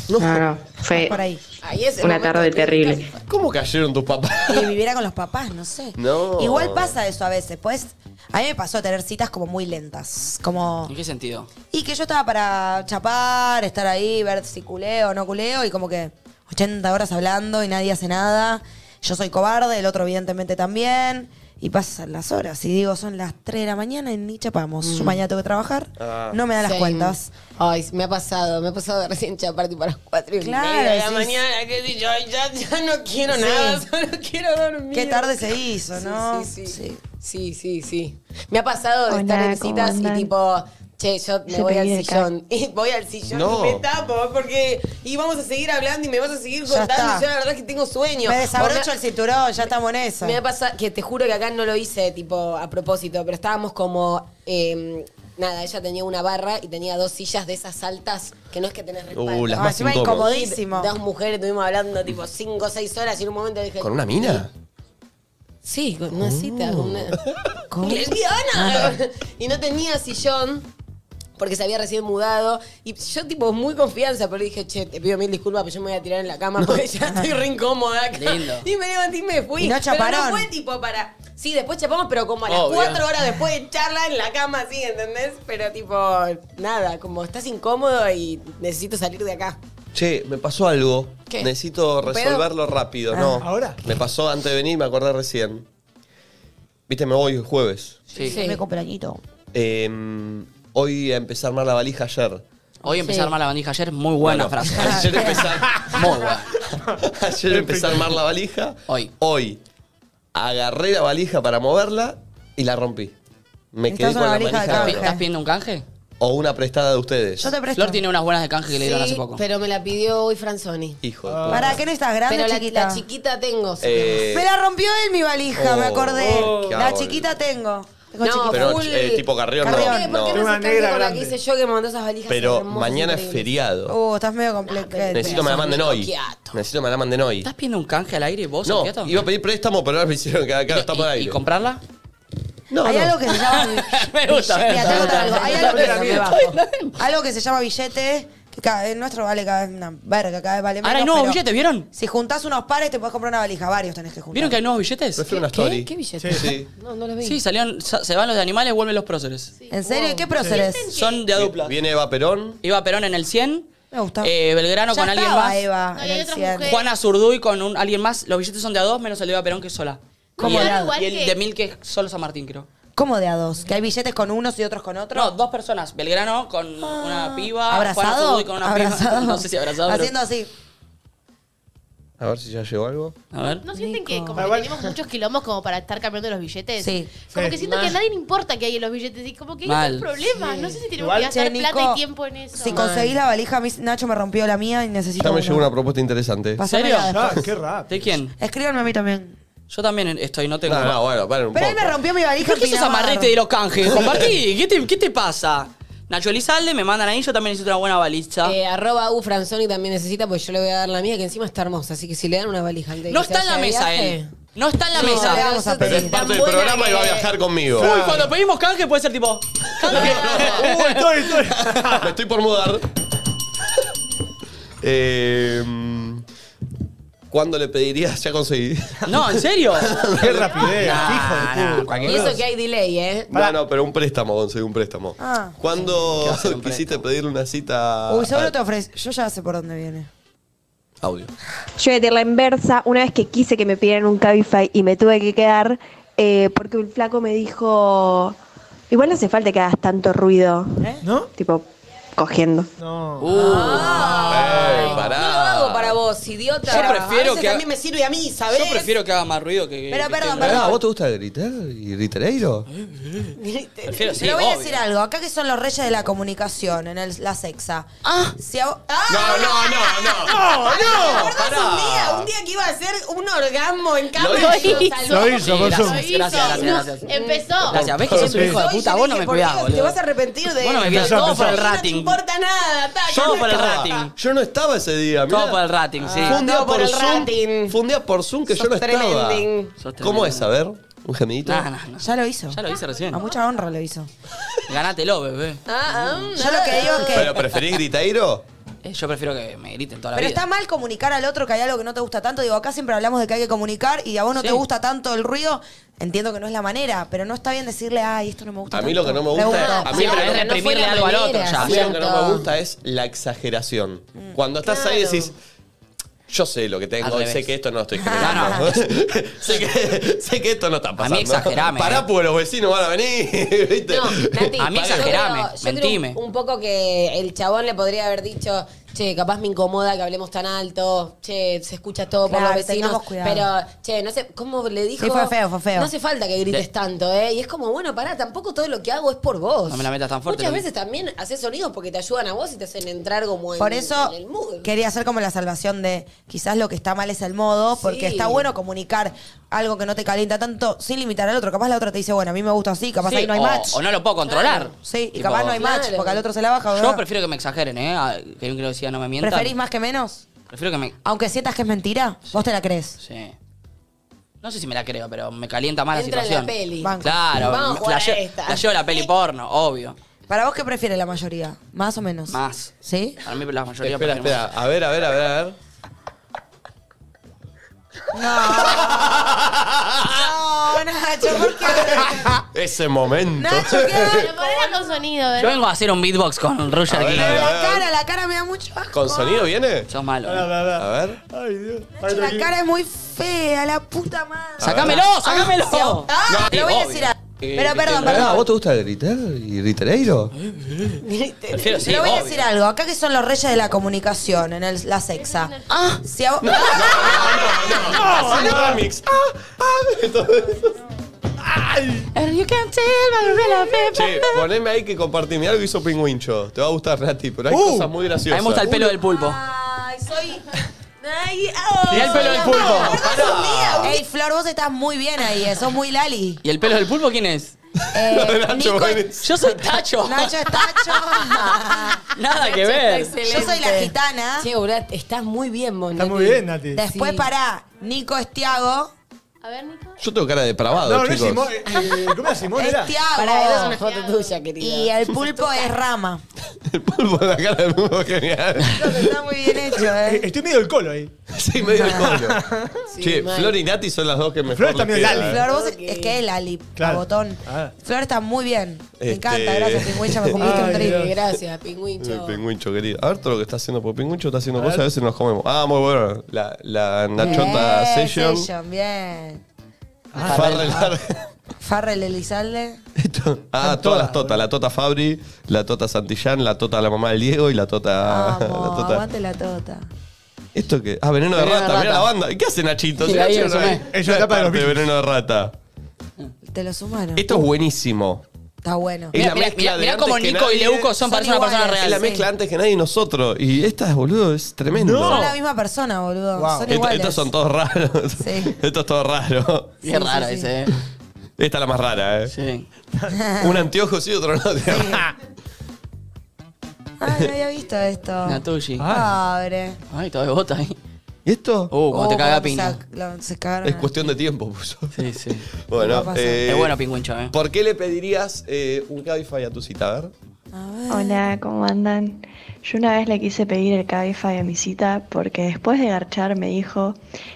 Speaker 9: No, no, fue
Speaker 1: (laughs)
Speaker 2: Por ahí.
Speaker 4: ahí es el
Speaker 9: una
Speaker 4: momento
Speaker 9: tarde
Speaker 4: de-
Speaker 9: terrible.
Speaker 1: ¿Cómo cayeron tus papás?
Speaker 2: Y viviera con los papás, no sé.
Speaker 1: No.
Speaker 2: Igual pasa eso a veces. Pues a mí me pasó tener citas como muy lentas. Como.
Speaker 3: ¿En qué sentido?
Speaker 2: Y que yo estaba para chapar, estar ahí, ver si culeo o no culeo, y como que 80 horas hablando y nadie hace nada. Yo soy cobarde, el otro evidentemente también. Y pasan las horas. Y digo, son las 3 de la mañana y ni chapamos.
Speaker 1: Mm.
Speaker 2: Yo mañana tengo que trabajar.
Speaker 1: Ah.
Speaker 2: no me dan las
Speaker 4: Sí.
Speaker 2: cuentas.
Speaker 4: Ay, me ha pasado, me ha pasado de recién chapar tipo a las 4 y
Speaker 2: Claro,
Speaker 4: media de la
Speaker 2: sí,
Speaker 4: mañana, qué sé yo, ay, ya, ya no quiero
Speaker 2: Sí.
Speaker 4: nada, (laughs) solo quiero dormir.
Speaker 2: Qué tarde se hizo,
Speaker 4: Sí,
Speaker 2: ¿no?
Speaker 4: Sí, sí, sí. Sí, sí, Me ha pasado de
Speaker 9: Hola,
Speaker 4: estar en
Speaker 9: ¿cómo
Speaker 4: citas y
Speaker 9: andan?
Speaker 4: tipo, che, yo me
Speaker 9: Yo
Speaker 4: voy al
Speaker 9: pedí de
Speaker 4: sillón. Y (laughs) voy al sillón
Speaker 1: No.
Speaker 4: y me tapo porque. Y vamos a seguir hablando y me vas a seguir
Speaker 2: Ya
Speaker 4: contando.
Speaker 2: está.
Speaker 4: y Yo la verdad es que tengo sueño.
Speaker 2: Me
Speaker 4: O
Speaker 2: desabrocho
Speaker 4: me-
Speaker 2: el cinturón, ya estamos en esa.
Speaker 4: me ha pasado, que te juro que acá no lo hice tipo a propósito, pero estábamos como, eh, nada, ella tenía una barra y tenía dos sillas de esas altas que no es que tenés respaldo.
Speaker 1: Uh, las
Speaker 2: Ah,
Speaker 1: más
Speaker 2: encima
Speaker 1: incómodas.
Speaker 2: incomodísimo.
Speaker 4: Dos mujeres estuvimos hablando tipo cinco o seis horas y en un momento dije...
Speaker 1: ¿Con una mina?
Speaker 4: Sí, con una cita,
Speaker 3: Oh.
Speaker 4: con
Speaker 3: (laughs)
Speaker 4: una...
Speaker 3: Ah.
Speaker 4: ¡Lesbiana! y no tenía sillón. Porque se había recién mudado. Y yo, tipo, muy confianza, pero dije, che, te pido mil disculpas, pero yo me voy a tirar en la cama porque
Speaker 3: (laughs)
Speaker 4: ya estoy re incómoda acá.
Speaker 3: Lindo.
Speaker 4: Y me levanté y me fui.
Speaker 2: Y no
Speaker 4: Pero
Speaker 2: chaparon.
Speaker 4: no fue tipo para. Sí, después chapamos, pero como a las
Speaker 1: Obvio.
Speaker 4: cuatro horas después de charla en la cama, sí, ¿entendés? Pero tipo, nada, como estás incómodo y necesito salir de acá.
Speaker 1: Che, me pasó algo.
Speaker 4: ¿Qué?
Speaker 1: Necesito
Speaker 4: ¿Un pedo?
Speaker 1: resolverlo rápido, ¿no?
Speaker 6: ¿Ahora?
Speaker 1: Me pasó antes de venir, me acordé recién. Viste, me voy el jueves.
Speaker 3: Sí.
Speaker 4: Sí.
Speaker 2: Me compré añito.
Speaker 1: Eh, hoy empecé a armar la valija ayer.
Speaker 3: Hoy empecé a armar la bandija ayer, muy buena
Speaker 1: Bueno,
Speaker 3: frase.
Speaker 1: (laughs) Ayer empecé,
Speaker 3: (laughs)
Speaker 1: a-
Speaker 3: Muy buena.
Speaker 1: ayer empecé a armar la valija.
Speaker 3: Hoy.
Speaker 1: Hoy. Agarré la valija para moverla y la rompí. Me quedé
Speaker 2: Necesitas
Speaker 1: con
Speaker 2: una
Speaker 1: la
Speaker 2: valija de
Speaker 1: valija.
Speaker 2: canje.
Speaker 1: rota.
Speaker 3: ¿Estás pidiendo un canje?
Speaker 1: O una prestada de ustedes.
Speaker 2: Yo te presto.
Speaker 3: Flor tiene unas buenas de canje que le dieron hace poco.
Speaker 4: pero me la pidió hoy Franzoni.
Speaker 1: Hijo de puta.
Speaker 2: Ah. ¿Para qué no estás grande,
Speaker 4: Pero la
Speaker 2: chiquita?
Speaker 4: la chiquita tengo. sí.
Speaker 1: Eh,
Speaker 2: Me la rompió él mi valija,
Speaker 1: Oh,
Speaker 2: me acordé.
Speaker 1: oh,
Speaker 2: la
Speaker 1: qué
Speaker 2: chiquita tengo. Con chiquito.
Speaker 1: pero eh, tipo Carrión,
Speaker 2: Carrión.
Speaker 1: no.
Speaker 4: ¿Por
Speaker 1: no.
Speaker 4: qué no
Speaker 6: Una negra
Speaker 4: se negra con la que
Speaker 6: grande.
Speaker 4: hice yo que mandó esas valijas?
Speaker 1: Pero
Speaker 4: hermosas,
Speaker 1: mañana es
Speaker 4: increíbles?
Speaker 1: feriado.
Speaker 2: Uh, estás medio
Speaker 5: Ah,
Speaker 2: complicado.
Speaker 1: Necesito que me la manden hoy.
Speaker 4: Quieto.
Speaker 1: Necesito que me la manden hoy.
Speaker 3: ¿Estás pidiendo un canje al aire vos,
Speaker 1: No,
Speaker 3: Alberto?
Speaker 1: iba a pedir préstamo, pero ahora me hicieron que acá está por
Speaker 3: ¿Y,
Speaker 1: aire.
Speaker 3: y comprarla? Ah,
Speaker 1: No,
Speaker 2: Hay
Speaker 1: no.
Speaker 2: algo que se
Speaker 3: (laughs)
Speaker 2: llama.
Speaker 3: Me gusta, me
Speaker 2: Mira, te
Speaker 3: gusta.
Speaker 2: hago algo. Hay algo
Speaker 6: Mira,
Speaker 2: que,
Speaker 6: mira.
Speaker 2: algo que se llama billete. Que cada, el nuestro vale cada vez una verga, cada vez vale menos.
Speaker 3: Ahora hay nuevos
Speaker 2: pero
Speaker 3: billetes, ¿vieron?
Speaker 2: Si juntás unos pares, te puedes comprar una valija. Varios tenés que juntar.
Speaker 3: ¿Vieron que hay nuevos billetes?
Speaker 1: Prefiero una story.
Speaker 4: ¿Qué billete?
Speaker 1: Sí, sí.
Speaker 4: No, no los vi.
Speaker 3: Sí, salieron, sa- se van los de animales, vuelven los próceres.
Speaker 2: ¿En serio? ¿Y qué próceres?
Speaker 3: Son de a dupla.
Speaker 1: Viene Eva Perón.
Speaker 3: Iba Perón en el 100.
Speaker 2: Me gusta.
Speaker 3: eh, Belgrano
Speaker 2: Ya
Speaker 3: con alguien
Speaker 2: estaba
Speaker 3: más.
Speaker 2: Eva
Speaker 5: No,
Speaker 2: en
Speaker 5: y hay
Speaker 2: el
Speaker 5: otras
Speaker 2: 100.
Speaker 5: mujeres.
Speaker 3: Juana Zurduy con un, alguien más. Los billetes son de a dos, menos el de Eva Perón que es sola.
Speaker 5: ¿Cómo
Speaker 3: y el,
Speaker 5: de a dos?
Speaker 3: y el
Speaker 5: Igual que-
Speaker 3: de mil que es solo San Martín, creo.
Speaker 2: ¿Cómo de a dos? ¿Que hay billetes con unos y otros con otros?
Speaker 3: No, dos personas. Belgrano con una piba.
Speaker 2: Ah.
Speaker 3: Juana
Speaker 2: ¿Abrazado?
Speaker 3: Zurduy con una
Speaker 2: ¿Abrazado?
Speaker 3: piba. (laughs) No sé si abrazado. pero-
Speaker 2: Haciendo así.
Speaker 1: A ver si ya llegó algo.
Speaker 3: A ver.
Speaker 5: ¿No sienten que como
Speaker 6: Ah,
Speaker 5: que
Speaker 6: vale.
Speaker 5: tenemos muchos quilombos como para estar cambiando los billetes?
Speaker 2: Sí.
Speaker 5: Como
Speaker 6: Sí.
Speaker 5: que siento que a nadie le importa que hay en los billetes. Y como que hay
Speaker 3: Mal.
Speaker 5: otros problemas. No sé si tenemos
Speaker 6: Igual,
Speaker 5: que gastar
Speaker 2: che,
Speaker 5: plata
Speaker 2: Nico,
Speaker 5: y tiempo en eso.
Speaker 2: Si conseguís la valija, a mí Nacho me rompió la mía y necesito.
Speaker 1: Ya me
Speaker 2: uno.
Speaker 1: llegó una propuesta interesante.
Speaker 2: Pásamela
Speaker 3: ¿En serio?
Speaker 6: Ah,
Speaker 2: después.
Speaker 6: qué raro. (laughs)
Speaker 3: ¿De quién?
Speaker 2: Escríbanme a mí también.
Speaker 3: Yo también estoy, no tengo.
Speaker 1: No, no, bueno, para un
Speaker 2: Pero él
Speaker 1: poco.
Speaker 2: me rompió mi valija.
Speaker 3: ¿Por qué
Speaker 2: en
Speaker 3: sos
Speaker 2: Pinamar.
Speaker 3: amarrete de
Speaker 1: (laughs)
Speaker 3: los canjes? Compartí. ¿Qué te, qué te pasa? Nacho Elizalde, me mandan ahí, yo también hice una buena baliza.
Speaker 4: Eh, arroba Ufranzoni también necesita, porque yo le voy a dar la mía, que encima está hermosa. Así que si le dan una valija antes de
Speaker 3: no
Speaker 4: que se
Speaker 3: está en la
Speaker 4: vaya de
Speaker 3: mesa
Speaker 4: viaje-
Speaker 3: él. No está en la
Speaker 2: No,
Speaker 3: mesa.
Speaker 2: le vamos a
Speaker 1: Pero es
Speaker 2: pedir.
Speaker 1: parte del programa y va a viajar conmigo.
Speaker 3: Uy, cuando pedimos canje puede ser tipo. canje. (laughs)
Speaker 6: Uy, Uh, estoy, estoy.
Speaker 1: (laughs) Me estoy por mudar. Eh, mm, ¿Cuándo le pedirías? Ya conseguí.
Speaker 3: No, ¿en serio?
Speaker 6: Qué rapidez, hijo de puta.
Speaker 4: Y eso que hay delay, ¿eh?
Speaker 1: No, no, pero un préstamo, conseguí un préstamo.
Speaker 2: Ah.
Speaker 1: ¿Cuándo quisiste pedirle una cita?
Speaker 2: Uy, seguro
Speaker 1: a-
Speaker 2: te ofrece. Yo ya sé por dónde viene.
Speaker 1: Audio.
Speaker 9: Yo voy a decir la inversa, una vez que quise que me pidieran un Cabify y me tuve que quedar, eh, porque un flaco me dijo, igual no hace falta que hagas tanto ruido,
Speaker 2: ¿Eh?
Speaker 6: ¿No?
Speaker 9: tipo, cogiendo.
Speaker 6: No.
Speaker 1: uh. Ey,
Speaker 4: No
Speaker 1: pará.
Speaker 4: lo hago para vos, idiota.
Speaker 3: Yo prefiero
Speaker 4: a veces
Speaker 3: que
Speaker 4: a
Speaker 3: ha-
Speaker 4: mí me sirve a mí, ¿sabés?
Speaker 3: Yo
Speaker 4: (laughs)
Speaker 3: prefiero que haga más ruido que.
Speaker 2: Pero
Speaker 3: que
Speaker 2: perdón,
Speaker 3: tenga-
Speaker 2: perdón.
Speaker 1: Pará, ¿vos te gusta gritar y gritereiro?
Speaker 4: (laughs)
Speaker 3: Prefiero, sí,
Speaker 2: Pero voy a
Speaker 3: obvio.
Speaker 2: decir algo. Acá que son los reyes de la comunicación en el- la sexa. Ah. Si a vos- ¡Ah!
Speaker 1: No, no,
Speaker 5: (laughs)
Speaker 1: no, no.
Speaker 4: ¿Te acordás un día, un día que iba a hacer un orgasmo en cama?
Speaker 3: Lo
Speaker 4: y
Speaker 5: hizo.
Speaker 4: salvó?
Speaker 6: Lo hizo, vos
Speaker 5: Lo
Speaker 6: sos-
Speaker 5: hizo.
Speaker 3: Gracias, gracias,
Speaker 5: No,
Speaker 3: gracias.
Speaker 2: eh,
Speaker 5: Empezó.
Speaker 3: Gracias, ves que sos un hijo de
Speaker 4: Hoy
Speaker 3: puta,
Speaker 4: yo dije,
Speaker 3: vos no me
Speaker 4: ¿por qué
Speaker 3: cuidás,
Speaker 4: Te
Speaker 3: boludo.
Speaker 4: vas a arrepentir de
Speaker 3: Vos no me
Speaker 4: esto.
Speaker 3: cuidás, todo por
Speaker 4: A
Speaker 3: el
Speaker 4: mí No te
Speaker 3: rating.
Speaker 4: importa nada. ta, Ah, yo
Speaker 3: Todo
Speaker 4: no
Speaker 3: por el
Speaker 4: estaba.
Speaker 3: rating.
Speaker 1: Yo no estaba ese día, mirá.
Speaker 3: Todo por el rating, sí.
Speaker 2: Ah.
Speaker 1: Fue un día
Speaker 4: Todo por
Speaker 1: por
Speaker 4: el
Speaker 1: Zoom.
Speaker 4: rating.
Speaker 1: Fue un día por Zoom que yo
Speaker 4: Sos
Speaker 1: no estaba.
Speaker 4: tremending.
Speaker 3: Sos tremendo.
Speaker 1: ¿Cómo es? A ver, un gemidito.
Speaker 3: Nah, nah, nah.
Speaker 2: Ya lo hizo.
Speaker 3: Ya lo hice recién.
Speaker 2: A mucha honra lo hizo.
Speaker 3: Ganátelo, bebé.
Speaker 4: Ah, ah,
Speaker 2: Yo lo que digo es que.
Speaker 1: ¿Pero preferís griteiro?
Speaker 3: Eh, Yo prefiero que me griten toda la
Speaker 2: Pero
Speaker 3: vida.
Speaker 2: está mal comunicar al otro que hay algo que no te gusta tanto. Digo, acá siempre hablamos de que hay que comunicar y a vos no
Speaker 3: Sí.
Speaker 2: te gusta tanto el ruido. Entiendo que no es la manera, pero no está bien decirle, ay, esto no me gusta
Speaker 1: A mí
Speaker 2: tanto".
Speaker 1: lo que no me gusta
Speaker 2: Pregunta.
Speaker 1: es- a mí
Speaker 3: Sí,
Speaker 1: lo que
Speaker 3: pero
Speaker 1: no-
Speaker 3: es
Speaker 4: no fue
Speaker 3: reprimirle
Speaker 4: la
Speaker 3: algo al
Speaker 4: manera,
Speaker 3: otro ya.
Speaker 1: A mí lo que no
Speaker 4: Siento.
Speaker 1: me gusta es la exageración. Cuando estás ahí
Speaker 4: claro.
Speaker 1: decís, yo sé lo que tengo
Speaker 3: Al
Speaker 1: y sé
Speaker 3: revés.
Speaker 1: que esto no lo estoy
Speaker 3: No,
Speaker 1: generando. (laughs)
Speaker 3: no. (laughs)
Speaker 1: sé, que, sé que esto no está pasando.
Speaker 3: exagerame, eh.
Speaker 1: Pará porque los vecinos van a venir. (laughs) ¿viste?
Speaker 3: (laughs)
Speaker 4: No, Nati,
Speaker 3: A mí
Speaker 4: yo
Speaker 3: exagerame,
Speaker 4: creo- yo creo
Speaker 3: mentime.
Speaker 4: un, un poco que el chabón le podría haber dicho, che, capaz me incomoda que hablemos tan alto, che, se escucha todo
Speaker 2: Claro,
Speaker 4: por los vecinos.
Speaker 2: tengamos cuidado.
Speaker 4: Pero, che, no sé, ¿cómo le dijo?
Speaker 2: Sí, fue feo, fue feo.
Speaker 4: No hace falta que grites
Speaker 3: Sí.
Speaker 4: tanto, ¿eh? Y es como, bueno, pará, tampoco todo lo que hago es por vos.
Speaker 3: No me la metas tan fuerte,
Speaker 4: Muchas
Speaker 3: Lu.
Speaker 4: veces también haces sonidos porque te ayudan a vos y te hacen entrar como en,
Speaker 2: Por eso
Speaker 4: en el mood.
Speaker 2: quería hacer como la salvación de quizás lo que está mal es el modo, porque
Speaker 4: Sí.
Speaker 2: está bueno comunicar algo que no te calienta tanto sin limitar al otro. Capaz la otra te dice, bueno, a mí me gusta así, capaz
Speaker 3: Sí,
Speaker 2: ahí no hay
Speaker 3: o,
Speaker 2: match.
Speaker 3: o no lo puedo controlar.
Speaker 2: Sí, y
Speaker 3: Tipo,
Speaker 2: capaz no hay match
Speaker 4: claro.
Speaker 2: porque al otro se la baja. ¿verdad?
Speaker 3: Yo prefiero que me exageren, ¿eh? Ah, Que un que lo decía no me mientan.
Speaker 2: ¿Preferís más que menos?
Speaker 3: Prefiero que me...
Speaker 2: Aunque sientas que es mentira, vos te la crees.
Speaker 3: Sí. No sé si me la creo, pero me calienta más
Speaker 4: Entra en
Speaker 3: la situación.
Speaker 4: la peli.
Speaker 2: Banco.
Speaker 3: Claro,
Speaker 4: Vamos a
Speaker 3: me-
Speaker 4: jugar a
Speaker 3: flasheo-
Speaker 4: esta.
Speaker 3: flasheo la peli porno, obvio.
Speaker 2: ¿Para vos qué prefiere la mayoría? ¿Más o menos?
Speaker 3: Más.
Speaker 2: ¿Sí?
Speaker 3: Para mí la mayoría
Speaker 1: Espera,
Speaker 3: prefiere
Speaker 1: espera. A ver, a ver, a ver, a ver.
Speaker 2: No, Nacho, ¿por
Speaker 3: (laughs)
Speaker 2: qué?
Speaker 1: Ese momento.
Speaker 2: Ah. Nacho, ¿qué
Speaker 5: Pero
Speaker 2: asco.
Speaker 5: ponela con sonido,
Speaker 3: más. Yo
Speaker 5: ¿verdad?
Speaker 3: vengo a hacer un beatbox con Roger
Speaker 1: A ver,
Speaker 3: King.
Speaker 1: a ver.
Speaker 2: La cara, la cara me da mucho asco.
Speaker 1: (laughs) ¿Con sonido viene?
Speaker 3: Sos malo.
Speaker 6: Pará,
Speaker 3: ¿eh?
Speaker 6: pará,
Speaker 1: A
Speaker 6: pará.
Speaker 1: ver.
Speaker 6: Ay, Dios.
Speaker 2: Nacho, la cara es muy fea, la puta madre.
Speaker 3: ¡Sacámelo! ¡Sácamelo!
Speaker 2: Ah,
Speaker 3: No,
Speaker 2: te
Speaker 3: sí,
Speaker 2: voy a
Speaker 3: obvio.
Speaker 2: decir algo.
Speaker 3: Eh,
Speaker 2: Pero perdón,
Speaker 1: Pará,
Speaker 2: perdón.
Speaker 1: Ah, ¿Vos te gusta gritar y gritereiro?
Speaker 3: Prefiero, sí,
Speaker 2: Pero voy a
Speaker 3: obvio.
Speaker 2: decir algo. Acá que son los reyes de la comunicación en el- la sexa. Ah. Si a vos-
Speaker 1: No, no, remix. Ah, (laughs) ah, todo eso. Che, poneme ahí que compartime algo que hizo Pingüincho. Te va a gustar, Nati, pero hay
Speaker 6: Uh.
Speaker 1: cosas muy
Speaker 3: A
Speaker 1: graciosas.
Speaker 3: mí me gusta
Speaker 1: (laughs)
Speaker 3: el pelo del pulpo.
Speaker 4: Ah, Ay, soy... Ay, oh,
Speaker 3: Mirá el pelo del pulpo.
Speaker 4: Pará.
Speaker 2: Ey, Flor, vos estás muy bien ahí, eh, sos muy Lali.
Speaker 3: ¿Y el pelo del pulpo quién es?
Speaker 2: Eh,
Speaker 1: (laughs) Nacho,
Speaker 2: Nico es-
Speaker 1: buenísimo.
Speaker 3: Yo soy
Speaker 4: (laughs)
Speaker 3: Tacho.
Speaker 2: Nacho es (laughs) Tacho.
Speaker 3: (laughs) Nada que ver.
Speaker 2: Yo soy la gitana.
Speaker 4: Che, boludo, estás muy bien, Mon.
Speaker 6: Está muy bien, Nati.
Speaker 2: Después
Speaker 4: Sí.
Speaker 2: pará. Nico es Tiago.
Speaker 5: A ver, Nico. (laughs)
Speaker 1: Yo tengo cara de depravado,
Speaker 6: No, no es
Speaker 1: chicos. Este
Speaker 6: Simón. eh, eh, ¿Cómo era Simón? Era?
Speaker 2: Es
Speaker 4: Para, esa es una
Speaker 2: Tiago.
Speaker 4: foto tuya, querida.
Speaker 2: Y el pulpo es Rama.
Speaker 1: El polvo de la cara del mundo es genial.
Speaker 2: Está muy bien hecho,
Speaker 6: Eh,
Speaker 2: eh.
Speaker 6: Estoy medio del colo ahí.
Speaker 1: Sí, medio el colo. che,
Speaker 4: mal.
Speaker 1: Flor y Nati son las dos que me
Speaker 6: Flor también es Lali.
Speaker 2: Flor, vos
Speaker 4: Ok.
Speaker 2: es que es Lali,
Speaker 6: Claro.
Speaker 2: a botón.
Speaker 6: Ah.
Speaker 2: Flor está muy bien. Me
Speaker 1: Este-
Speaker 2: encanta, gracias, pingüilla, me cumpliste
Speaker 6: Ay,
Speaker 2: un
Speaker 4: Sí,
Speaker 2: trip.
Speaker 6: Dios.
Speaker 4: gracias, pingüincho.
Speaker 1: El pingüincho, querido. A ver todo lo que está haciendo, porque pingüincho está haciendo cosas, a veces nos comemos. Ah, muy bueno. La, la Nachota
Speaker 2: Bien,
Speaker 1: Session.
Speaker 2: Eh, Session, bien.
Speaker 1: Farrell.
Speaker 2: Farrell Elizalde.
Speaker 1: Esto- ah, todas las totas. La tota Fabri, la tota Santillán, la tota la mamá del Diego y la tota. la
Speaker 2: Vamos,
Speaker 1: tota-
Speaker 2: aguante la tota.
Speaker 1: Esto que. Ah, veneno de
Speaker 3: Veneno de
Speaker 1: rata. Mira
Speaker 3: rata.
Speaker 1: la banda. ¿Y qué hace Nachito?
Speaker 3: Sí,
Speaker 1: Si
Speaker 3: la vi,
Speaker 1: Nacho
Speaker 3: lo
Speaker 1: no
Speaker 3: sumé.
Speaker 1: es-
Speaker 6: Es
Speaker 1: no
Speaker 6: la
Speaker 1: es
Speaker 6: tapa de los
Speaker 1: parte de
Speaker 6: Beatles.
Speaker 1: este veneno de rata.
Speaker 2: Te lo sumaron.
Speaker 1: Esto es buenísimo.
Speaker 2: Está bueno.
Speaker 1: Es la
Speaker 3: Mirá, mirá,
Speaker 1: mezcla
Speaker 3: mirá,
Speaker 1: de
Speaker 3: mirá
Speaker 1: antes
Speaker 3: cómo
Speaker 1: que
Speaker 3: Nico y
Speaker 1: nadie-
Speaker 3: Leuco son,
Speaker 2: son
Speaker 3: personas una persona
Speaker 2: iguales,
Speaker 1: Es la
Speaker 3: real.
Speaker 2: sí.
Speaker 1: mezcla antes que nadie y nosotros. Y esta, boludo, es tremendo.
Speaker 2: Son la misma persona, boludo.
Speaker 6: Wow.
Speaker 2: Son
Speaker 1: Est-
Speaker 2: iguales.
Speaker 1: estos son todos raros.
Speaker 2: Sí.
Speaker 1: (laughs) Esto es todo raro.
Speaker 3: Y es raro ese, eh.
Speaker 1: Esta es la más rara, ¿eh?
Speaker 3: Sí.
Speaker 2: Ah.
Speaker 1: Un anteojo sí, otro no.
Speaker 2: (laughs)
Speaker 1: (laughs) Ah.
Speaker 2: Ay, no había visto esto.
Speaker 3: Natushi.
Speaker 2: Pobre.
Speaker 3: Ay, todo de bota ahí.
Speaker 1: ¿Y esto?
Speaker 3: Uh, Ah. cuando te
Speaker 2: Oh,
Speaker 3: caga
Speaker 2: cómo se
Speaker 3: piña.
Speaker 2: sac- lo- se cagaron.
Speaker 1: Es cuestión de tiempo, puso.
Speaker 3: Sí, sí.
Speaker 2: Va a
Speaker 1: Bueno,
Speaker 2: pasar.
Speaker 1: eh,
Speaker 3: es bueno, pingüincho, eh.
Speaker 1: ¿Por qué le pedirías eh, un Cabify a tu cita? A ver.
Speaker 9: Hola, ¿cómo andan? Yo una vez le quise pedir el Cabify a mi cita porque después de garchar me dijo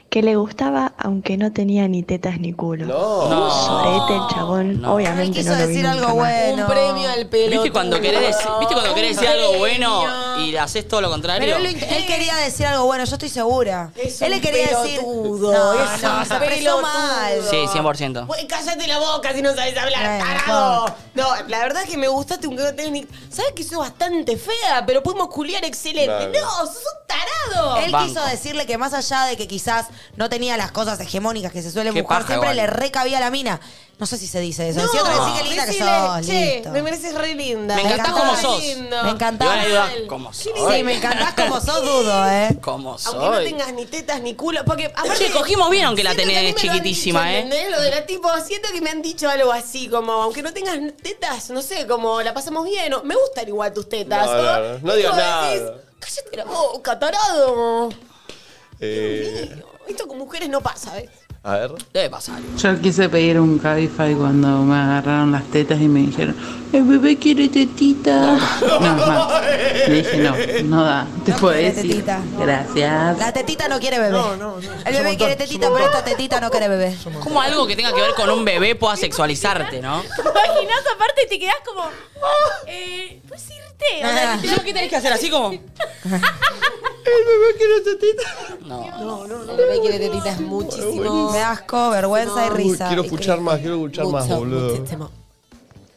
Speaker 9: que le gustaba aunque no tenía ni tetas ni culo.
Speaker 1: No.
Speaker 9: Un sorete el chabón,
Speaker 3: No.
Speaker 2: Él
Speaker 9: obviamente
Speaker 2: quiso
Speaker 9: no lo vi
Speaker 2: decir
Speaker 9: nunca
Speaker 2: algo
Speaker 9: más.
Speaker 2: bueno.
Speaker 4: Un premio al pelo.
Speaker 3: ¿Viste cuando querés decir, ¿viste cuando querés decir algo bueno y haces todo lo contrario?
Speaker 2: Pero él, lo int- él quería decir algo bueno, yo estoy segura.
Speaker 4: Es
Speaker 2: él
Speaker 4: un
Speaker 2: le quería decir.
Speaker 4: pelotudo, es un
Speaker 2: se expresó
Speaker 4: pelotudo.
Speaker 2: mal.
Speaker 3: Sí, 100%.
Speaker 4: Pues cállate la boca si no sabes hablar,
Speaker 2: Bueno,
Speaker 4: tarado. No, la verdad es que me gustaste un no tenés ni. Sabes que sos bastante fea, pero podemos culiar excelente.
Speaker 1: Claro.
Speaker 4: No, sos un tarado.
Speaker 2: Él
Speaker 3: Banco.
Speaker 2: quiso decirle que más allá de que quizás no tenía las cosas hegemónicas que se suelen
Speaker 3: Qué
Speaker 2: buscar,
Speaker 3: paja
Speaker 2: siempre
Speaker 3: igual.
Speaker 2: le recabía la mina. No sé si se dice eso.
Speaker 4: No,
Speaker 2: Decía otra vez, sí, qué linda
Speaker 4: decile,
Speaker 2: que sos.
Speaker 4: che,
Speaker 2: listo.
Speaker 4: me mereces re linda.
Speaker 3: Me encantás
Speaker 4: encantás
Speaker 3: como
Speaker 4: re
Speaker 3: sos.
Speaker 4: lindo.
Speaker 2: Me encantás.
Speaker 3: Y ahora digo, como
Speaker 4: Sí,
Speaker 3: soy.
Speaker 2: Sí, me encantás como
Speaker 3: (laughs)
Speaker 2: sos, dudo, ¿eh?
Speaker 3: Como soy.
Speaker 4: Aunque no tengas ni tetas ni culo. Porque aparte.
Speaker 3: Che, cogimos bien aunque la
Speaker 4: siento que a mí
Speaker 3: tenés
Speaker 4: me lo han
Speaker 3: chiquitísima,
Speaker 4: dicho,
Speaker 3: eh.
Speaker 4: ¿entendés? Lo de la tipo, siento que me han dicho algo así, como, aunque no tengas tetas, no sé, como la pasamos bien, o me gustan igual tus tetas.
Speaker 1: No, no, no,
Speaker 4: o-
Speaker 1: no digas
Speaker 4: y vos
Speaker 1: nada.
Speaker 4: Cállate la boca, tarado.
Speaker 1: Eh,
Speaker 4: Esto con mujeres no pasa, ¿eh? ¿ves?
Speaker 1: a ver.
Speaker 3: Debe pasar.
Speaker 12: Yo quise pedir un Cabify cuando me agarraron las tetas y me dijeron, el bebé quiere tetita. No, es más. Le dije, no, no da. Te
Speaker 2: No
Speaker 12: puedo
Speaker 2: quiere
Speaker 12: decir.
Speaker 2: tetita.
Speaker 12: Gracias.
Speaker 2: La tetita no quiere bebé.
Speaker 6: No, no, no.
Speaker 2: El bebé quiere tetita, pero esta tetita no quiere bebé.
Speaker 3: Como algo que tenga que ver con un bebé pueda sexualizarte, ¿no?
Speaker 5: Imaginás aparte y te quedás como. Eh, ¿Puedes irte? O
Speaker 2: Ah.
Speaker 5: sea,
Speaker 3: ¿Yo qué tenés que hacer? ¿Así como? (laughs) El bebé quiere tetita. No.
Speaker 4: El bebé quiere tetitas muchísimo.
Speaker 2: (laughs) Me da asco, vergüenza y
Speaker 4: Uy,
Speaker 1: Uy,
Speaker 2: risa.
Speaker 1: quiero
Speaker 2: Y
Speaker 1: escuchar
Speaker 2: que-
Speaker 1: más, quiero escuchar más,
Speaker 4: Mucho,
Speaker 1: boludo.
Speaker 2: este
Speaker 4: muchísimo.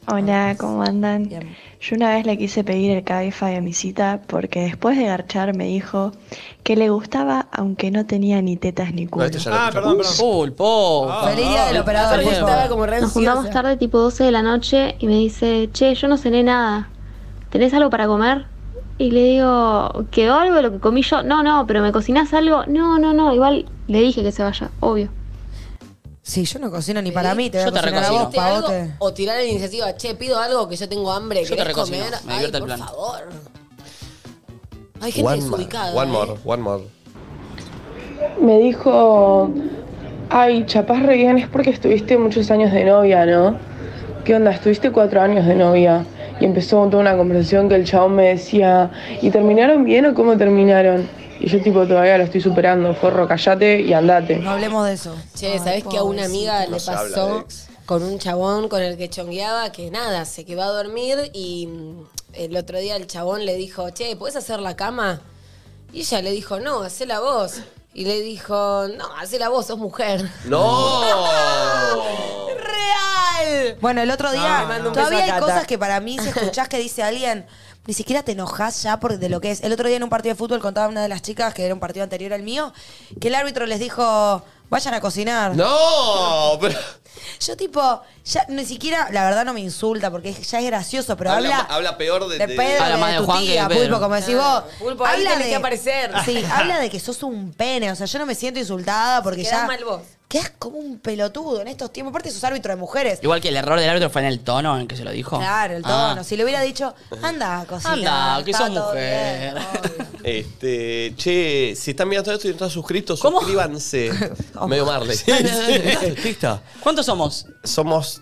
Speaker 9: Hola, ¿cómo andan?
Speaker 2: Bien.
Speaker 9: Yo una vez le quise pedir el Cabify a mi cita porque después de garchar me dijo que le gustaba aunque no tenía ni tetas ni
Speaker 1: No,
Speaker 9: culo.
Speaker 1: esto ya lo
Speaker 6: Ah,
Speaker 1: escuchamos.
Speaker 6: perdón, perdón.
Speaker 3: Pulpo.
Speaker 2: Feliz día
Speaker 3: Ah,
Speaker 2: del operador.
Speaker 3: Feliz
Speaker 2: por
Speaker 3: día.
Speaker 4: Estaba
Speaker 2: favor.
Speaker 4: como re
Speaker 12: Nos juntamos
Speaker 4: ansiosa.
Speaker 12: tarde, tipo 12 de la noche, y me dice, che, yo no cené nada. ¿Tenés algo para comer? Y le digo, ¿quedó algo de lo que comí yo? No, no, pero ¿me cocinás algo? No, no, no, igual le dije que se vaya, obvio.
Speaker 2: Sí, yo no cocino ni para mí, te voy a
Speaker 3: Yo te
Speaker 2: cocinar a
Speaker 3: recocino.
Speaker 2: vos,
Speaker 4: ¿Hiciste algo?
Speaker 2: pavote.
Speaker 4: O tirar la iniciativa, che, pido algo que yo tengo hambre,
Speaker 3: Yo te
Speaker 4: ¿querés
Speaker 3: recocino,
Speaker 4: comer?
Speaker 3: me
Speaker 4: Ay,
Speaker 3: divierte el
Speaker 4: por
Speaker 3: plan.
Speaker 4: favor. Hay gente
Speaker 1: One more,
Speaker 4: desubicada.
Speaker 1: one
Speaker 4: ¿eh?
Speaker 1: more, one more.
Speaker 9: Me dijo, ay, chapás re bien es porque estuviste muchos años de novia, ¿no? ¿Qué onda? Estuviste cuatro años de novia. Y empezó toda una conversación que el chabón me decía, ¿y terminaron bien o cómo terminaron? Y yo tipo, todavía lo estoy superando, forro, callate y andate.
Speaker 2: No hablemos de eso.
Speaker 4: Che,
Speaker 2: Ay,
Speaker 4: ¿sabés que a una amiga
Speaker 1: No
Speaker 4: le
Speaker 1: se habla de
Speaker 4: pasó
Speaker 1: ex.
Speaker 4: con un chabón con el que chongueaba que nada, se quedó a dormir y mm, el otro día el chabón le dijo, che, ¿puedes hacer la cama? Y ella le dijo, no, hacela vos. Y le dijo, no, hacela vos, sos mujer.
Speaker 1: ¡No!
Speaker 4: (laughs) ¡Real!
Speaker 2: Bueno, el otro día
Speaker 4: mando un beso
Speaker 2: todavía
Speaker 4: a
Speaker 2: hay
Speaker 4: Cata.
Speaker 2: cosas que para mí si escuchás que dice alguien, ni siquiera te enojas ya por de lo que es. El otro día en un partido de fútbol contaba una de las chicas, que era un partido anterior al mío, que el árbitro les dijo, vayan a cocinar.
Speaker 1: No, pero
Speaker 2: Yo tipo, ya ni siquiera, la verdad no me insulta porque es- ya es gracioso, pero habla,
Speaker 1: habla, habla peor de,
Speaker 2: de
Speaker 1: de-
Speaker 2: Pedro, de, tu tía, Pulpo, como decís vos.
Speaker 4: Ah, Pulpo, ahí tenés que aparecer.
Speaker 2: (laughs) Sí, habla de que sos un pene. O sea, yo no me siento insultada porque
Speaker 4: Quedás
Speaker 2: ya...
Speaker 4: mal vos.
Speaker 2: Quedás como un pelotudo en estos tiempos. Aparte sos árbitro de mujeres.
Speaker 3: Igual que el error del árbitro fue en el tono en el que se lo dijo.
Speaker 2: Claro, el
Speaker 3: Ah.
Speaker 2: tono. Si le hubiera dicho, anda a cocinar.
Speaker 3: Anda, que
Speaker 2: está
Speaker 3: sos
Speaker 2: todo
Speaker 3: mujer.
Speaker 1: Este, che, si están mirando todo esto y no están suscritos,
Speaker 2: (laughs)
Speaker 1: suscríbanse. Oh, Medio Marley. (laughs) Suscrita.
Speaker 3: ¿Cuántos somos?
Speaker 1: Somos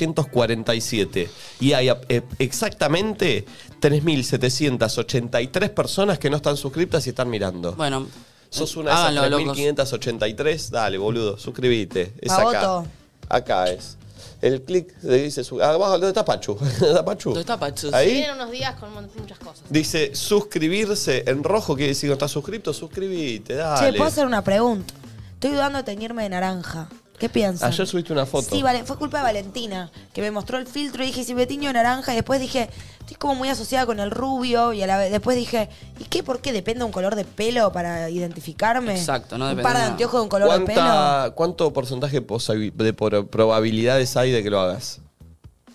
Speaker 1: 315.847. Y hay eh, exactamente 3.783 personas que no están suscritas y están mirando.
Speaker 3: Bueno.
Speaker 1: Sos una de esas
Speaker 3: Háganlo, locos.
Speaker 1: 3.583. Dale, boludo, suscribite. Es acá.
Speaker 2: Pavoto.
Speaker 1: Acá es. El clic le dice... su- Ah, Abajo, ¿dónde está (laughs) Pachu? ¿Dónde está Pachu? ¿Dónde
Speaker 3: está Pachu?
Speaker 1: Ahí.
Speaker 5: Vienen unos días con mon- muchas cosas.
Speaker 1: Dice suscribirse en rojo, quiere decir que no estás suscrito, suscribite, dale.
Speaker 2: Che, ¿puedo hacer una pregunta? Estoy dudando de teñirme de naranja. ¿Qué piensas?
Speaker 1: Ayer subiste una foto.
Speaker 2: Sí, vale, fue culpa de Valentina, que me mostró el filtro y dije, si me tiño de naranja, y después dije, estoy como muy asociada con el rubio, y a la vez, después dije, ¿y qué? ¿Por qué depende un color de pelo para identificarme?
Speaker 1: Exacto, no
Speaker 2: ¿Un
Speaker 1: depende
Speaker 2: par de
Speaker 1: nada.
Speaker 2: anteojos de un color de pelo?
Speaker 1: ¿Cuánta- ¿Cuánto porcentaje posabi- de por- probabilidades hay de que lo hagas?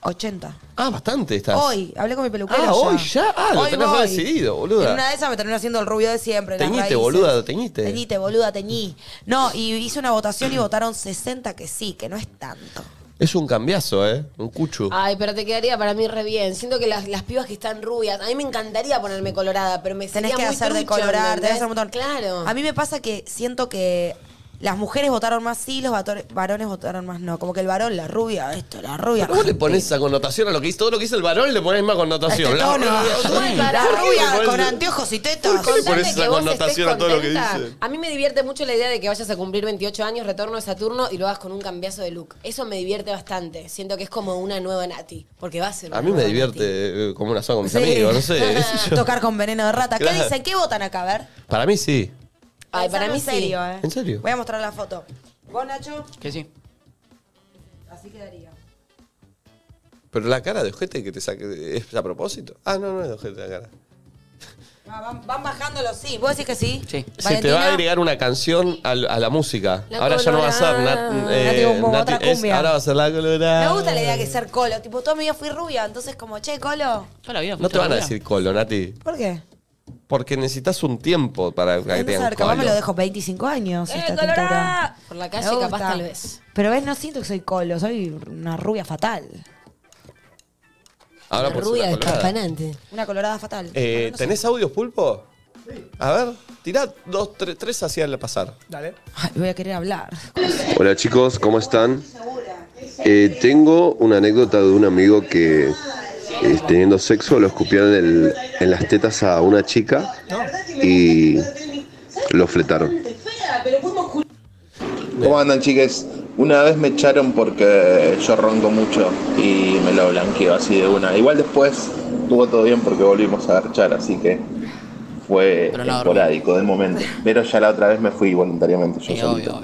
Speaker 2: 80.
Speaker 1: Ah, bastante estás.
Speaker 2: Hoy, hablé con mi peluquero.
Speaker 1: Ah, hoy ya. Ah, lo tenés re decidido, boluda.
Speaker 2: En una de esas me terminó haciendo el rubio de siempre. las
Speaker 1: Teñite,
Speaker 2: raíces.
Speaker 1: boluda, lo teñiste.
Speaker 2: Teñite, boluda, teñí. No, y hice una votación y votaron 60 que sí, que no es tanto.
Speaker 1: Es un cambiazo, ¿eh? Un cuchu.
Speaker 2: Ah,
Speaker 4: Ay, pero te quedaría para mí re bien. Siento que las, las pibas que están rubias, a mí me encantaría ponerme colorada, pero me
Speaker 2: Tenés
Speaker 4: sería
Speaker 2: que
Speaker 4: muy
Speaker 2: hacer de
Speaker 4: trucha,
Speaker 2: colorar, tenés
Speaker 4: ¿entendés?
Speaker 2: que hacer un montón.
Speaker 4: Claro.
Speaker 2: A mí me pasa que siento que las mujeres votaron más sí, los vator- varones votaron más no. Como que el varón, la rubia, esto, la rubia.
Speaker 1: ¿Cómo le pones esa connotación a lo que hizo? Todo lo que hizo el varón le pones más connotación.
Speaker 2: Este
Speaker 1: La-
Speaker 2: tono.
Speaker 1: La-
Speaker 2: La rubia
Speaker 1: Igual-
Speaker 2: con anteojos y tetas.
Speaker 1: ¿Por qué le
Speaker 4: Contame
Speaker 1: pones
Speaker 4: que
Speaker 1: esa
Speaker 4: vos
Speaker 1: connotación
Speaker 4: estés
Speaker 1: a todo lo que
Speaker 4: contenta.
Speaker 1: dice?
Speaker 4: A mí me divierte mucho la idea de que vayas a cumplir 28 años, retorno de Saturno y lo hagas con un cambiazo de look. Eso me divierte bastante. Siento que es como una nueva Nati, porque va a ser una
Speaker 1: A mí me
Speaker 4: nueva
Speaker 1: divierte eh, como una soga con mis
Speaker 2: Sí.
Speaker 1: amigos, no sé. qué
Speaker 2: (laughs)
Speaker 1: sé yo.
Speaker 2: Tocar con veneno de rata. ¿Qué
Speaker 1: Claro.
Speaker 2: dicen? ¿Qué votan acá? A ver.
Speaker 1: Para mí sí.
Speaker 4: Ay, para
Speaker 2: Pensalo
Speaker 4: mí
Speaker 2: en serio, ¿eh?
Speaker 1: ¿En serio?
Speaker 2: Voy a mostrar la foto. ¿Vos, Nacho?
Speaker 3: Que sí.
Speaker 2: Así quedaría.
Speaker 1: Pero la cara de ojete que te saque es a propósito. Ah, no, no es de ojete la cara.
Speaker 2: Ah, van, van bajando los sí. ¿Vos decís que sí?
Speaker 3: Sí.
Speaker 1: Se te va a agregar una canción al- a, la música.
Speaker 2: La
Speaker 1: ahora ya no va a ser
Speaker 2: colorada.
Speaker 1: Nat- eh,
Speaker 2: Nati Bumbo, otra
Speaker 1: es-
Speaker 2: cumbia.
Speaker 1: Ahora va a ser la colorada.
Speaker 2: Me gusta la idea que ser colo. Tipo, toda mi vida fui rubia, entonces como, che, colo.
Speaker 3: Toda la vida
Speaker 1: No te van a decir colo, Nati.
Speaker 2: ¿Por qué?
Speaker 1: Porque necesitas un tiempo para que te
Speaker 2: Entonces, a
Speaker 1: digan
Speaker 2: ver, capaz me lo
Speaker 1: colo.
Speaker 2: dejo 25 años.
Speaker 4: Nati.
Speaker 2: esta
Speaker 4: ¡Eh, colorada!
Speaker 2: tintura.
Speaker 4: Por la
Speaker 2: Me
Speaker 4: calle
Speaker 2: gusta.
Speaker 4: capaz tal vez.
Speaker 2: Pero ves, no siento que soy colo, soy una rubia fatal.
Speaker 1: Ahora por ser la colorada.
Speaker 2: Una colorada fatal.
Speaker 1: Eh, ¿Tenés audios, Pulpo? Sí. A ver, tirá dos, tres, tres hacia el pasar.
Speaker 6: Dale.
Speaker 2: Ay, voy a querer (laughs) hablar.
Speaker 13: Hola chicos, ¿cómo están? Eh, tengo una anécdota de un amigo que eh, teniendo sexo lo escupió en, el- en las tetas a una chica y lo fletaron.
Speaker 14: ¿Cómo andan chiques? Una vez me echaron porque yo ronco mucho y me lo blanqueo así de una. Igual después estuvo todo bien porque volvimos a garchar, así que fue
Speaker 15: Pero no dormí.
Speaker 14: esporádico de
Speaker 2: (laughs)
Speaker 14: momento. Pero ya la otra vez me fui voluntariamente yo solito.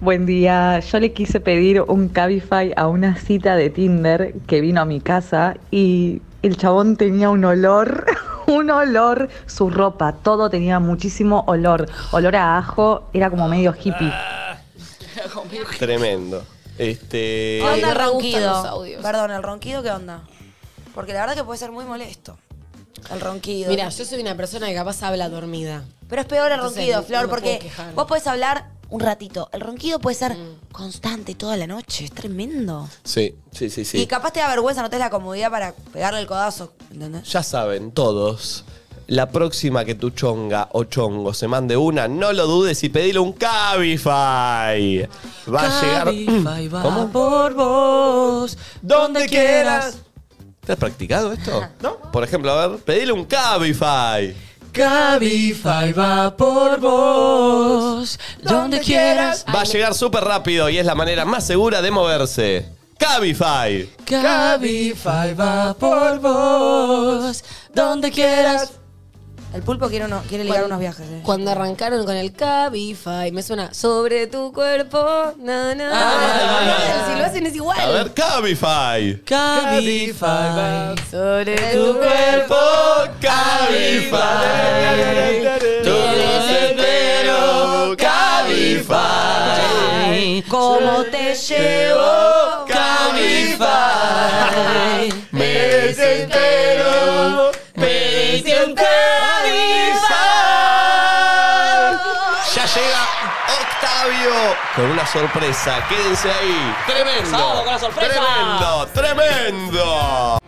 Speaker 16: Buen día, yo le quise pedir un Cabify a una cita de Tinder que vino a mi casa y el chabón tenía un olor, (laughs) un olor, su ropa, todo tenía muchísimo olor, olor a ajo, era como medio hippie.
Speaker 1: Tremendo. Este.
Speaker 2: ¿Qué onda el
Speaker 4: me gustan los
Speaker 2: ronquido?
Speaker 4: audios.
Speaker 2: Perdón, ¿el ronquido qué onda? Porque la verdad que puede ser muy molesto. El ronquido.
Speaker 4: Mira, yo soy una persona que capaz habla dormida.
Speaker 2: Pero es peor el
Speaker 4: Entonces,
Speaker 2: ronquido,
Speaker 4: no-
Speaker 2: Flor,
Speaker 4: no me
Speaker 2: porque
Speaker 4: puedo quejar.
Speaker 2: vos podés hablar un ratito. El ronquido puede ser constante toda la noche. Es tremendo.
Speaker 1: Sí, sí, sí, sí.
Speaker 2: Y capaz te da vergüenza, no tenés la comodidad para pegarle el codazo. ¿Entendés?
Speaker 1: Ya saben, todos. La próxima que tu chonga o chongo se mande una, no lo dudes y pedile un Cabify. Va a llegar.
Speaker 3: Cabify va
Speaker 1: ¿Cómo?
Speaker 3: por vos, donde quieras.
Speaker 1: ¿Te has practicado esto? ¿No? Por ejemplo, a ver, pedile un Cabify.
Speaker 3: Cabify va por vos, donde quieras.
Speaker 1: Va a llegar súper rápido y es la manera más segura de moverse. Cabify.
Speaker 3: Cabify va por vos, donde quieras.
Speaker 2: El pulpo quiere, uno, quiere ligar unos viajes. eh.
Speaker 4: Cuando arrancaron con el Cabify, me suena sobre tu cuerpo. Na, na, na". Si lo hacen es igual.
Speaker 1: A ver, Cabify.
Speaker 3: Cabify.
Speaker 4: Sobre
Speaker 3: tu cuerpo,
Speaker 1: Cabify.
Speaker 3: entero, Cabify.
Speaker 2: ¿Cómo te llevo? Cabify.
Speaker 3: Me desentero, me desentero.
Speaker 1: Ya llega Octavio con una sorpresa. Quédense ahí. Tremendo.
Speaker 3: Vamos con la sorpresa.
Speaker 1: Tremendo, tremendo.